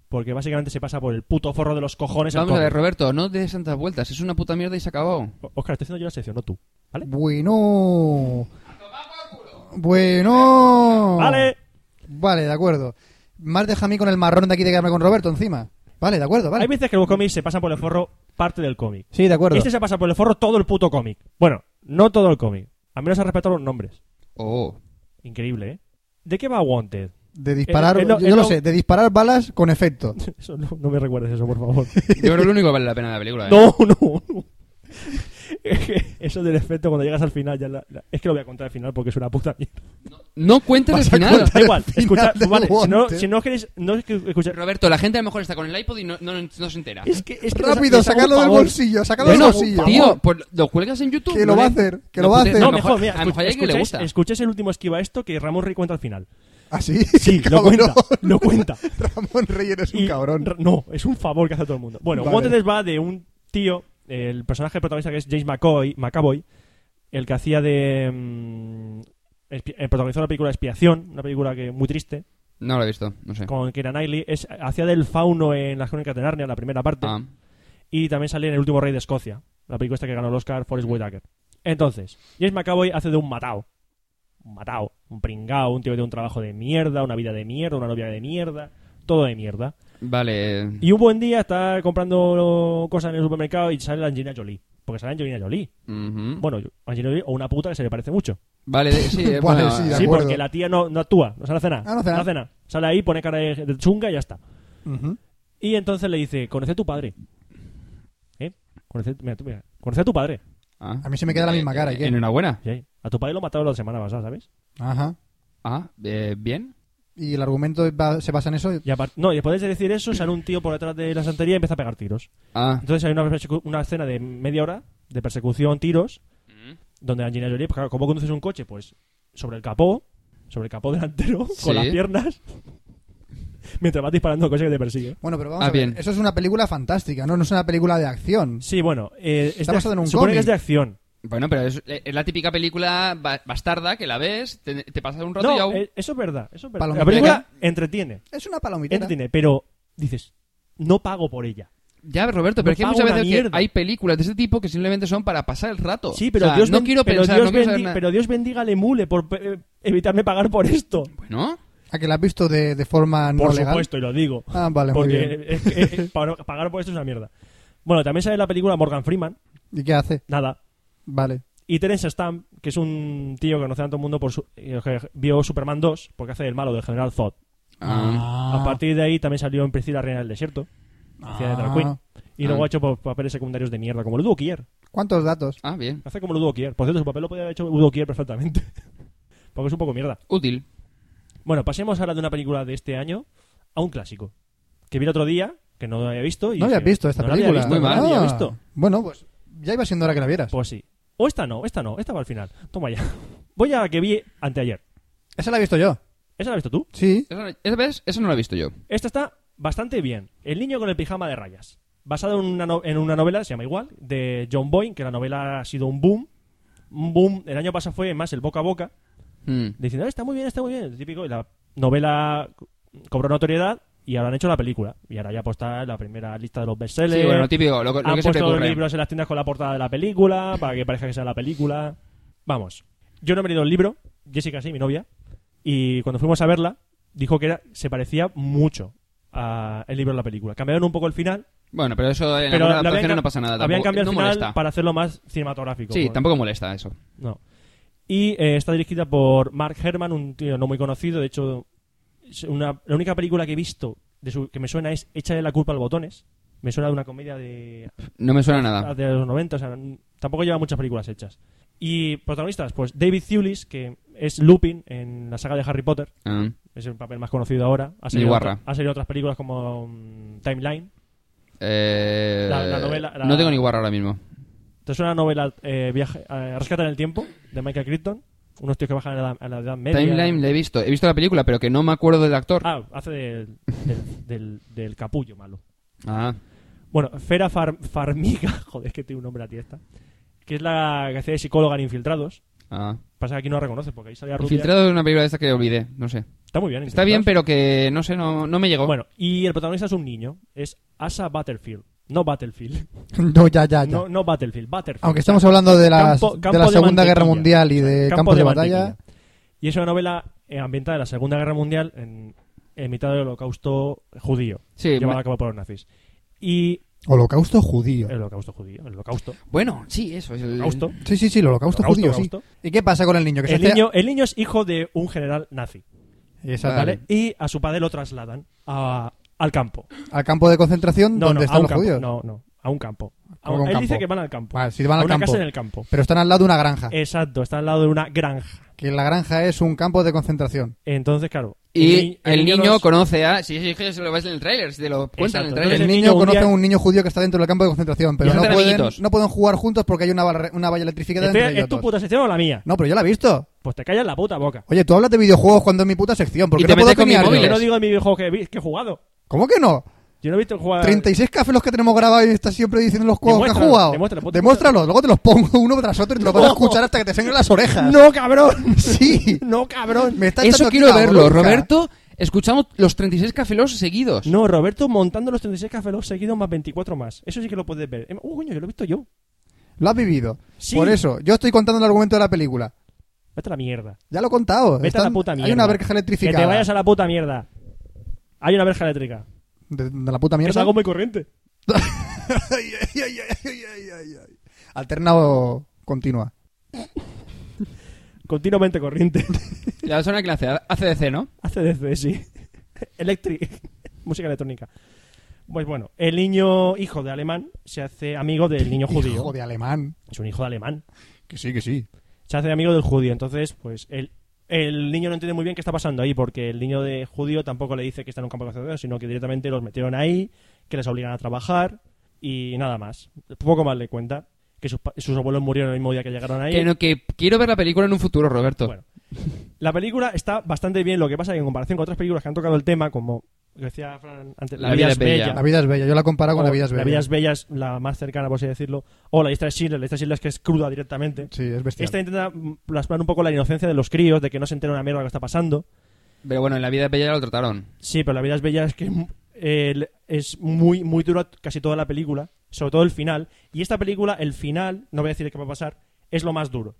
porque básicamente se pasa por el puto forro de los cojones. el
Vamos a ver,
cómic.
Roberto, no des tantas vueltas. Es una puta mierda y se acabó.
O- Oscar, estoy haciendo yo la sección, no tú. ¿Vale?
Bueno. Bueno.
Vale.
Vale, de acuerdo. Más deja a mí con el marrón de aquí de quedarme con Roberto encima. Vale, de acuerdo,
Hay
vale.
veces que los cómics se pasan por el forro parte del cómic.
Sí, de acuerdo.
Este se pasa por el forro todo el puto cómic. Bueno, no todo el cómic. Al menos ha respetado los nombres.
Oh.
Increíble, ¿eh? ¿De qué va Wanted?
De disparar,
Eh, eh, no,
yo
eh,
lo
no.
sé, de disparar balas con efecto.
Eso, no, no me recuerdes eso, por favor.
Yo creo que lo único que vale la pena de la película. ¿eh?
no, no, no. Es que eso del efecto cuando llegas al final ya la- la- es que lo voy a contar al final porque es una puta mierda.
No cuentes el
Vas a
final.
Da igual,
final
escucha,
de
vale, si no,
Wanted.
si no queréis no es que escuchar
Roberto, la gente a lo mejor está con el iPod y no, no- no se entera.
es que es que
Rápido,
les hago- les hago
sacarlo
un
del
favor.
bolsillo, sacarlo del
Bueno,
bolsillo.
Tío, pues lo cuelgas en YouTube.
Que lo
¿no?
va a hacer, que
No
lo va a
putes-
hacer.
a
No,
lo
mejor, mira,
a lo mejor hay que le
escucháis-
gusta.
escucháis el último esquiva esto que Ramón Rey cuenta al final.
Así.
Sí, lo cuenta, lo cuenta.
Ramón Reyes es un
Y-
cabrón.
r- No, es un favor que hace a todo el mundo. Bueno,
Vale.
Wanted va de un tío, el personaje protagonista que es James McCoy, McAvoy, el que hacía de. mm, espi- eh, protagonizó la película Expiación, una película que muy triste,
No lo he visto, no sé.
con Keira Knightley. Es, hacía del fauno en las crónicas de Narnia, la primera parte.
Ah.
Y también sale en El último rey de Escocia, la película esta que ganó el Oscar, Forrest Whitaker. Entonces, James McAvoy hace de un matao. Un matao, un pringao, un tío que tiene un trabajo de mierda, una vida de mierda, una novia de mierda, todo de mierda.
Vale. eh,
Y un buen día está comprando cosas en el supermercado y sale la Angelina Jolie. Porque sale Angelina Jolie.
Ujú.
Mm.
Bueno, yo- Angelina Jolie o una puta que se le parece mucho.
Vale, de- sí, eh,
Vale,
bueno,
sí, de
eh,
sí,
acuerdo.
porque la tía no, no actúa, no sale a cenar.
Ah, no hace nada.
Sale ahí, pone cara de, de chunga y ya está.
Ujú.
Y entonces le dice, conoce a tu padre. ¿Eh? Conoce, mira, tú, mira, conoce a tu padre.
ah.
A mí se me queda la misma cara,
Eh,
¿qué?
Enhorabuena.
Sí. A tu padre lo mataron la semana pasada, ¿sabes?
Ajá.
Ah, eh, bien.
Y el argumento va- se basa en eso.
Y apart- no, y después de decir eso, sale un tío por detrás de la santería y empieza a pegar tiros.
Ah,
Entonces hay una, persecu- una escena de media hora de
Mm.
persecución, tiros, donde Angelina Jolie, pues claro, ¿cómo conduces un coche? Pues sobre el capó, sobre el capó delantero
Sí.
con las piernas mientras vas disparando cosas que te persiguen.
Bueno, pero vamos
Ah,
a ver.
bien.
Eso es una película fantástica, ¿no? No es una película de acción.
Sí, bueno, eh, es
Está
de-
basado en un
supone
cómic.
que es de acción.
Bueno, pero es, eh, es la típica película ba- bastarda que la ves, te, te pasas un rato y ya...
No, eh, eso es verdad, eso es verdad.
Palomita.
La película entretiene,
Es una palomitera.
entretiene, pero dices, no pago por ella.
Ya, Roberto,
No
pero es que hay
pago
muchas
una
veces que
mierda.
hay películas de este tipo que simplemente son para pasar el rato.
Sí, pero
O sea,
Dios,
no
ben-
quiero
pero
pensar,
Dios
no quiero saber
bendi-
nada.
pero Dios bendiga al emule por eh, evitarme pagar por esto.
Bueno,
¿A que la has visto de, de forma no
por
legal?
supuesto, y lo digo.
Ah, vale, muy
porque
bien.
es que, eh, eh, para- pagar por esto es una mierda. Bueno, también sale la película Morgan Freeman,
¿Y qué hace?
nada.
Vale.
Y Terence Stamp, que es un tío que conoce a todo el mundo por su- eh, que vio Superman 2, porque hace el malo del general Zod.
Ah,
A partir de ahí también salió en Priscila Reina del Desierto, hacía de Drag Queen. Y luego
Ah.
ha hecho pa- papeles secundarios de mierda, como el Duo Kier.
¿Cuántos datos?
ah, bien.
Hace como el Duo Kier. Por cierto, su papel lo podía haber hecho Udo Kier perfectamente. porque es un poco mierda.
Útil.
Bueno, pasemos ahora de una película de este año a un clásico. Que vi el otro día, que no había visto. Y
No habías
dije,
visto esta
"No la había
película.
visto, no
Muy
la
mal.
había
Ah,
visto.
Bueno, pues ya iba siendo hora que la vieras.
Pues sí. O esta no, esta no, esta va al final. Toma ya. Voy a la que vi anteayer.
Esa la he visto yo.
¿Esa la has visto tú?
Sí.
Esa, esa vez, esa no la he visto yo.
Esta está bastante bien. El niño con el pijama de rayas. Basado en una, no- en una novela, se llama igual, de John Boyne, que la novela ha sido un boom. Un boom. El año pasado fue más el boca a boca.
Mm.
Diciendo, "Ah, está muy bien, está muy bien. el típico. Y la novela co- cobró notoriedad y ahora han hecho la película. Y ahora ya pues, está en la primera lista de los bestsellers.
Sí, bueno, lo típico, lo, lo
Han
que siempre
puesto los
ocurre.
libros en las tiendas con la portada de la película para que parezca que sea la película. Vamos. Yo no me he leído el libro, Jessica sí, mi novia, y cuando fuimos a verla dijo que era, se parecía mucho a el libro de la película. Cambiaron un poco el final,
Bueno, pero eso en
pero
alguna
le
adaptación
habían,
no pasa nada.
habían
tampoco-
cambiado
no
el final
molesta.
para hacerlo más cinematográfico.
Sí,
Por-
tampoco molesta eso.
no. Y eh, está dirigida por Mark Herman, un tío no muy conocido. De hecho, es una- la única película que he visto de su- que me suena es Échale la culpa al botones. Me suena de una comedia de,
No me suena nada.
de los 90. O sea, n- tampoco lleva muchas películas hechas. Y protagonistas, pues David Thewlis, que es Lupin en la saga de Harry Potter.
Ah,
Es el papel más conocido ahora. Ha
Ni
salido,
guarra.
otra- ha salido otras películas como mm, Timeline.
eh,
La- la novela- la-
No tengo ni guarra ahora mismo.
Entonces una novela eh, viaje, eh, Rescata en el tiempo, de Michael Crichton. Unos tíos que bajan a la, a la edad media.
Timeline la he visto. He visto la película, pero que no me acuerdo del actor.
Ah, hace del, del, del- del capullo malo.
Ah,
Bueno, Fera Far- Farmiga, joder, es que tiene un nombre a ti esta, que es la que hacía de psicóloga en Infiltrados.
ah.
Pasa que aquí no la reconoce porque ahí salía rubia.
Infiltrado es una película de esas que olvidé. No sé.
Está muy bien.
Está
Infiltrados.
bien, pero que no sé, no, no me llegó.
Bueno, y el protagonista es un niño, es Asa Battlefield. No Battlefield.
No, ya, Ah, ya, ya.
No, no Battlefield, Battlefield.
Aunque estamos hablando de, las-
Campo-
de
campo
la
de
Segunda Guerra
mantequilla.
Mundial y de
Campo
campos de,
de
batalla.
mantequilla. Y es una novela eh, ambientada en la Segunda Guerra Mundial, en, en mitad del holocausto judío,
Sí,
llevado
me-
a cabo por los nazis. Y
Holocausto judío.
el holocausto judío, el holocausto.
Bueno, sí, eso. Es el...
holocausto.
Sí, sí, sí, el holocausto,
Holocausto,
judío, sí.
holocausto.
¿Y qué pasa con el niño? Que se
El
hace-
niño, el niño es hijo de un general nazi,
Exacto.
Vale.
¿vale? Y a su padre lo trasladan a- al campo.
Al campo de concentración
No,
donde
no, a
están
un
los
campo.
judíos.
No, no, a un campo. A un-
¿Cómo que un
él
campo?
dice que van al campo.
Vale, sí, van
a
al
una
campo. Ah.
casa en el Eh. campo.
Pero están al lado de una granja.
Exacto, está al lado de una granja.
Que la granja es un campo de concentración.
Entonces, claro.
Y
ni-
el, niño,
los-
conoce a. Sí, sí, sí, se lo ves en el trailer, se lo cuentan en el
Exacto,
trailer.
El
El,
niño
niño,
un
conoce
día-
a un niño judío que está dentro del campo de concentración, pero
Y
no
hacen
pueden,
amiguitos.
no pueden jugar juntos porque hay una, barre- una valla electrificada
Este-
entre
¿Es
ellos
tu
dos.
puta sección o la mía?
No, pero yo la he visto.
Pues te callas la puta boca.
Oye, tú hablas de videojuegos cuando es mi puta sección. ¿Por
Y
qué
te
no puedo
metes con mis
opinar yo?
Yo
móviles.
no digo en mi videojuego que, vi- que he jugado.
¿Cómo que no?
Yo no he visto jugar.
36 cafés los que tenemos grabados y estás siempre diciendo los juegos que has
Ah. Demuéstralo,
jugado.
demuéstralo, puto.
Demuéstralo, luego te los pongo uno tras otro y te los vas a escuchar hasta que te sangren las orejas.
¡No, cabrón!
Sí.
¡No, cabrón!
Me está
Eso
echando aquí
quiero
la
verlo,
bronca.
Roberto. Escuchamos los 36 cafelos seguidos.
No, Roberto montando los 36 cafelos seguidos más 24 más. Eso sí que lo puedes ver. Em, Uh, coño, yo lo he visto yo.
Lo has vivido.
Sí.
Por eso, yo estoy contando el argumento de la película.
Vete a la mierda.
Ya lo he contado.
Vete
Están-
a la puta mierda.
Hay una verja electrificada.
Que te vayas a la puta mierda. Hay una verja eléctrica.
de, de la puta
Es
mierda.
algo muy corriente.
Ay, ay, ay, ay, ay, ay, ay. Alterna o continua.
Continuamente corriente.
La persona que la hace, ACDC, ¿no?
ACDC, sí. Electric. Música electrónica. Pues bueno, el niño hijo de alemán se hace amigo del niño judío.
Hijo de alemán.
Es un hijo de alemán.
Que sí, que sí.
Se hace amigo del judío. Entonces, pues el, el niño no entiende muy bien qué está pasando ahí, porque el niño de judío tampoco le dice que está en un campo de concentración, sino que directamente los metieron ahí, que les obligan a trabajar y nada más. Poco más le cuenta. Que sus, pa- sus abuelos murieron el mismo día que llegaron ahí.
Que, no- que quiero ver la película en un futuro, Roberto.
Bueno. La película está bastante bien, lo que pasa es que en comparación con otras películas que han tocado el tema, como decía Fran antes,
La vida es bella.
La vida es bella. Yo la comparo con
o
la vida es bella.
Oh, La vida es bella es la más cercana, por así decirlo. O la lista de Schindler, la lista de Schindler es que es cruda directamente.
Sí, es bestial.
Esta intenta mm, plasmar un poco la inocencia de los críos, de que no se entera una mierda lo que está pasando.
Pero bueno, en la vida bella ya lo trataron.
Sí, pero la vida es bella es que mm, el- es muy, muy dura casi toda la película, sobre todo el final. Y esta película, el final, no voy a decir qué va a pasar, es lo más duro.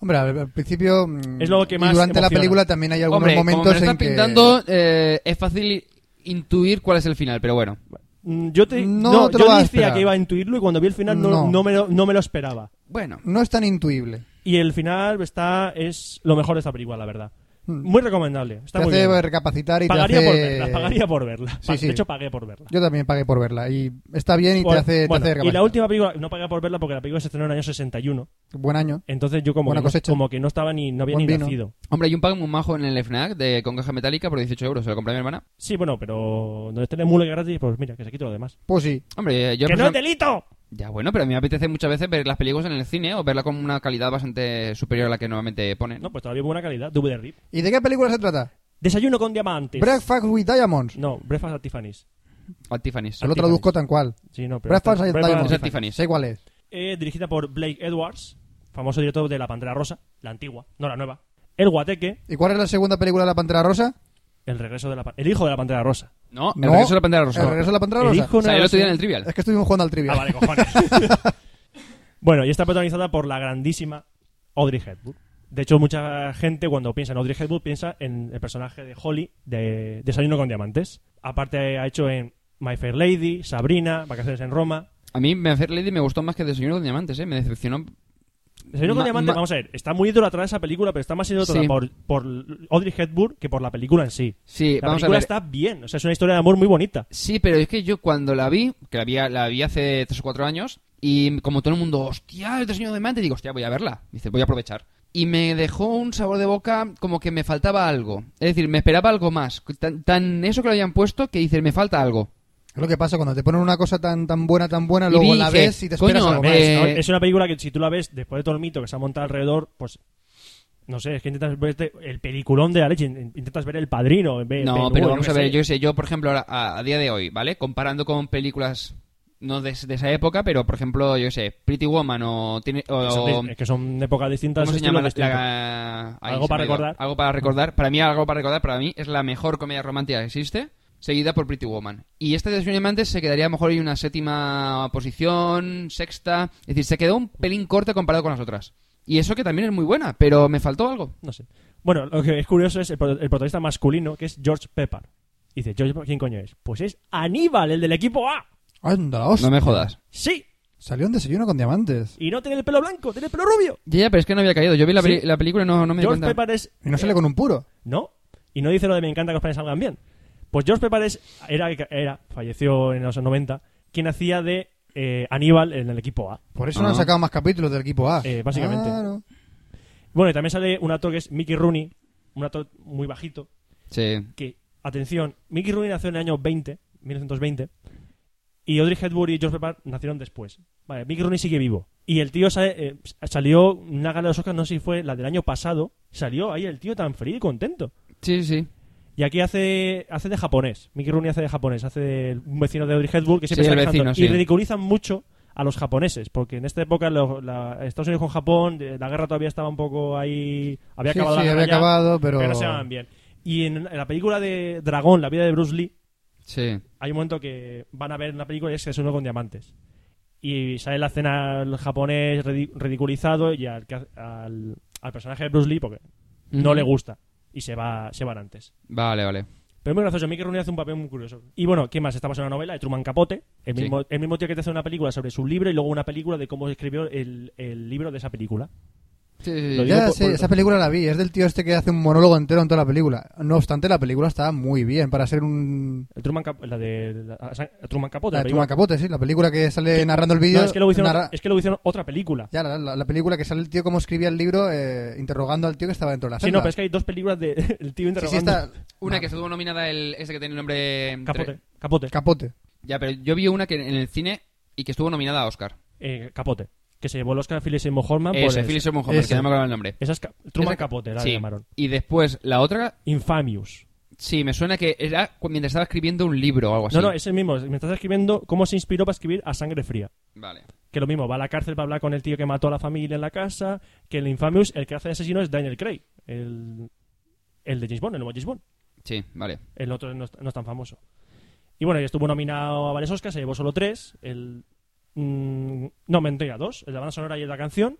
Hombre, al, al principio. mm,
Es lo que
y
más
Durante la
emociona.
película también hay algunos
Hombre,
momentos
como me
en
lo están
que.
pintando, eh, es fácil intuir cuál es el final, pero bueno.
Mm, Yo te,
No te lo
yo
vas a
decía
esperar.
que iba a intuirlo y cuando vi el final no,
No.
no me, lo, no me lo esperaba.
Bueno,
No es tan intuible.
Y el final está es lo mejor de esta película, la verdad.
Mm.
Muy recomendable. Está
te
muy
hace
bien.
recapacitar y
Pagaría
te
por
hace.
verla, pagaría por verla.
Sí,
Pa-
sí.
De hecho, pagué por verla.
Yo también pagué por verla. Y está bien y te
Bueno,
hace, te
bueno,
hace
y la
recapacitar.
última película, no pagué por verla porque la película se estrenó en el año 61.
Buen año.
Entonces yo como,
Buena
que no,
cosecha.
como que no estaba ni, no había
Buen
ni
vino.
nacido.
hombre, hay un pack muy majo en el FNAC de, con caja metálica por 18 euros. Se lo compré a mi hermana.
Sí, bueno, pero donde esté mule gratis, pues mira, que se quita lo demás.
Pues sí.
Hombre, eh, yo...
¡Que no
persona-
es delito!
Ya bueno, pero a mí me apetece muchas veces ver las películas en el cine o verla con una calidad bastante superior a la que normalmente ponen.
No, pues todavía buena calidad. DVD rip.
¿Y de qué película se trata?
Desayuno con diamantes.
Breakfast with Diamonds.
No, Breakfast at Tiffany's.
A Tiffany's.
Se lo traduzco tan cual.
Sí, no, pero...
Breakfast with
Breakfast at
Diamonds.
Tiffany's. Tiffany's.
Sé cuál es.
Eh, dirigida por Blake Edwards, famoso director de La Pantera Rosa, la antigua, no la nueva. El Guateque,
¿Y cuál es la segunda película de la Pantera Rosa?
el regreso de la... pa- El hijo de la Pantera Rosa.
No, el
No.
regreso de la pantera rosa.
El regreso de la Pantera
El
Rosa.
hijo no
Salió el
era-
otro día en el Trivial.
Es que estuvimos jugando al trivia.
Ah, vale, cojones. bueno, y está protagonizada por la grandísima Audrey Hepburn. De hecho, mucha gente cuando piensa en Audrey Hepburn piensa en el personaje de Holly de Desayuno con Diamantes. Aparte ha hecho en My Fair Lady, Sabrina, Vacaciones en Roma.
A mí Me Fair Lady me gustó más que Desayuno con Diamantes, ¿eh? Me decepcionó.
Desayuno con
Ma-
Diamantes,
ma-
vamos a ver, está muy idolatrada esa película, pero está más idolatrada
Sí.
por, por Audrey Hepburn que por la película en sí.
Sí,
La
vamos a
película
ver.
está bien, o sea, es una historia de amor muy bonita.
Sí, pero es que yo cuando la vi, que la vi, la vi hace 3 o 4 años, y como todo el mundo, hostia, el diseño de Mante, digo, hostia, voy a verla. Dice, voy a aprovechar. Y me dejó un sabor de boca como que me faltaba algo. Es decir, me esperaba algo más. Tan, tan eso que lo habían puesto que dices, me falta algo.
Es lo que pasa cuando te ponen una cosa tan tan buena, tan buena,
Y
luego
dije,
la ves y te esperas
coño,
algo
me-
más.
Eh,
Ahora, Es una película que si tú la ves después de todo el mito que se ha montado alrededor, pues no sé, es que intentas verte el peliculón de la leche, in- intentas ver El Padrino. ve-
No,
Ben-Hur,
pero vamos
qué
a ver,
sé.
yo qué sé, yo por ejemplo ahora- a, a día de hoy, ¿vale? Comparando con películas no de, de esa época, pero por ejemplo, yo qué sé, Pretty Woman o... Tiene, o-
Que
o-
son- Es que son épocas distintas.
¿Cómo se
estilos
llama la-
distintos.
la- ahí
Algo
se
para
me ha ido.
recordar.
Algo para recordar. Para mí, algo para recordar, para mí es la mejor comedia romántica que existe, seguida por Pretty Woman. Y esta de Diamantes se quedaría a lo mejor en una séptima posición, sexta. Es decir, se quedó un pelín corta comparado con las otras. Y eso que también es muy buena, pero me faltó algo.
No sé. Bueno, lo que es curioso es el, pro- el protagonista masculino, que es George Pepper. Y dice, ¿George Pepper quién coño es? Pues es Aníbal, el del equipo A.
Anda, la hostia.
No me jodas.
Sí,
Salió un desayuno con diamantes.
y no tiene el pelo blanco, tiene el pelo rubio.
Ya, ya, pero es que no había caído. Yo vi la, peli-
Sí.
la película y no, no Ah, me di
George
cuenta.
Pepper es
Y no sale con un puro.
¿No? Y no dice lo de me encanta que los planes salgan bien. Pues George Pepares era, era, falleció en los 90, quien hacía de eh, Aníbal en el equipo A.
Por eso
Ah.
no han sacado más capítulos del equipo A.
Eh, básicamente.
Claro.
Bueno, y también sale un actor que es Mickey Rooney, un actor muy bajito,
Sí.
que, atención, Mickey Rooney nació en el año 20, 1920, y Audrey Hepburn y George Pepper nacieron después. Vale, Mickey Rooney sigue vivo. Y el tío sale- eh, salió en una gala de los Oscars, no sé si fue la del año pasado, salió ahí el tío tan feliz y contento.
Sí, sí.
Y aquí hace, hace de japonés. Mickey Rooney hace de japonés. Hace de un vecino de Audrey Hepburn que siempre
Sí,
está
el
quejando.
vecino, sí.
Y ridiculizan mucho a los japoneses. Porque en esta época lo- la- Estados Unidos con Japón, eh, la guerra todavía estaba un poco ahí... Había
Sí,
acabado
sí,
la guerra
había
ya,
acabado, pero...
pero... no se llevaban bien. Y en, en la película de Dragón, La vida de Bruce Lee,
Sí.
hay un momento que van a ver una película y es que es uno con diamantes. Y sale la escena el japonés ridi- ridiculizado y al, que hace- al, al personaje de Bruce Lee, porque no
Ujú.
le gusta. Y se, va, se van antes.
Vale, vale.
Pero es muy gracioso, Mickey Rooney hace un papel muy curioso. Y bueno, ¿qué más? Está basado en una novela de Truman Capote, el
Sí.
mismo, el mismo tío que te hace una película sobre su libro y luego una película de cómo escribió el, el libro de esa película.
Sí, sí, sí.
Lo digo
Ya
por-
sé,
por-
esa película la vi. Es del tío este que hace un monólogo entero en toda la película. No obstante, la película está muy bien para ser un...
El Truman Cap- la de la- la- Truman Capote.
La
la
de Truman
película.
Capote, sí. La película que sale narrando el vídeo...
No, es que, luego hicieron,
narra-
es que luego hicieron otra película.
Ya, la, la- la película que sale el tío como escribía el libro eh, interrogando al tío que estaba dentro de la
Sí,
celda.
no, pero es que hay dos películas de el tío
Sí,
interrogando.
sí, está...
Una que estuvo nominada el, ese que tiene el nombre...
Capote. Capote.
Capote.
Ya, pero yo vi una que en el cine y que estuvo nominada a Oscar.
Eh, capote. que se llevó el Oscar a Philip Seymour Hoffman por
Ese,
esa-
Philip Seymour Hoffman, que
esa-
no me acuerdo el nombre.
esa es Ca- Truman
Esa-
Capote la
sí.
llamaron.
Y después, la otra,
Infamious.
sí, me suena que era cu- mientras estaba escribiendo un libro o algo así.
No, no, es el mismo. Me estás escribiendo cómo se inspiró para escribir a sangre fría.
Vale.
Que lo mismo, va a la cárcel para hablar con el tío que mató a la familia en la casa. Que el Infamous, el que hace de asesino es Daniel Craig. El, el de James Bond, el nuevo James Bond.
Sí, vale.
El otro no, es- no es tan famoso. Y bueno, y estuvo nominado a varios Oscars, se llevó solo tres. El, mm, no, mentira, dos. El de la banda sonora y el de la canción.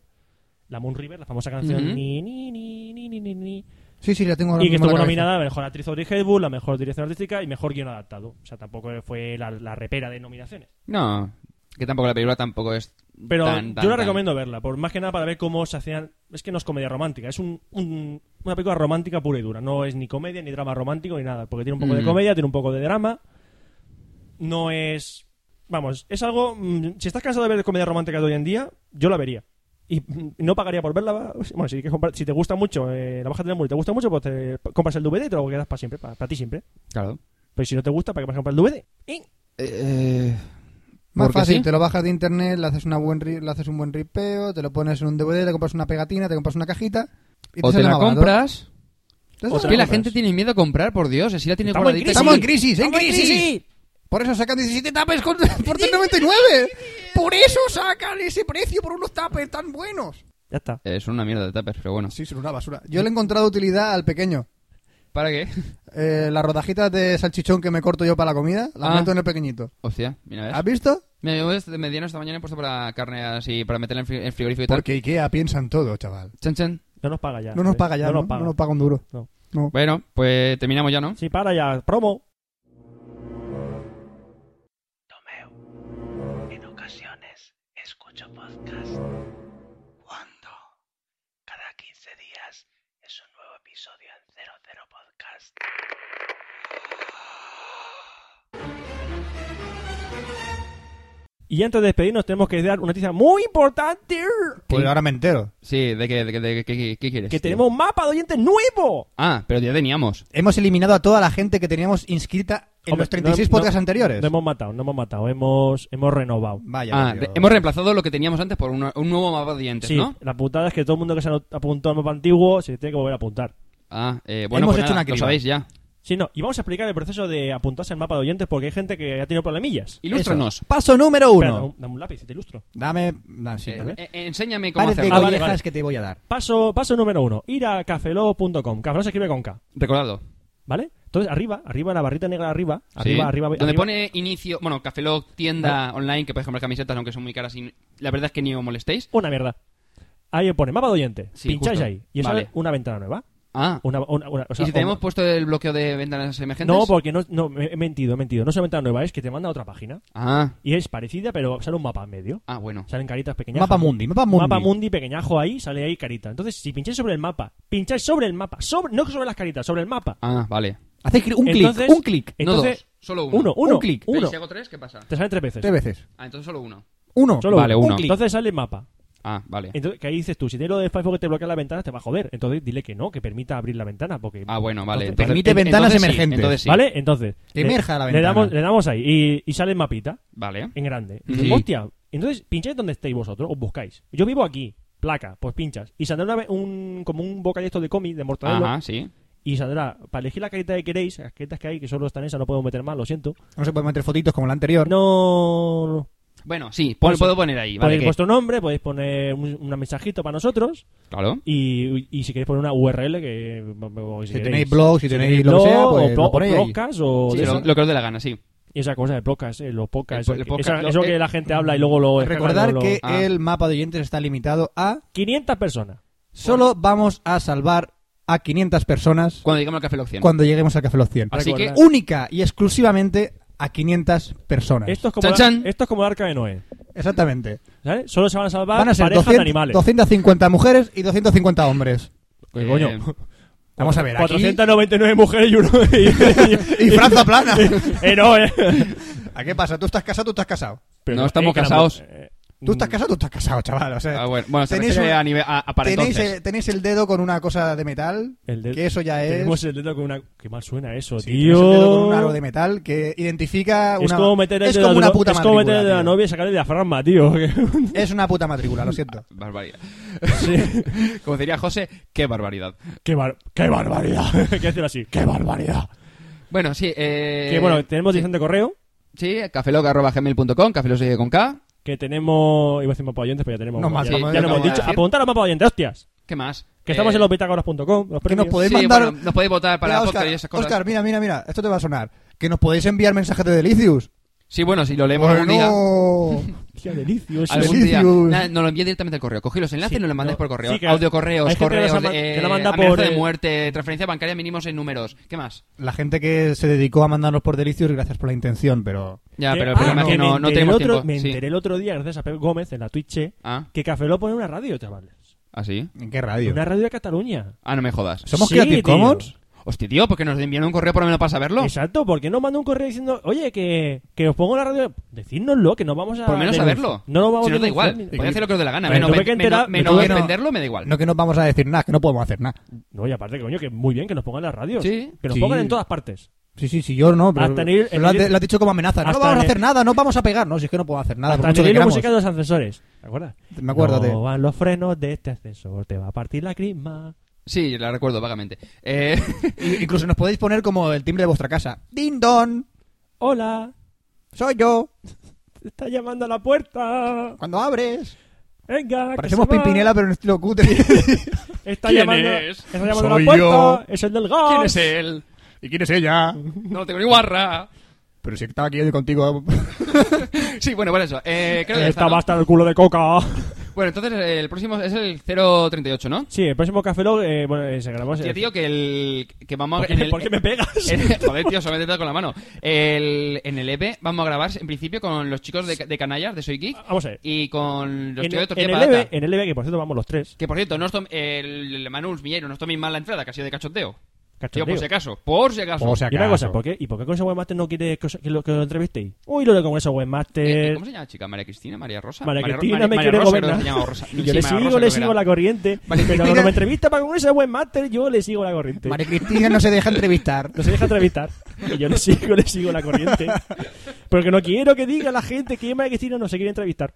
La Moon River, la famosa canción.
Ujú.
ni, ni, ni, ni, ni, ni, ni.
Sí, sí, la tengo ahora
Y que
mismo en
estuvo
la cabeza.
nominada a Mejor Actriz Audrey Hepburn, la Mejor Dirección Artística y Mejor Guión Adaptado. O sea, tampoco fue la, la repera de nominaciones.
No, que tampoco la película tampoco es
Pero
tan, tan,
yo la
tan.
recomiendo verla, por más que nada para ver cómo se hacían... Es que no es comedia romántica, es un, un- una película romántica pura y dura. No es ni comedia, ni drama romántico, ni nada. Porque tiene un poco de
Mm.
comedia, tiene un poco de drama. No es... Vamos, es algo... mm, Si estás cansado de ver comedia romántica de hoy en día, yo la vería. Y mm, no pagaría por verla. va- Bueno, si, quieres comprar- si te gusta mucho, eh, la bajas de la y te gusta mucho, pues te compras el DVD y te lo quedas para siempre, para, para ti siempre.
Claro.
Pero si no te gusta, ¿para qué vas a comprar el DVD? Y-
Eh,
Más
porque
fácil,
sí.
te lo bajas de internet, le haces, una buen ri- le haces un buen ripeo, te lo pones en un DVD, te compras una pegatina, te compras una cajita. Y
O te
sale
la
más barato.
compras.
Entonces,
o
Es
te
que
la
la
compras.
gente tiene miedo a comprar, por Dios. Así la tiene
Estamos en
guardadita.
crisis.
Estamos en
Sí.
crisis, en crisis. Por eso sacan 17 tapes con, por 3,99. Por eso sacan ese precio por unos tapes tan buenos.
Ya está.
Eh, son una mierda de tapers, pero bueno.
Sí, son una basura. Yo le he encontrado utilidad al pequeño.
¿Para qué?
Eh, las rodajitas de salchichón que me corto yo para la comida, las
Ah.
meto en el pequeñito.
Hostia, mira, ¿ves?
¿Has visto?
Mira, yo desde mediano esta mañana he puesto para carne así, para meterla en fri- en frigorífico y tal.
Porque Ikea piensa en todo, chaval.
Chan, chan.
No nos paga ya. ¿Eh?
No nos paga ya,
No
¿no?
nos paga.
No nos paga un duro.
No.
No.
Bueno, pues terminamos ya, ¿no?
Sí, para ya. Promo.
Tomeo, en ocasiones escucho podcast. ¿Cuándo? Cada 15 días es un nuevo episodio en 00 Podcast.
Y antes de despedirnos tenemos que dar una noticia muy importante.
Pues ahora me entero.
Sí, ¿de qué, de qué, de qué, qué- qué quieres?
Que
tío?
tenemos un mapa de oyentes nuevo.
Ah, pero ya teníamos.
Hemos eliminado a toda la gente que teníamos inscrita en
Hombre,
los 36
no-
podcasts
no-
anteriores.
No hemos matado, no hemos matado. Hemos, hemos renovado.
Vaya.
Ah,
tío.
de- hemos reemplazado lo que teníamos antes por una- un nuevo mapa de dientes,
Sí,
¿no?
la putada es que todo el mundo que se ha apuntado al mapa antiguo se tiene que volver a apuntar.
Ah, eh, bueno,
Hemos
pues
hecho
nada,
una
lo
criba.
sabéis ya.
Sí, no. Y vamos a explicar el proceso de apuntarse al mapa de oyentes porque hay gente que ha tenido problemillas.
Ilústranos.
Paso número
Espera, dame un-
uno.
dame un lápiz y te ilustro.
Dame. da- sí,
Eh,
dame.
eh, enséñame cómo
Pares de
hacerlo.
Ah, vale,
collejas
vale.
que te voy a dar.
Paso, paso número uno. Ir a cafelo.com. Cafelo se escribe con K,
Recordadlo.
¿vale? Entonces, arriba, arriba, la barrita negra arriba.
Sí.
Arriba, arriba,
Donde
arriba.
pone inicio, bueno, Café Lock, tienda online, que puedes comprar camisetas, aunque son muy caras y la verdad es que ni os molestéis.
Una mierda. Ahí pone mapa de oyentes.
Sí,
Pincháis
justo.
ahí. Y os
Vale.
sale una ventana nueva.
Ah,
Una, una- una- o sea,
¿y si
o-
tenemos puesto el bloqueo de ventanas emergentes?
No, porque no, no, he he mentido, he mentido. No es una ventana nueva, es que te manda a otra página.
Ah,
Y es parecida, pero sale un mapa en medio.
ah, bueno.
Salen caritas pequeñas.
Mapa Mundi. Mapa Mundi.
Mapa Mundi, pequeñajo ahí, sale ahí carita. Entonces, si pincháis sobre el mapa, pincháis sobre el mapa, sobre, no sobre las caritas, sobre el mapa.
Ah, vale.
Hacéis cli- un clic.
Entonces-
Un clic.
no
Entonces,
dos, solo uno.
uno, uno,
Un clic.
Pero, ¿y
uno.
si hago tres, ¿qué pasa?
Te salen tres veces.
Tres veces.
Ah, entonces solo uno.
Uno.
Solo
Vale,
uno.
uno.
Un clic. Entonces sale el mapa.
Ah, vale.
Entonces, que ahí dices tú, si tienes lo de Facebook que te bloquea la ventana, te va a joder. Entonces, dile que no, que permita abrir la ventana. Porque,
Ah, bueno, vale.
Entonces,
permite
en-
ventanas
entonces sí,
emergentes.
entonces sí.
¿Vale? Entonces.
Que
le-
emerja la
Le
ventana.
damos, le damos ahí y, y sale el mapita.
Vale.
en grande.
Ujú.
Dices, hostia. Entonces, pincháis donde estéis vosotros, os buscáis. Yo vivo aquí, placa, pues pinchas. Y saldrá una ve- un, como un bocadillo de cómic, de mortadelo.
Ajá, sí.
Y saldrá, para elegir la carita que queréis, las caritas que hay, que solo están esas, no podemos meter más, lo siento.
No se pueden meter fotitos como la anterior.
No.
Bueno, sí, pon-
Por eso.
puedo poner ahí, ¿vale?
Ponéis
que-
vuestro nombre, podéis poner un, una mensajito para nosotros.
Claro.
Y, y si queréis poner una URL, que. o
Si tenéis blogs, si tenéis lo que sea,
blog,
pues
o,
lo
pro-
ponéis ahí.
podcast, o.
Sí,
de
lo,
eso.
lo que os dé la gana, sí.
Y esa cosa de podcast, eh, los podcasts. eso
El- el
que-
podcast,
esa-
lo-
eso que
eh,
la gente habla y luego lo. descargan,
Recordar
luego lo-
que
Ah.
el mapa de oyentes está limitado a
500 personas.
solo vamos a salvar a 500 personas
Cuando digamos al Café Lock 100.
cuando lleguemos al Café Los 100.
Así que... uh,
Recordar.
Única y exclusivamente a 500 personas.
Esto es como,
Chan,
la-
chan.
Esto es como el arca de Noé.
Exactamente.
¿sabes? Solo se van a salvar
Van a ser
parejas
200
de animales.
250 mujeres y 250 hombres.
Pues, coño,
Eh,
Vamos a ver, aquí-
499 mujeres y uno. y-
Y Franza plana.
eh, no, eh.
¿A qué pasa? ¿Tú estás casado tú estás casado?
No estamos casados.
eh,
¿Tú
Mm.
estás casado? Tú estás casado, chaval. O sea,
Ah, bueno, bueno, se
tenéis
refiere
un-
a nivel a, a para
tenéis,
entonces.
el, tenéis el dedo con una cosa de metal,
El dedo-
que eso ya es...
Tenemos el dedo con una. Qué mal suena eso,
Sí, tenéis
tío.
el dedo con un aro de metal que identifica una...
es como meter el
es
dedo
como
a tu
una
no-
puta
Es como meter
matrícula,
el dedo a la
tío.
novia y sacarle el diafragma, tío.
Es una puta matrícula, lo siento.
Barbaridad.
Sí.
Como diría José, qué barbaridad.
qué, bar- qué barbaridad. Hay que decirlo así. Qué barbaridad.
Bueno, sí. Eh,
que bueno, tenemos dirección de correo.
Sí, cafelog.gmail.com, cafelog se dice con K.
Que tenemos. Iba a decir mapa oyentes, pero ya tenemos.
No,
ya-
más,
ya, lo
vamos, vamos
hemos
a
dicho.
decir.
Apuntar a mapa oyentes, hostias.
¿Qué más?
Que estamos
Eh,
en losbitagoras.com. Los
Que nos
premios.
podéis
sí,
mandar...
bueno, nos podéis votar para
Mira,
podcast
Oscar,
y esas cosas.
Oscar, mira, mira, mira, esto te va a sonar. Que nos podéis enviar mensajes de Delicius.
Sí, bueno, si lo leemos algún día.
Bueno,
Hostia, delicio eso.
Algún día.
Delicious.
Nada, nos lo envíe directamente al correo. Cogí los enlaces
Sí,
y nos lo mandáis
no.
por correo.
Sí, que-
Audio
hay
correos,
gente que
correos,
los ha ma-
eh,
que lo manda
amenaza
por
de
el-
muerte, transferencia bancaria mínimos en números. ¿Qué más?
La gente que se dedicó a mandarnos por Delicius, gracias por la intención, pero...
Ya,
Que-
pero el
ah,
problema es
que
que no,
me
no
enteré
tenemos
el otro-
tiempo.
Me
Sí.
enteré el otro día, gracias a Pep Gómez en la Twitch,
Ah,
que Café lo pone en una radio, chavales.
¿ah, sí?
¿En qué radio?
Una radio de Cataluña.
Ah, no me jodas.
¿Somos
Sí,
Creative
tío.
Commons?
Hostia, tío, porque nos envían un correo por lo menos para saberlo.
Exacto, ¿por qué no manda un correo diciendo, oye, que, que os pongo en la radio? Decídnoslo, que no vamos a.
Por lo menos
denun-
saberlo.
No nos vamos
si
a
no, da
denunciar
igual.
ni-
Podéis hacer lo que os dé la gana.
Pero
Menos,
tuve que
menos-
enterar- me
menos
tuve que-
venderlo, me da igual.
No que no vamos a decir nada, que no podemos hacer nada.
No, y aparte, coño, que muy bien que nos pongan en las radios.
Sí.
Que nos
Sí.
pongan en todas partes.
Sí, sí, sí, yo no, pero,
Hasta en el-
pero lo, has,
en el-
lo has dicho como amenaza. No
hasta
vamos a
en el-
hacer nada, no vamos a pegar. No, si es que no puedo hacer nada. por
Hasta
mucho que
nivel la
queramos.
música de los ascensores. ¿Te acuerdas?
Me acuerdo
no
de-
van los frenos de este ascensor, te va a partir la crisma.
Sí, la recuerdo vagamente. Eh,
I- Incluso nos podéis poner como el timbre de vuestra casa. Ding don,
Hola,
soy yo.
te está llamando a la puerta.
Cuando abres.
Venga, que
Parecemos
se va.
Pimpinela, pero en estilo cutre.
Está
¿Quién
llamando,
es?
está llamando
Soy
a la
yo.
puerta. Es el del gas.
¿Quién es él?
¿Y quién es ella?
No tengo ni guarra.
Pero si estaba aquí hoy contigo.
Sí, bueno, por eso. Eh, creo que ya está,
Esta
¿no?
va hasta el culo de coca.
Bueno, entonces eh, el próximo es el 038, ¿no?
Sí, el próximo Café Log, eh, bueno, eh, se grabó.
Tío,
se-
tío, que el. Que vamos a.
¿Por qué,
en el-
por qué me pegas?
en- joder, tío, solamente te doy con la mano. El, en el EP vamos a grabar en principio con los chicos de, de Canallas, de Soy Geek,
Vamos a ver.
y con los
En,
chicos de Tortilla
en el
Patata.
EVE, en el EVE, que por cierto vamos los tres.
Que por cierto, no os tom- el, el Manus Millero no os toméis mal la entrada, que ha sido de cachondeo. Tío,
Cachondeo.
por si acaso. Por si acaso.
Por si
Y una
acaso.
cosa, ¿por qué? ¿Y por qué con ese webmaster no quiere que, os- que lo, que lo entrevistéis? Uy, lo de con ese
Eh, eh,
webmaster.
¿Cómo se llama la chica? ¿María Cristina? ¿María Rosa?
María
Ro-
Cristina
María-
me
María
quiere
Rosa, creo que
gobernar.
se llama, o Rosa.
Y
Sí,
yo le
María
sigo,
Rosa
le
creo que
sigo
era.
la corriente.
María
pero
Cristina-
cuando me entrevista para con ese webmaster, yo le sigo la corriente.
María Cristina no se deja entrevistar.
No se deja entrevistar. Y yo le sigo, le sigo la corriente. Porque no quiero que diga la gente que María Cristina no se quiere entrevistar.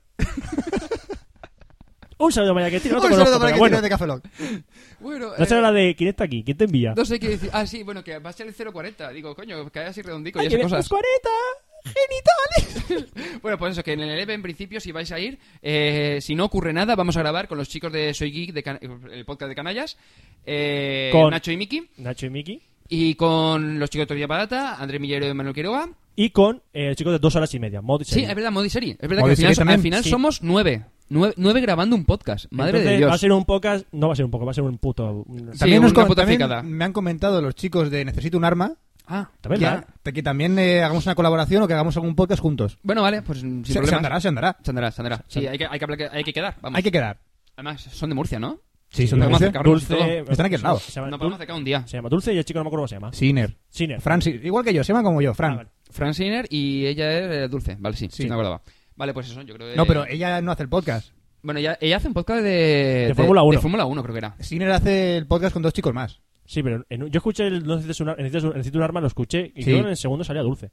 Un saludo, María Cristina. No te
Un saludo
conozco,
para
pero
que
bueno.
de Café Lock.
Bueno,
No
eh,
será la de quién está aquí, quién te envía.
No sé qué decir. Ah, sí, bueno, que va a ser el 040. Digo, coño, que haya así redondico y
Ay, que
esas
me-
cosas.
40 genitales.
Bueno, pues eso, que en el EVE, en principio, si vais a ir, eh, si no ocurre nada, vamos a grabar con los chicos de Soy Geek, de Can- el podcast de Canallas, eh,
Con-
Nacho y Miki,
Nacho y Miki.
y con los chicos de Tortilla Patata, André Millero y Manuel Quiroga.
Y con eh, el chico de dos horas y media, Mod
Sí,
Serie.
es verdad, Modiseri. Es verdad que
Modiseri
al final,
también,
al final
sí.
somos nueve. nueve. nueve grabando un podcast. Madre
Entonces,
de Dios.
Va a ser un podcast. No va a ser un poco, va a ser un puto. un-
Sí, una
con-
puta
también
fricada.
me han comentado los chicos de Necesito un arma
Ah,
También
ya.
va.
que también eh, hagamos una colaboración o que hagamos algún podcast juntos.
Bueno, vale, pues sin
se, se
problemas.
andará, se andará.
Se andará, se andará. Sí, hay que, hay que, hablar- hay que quedar. Vamos.
Hay que quedar.
Además, son de Murcia, ¿no?
Sí, son de
podemos
Murcia.
acercarnos y todo.
Están aquí al lado.
eh, Se llama,
No
Dul-
podemos acercar un día.
se llama Dulce y el chico no me acuerdo cómo se llama.
Siner.
Cine.
Francis. Igual que yo, se llama como yo, Fran.
Ah, vale.
Fran Siner y ella es eh, Dulce, vale, sí, sí,
Sí.
me acordaba. Vale, pues eso, yo creo que...
No, pero ella no hace el podcast.
Bueno, ella, ella hace un podcast de... De,
Fórmula 1.
De Fórmula 1, creo que era.
Siner hace el podcast con dos chicos más.
Sí, pero en un- yo escuché el No necesitas un, ar- necesitas un- necesito un arma, lo escuché y
Sí.
creo que en el segundo salía dulce.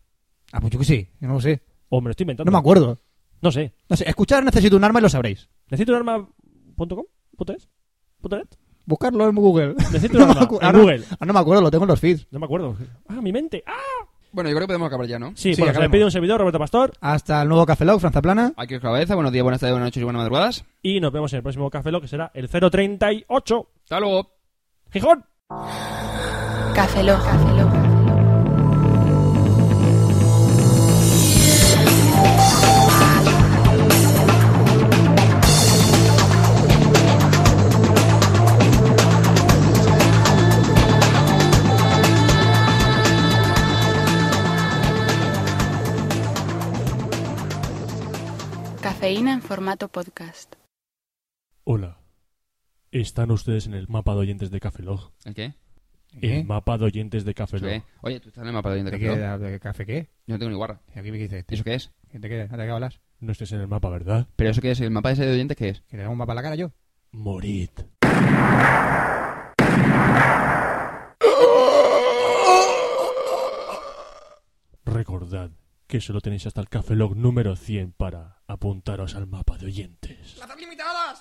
Ah, pues yo que sí. No lo sé.
O me lo estoy inventando.
No me acuerdo.
No sé.
No sé, escuchar Necesito un arma y lo sabréis.
Necesito un arma.com, punto es, punto net.
Buscarlo en Google.
Necesito un
No me
arma
acu-
en
ah, no-
Google.
Ah, no me acuerdo, lo tengo en los feeds.
No me acuerdo. Ah, mi mente. Ah.
Bueno, yo creo que podemos acabar ya, ¿no?
Sí,
Sí,
bueno, se
acabemos.
despide un servidor, Roberto Pastor,
Hasta el nuevo Café Log, Franza Plana.
Aquí os cabeza, buenos días, buenas tardes, buenas noches y buenas madrugadas.
y nos vemos en el próximo Café Lo que será el 038.
Hasta luego.
Gijón.
Café Lock. Cafeína en formato podcast.
Hola. ¿Están ustedes en el mapa de oyentes de Café Log?
¿El qué?
El mapa de oyentes de Café
¿El
Log.
qué? Oye, tú estás en el mapa de
¿Eh? ¿De
oyentes
qué?
Yo
¿De- de ¿Café qué?
no tengo ni guarra.
¿Y aquí me dices?
¿Y eso qué es?
¿De qué, de qué hablas?
No estés en el mapa, ¿verdad?
Pero eso que es, el mapa ese de oyentes, ¿qué es?
Que le da un mapa a la cara yo.
Morid. Recordad que solo tenéis hasta el Café Log número 100 para apuntaros al mapa de oyentes.
¡Plazas limitadas!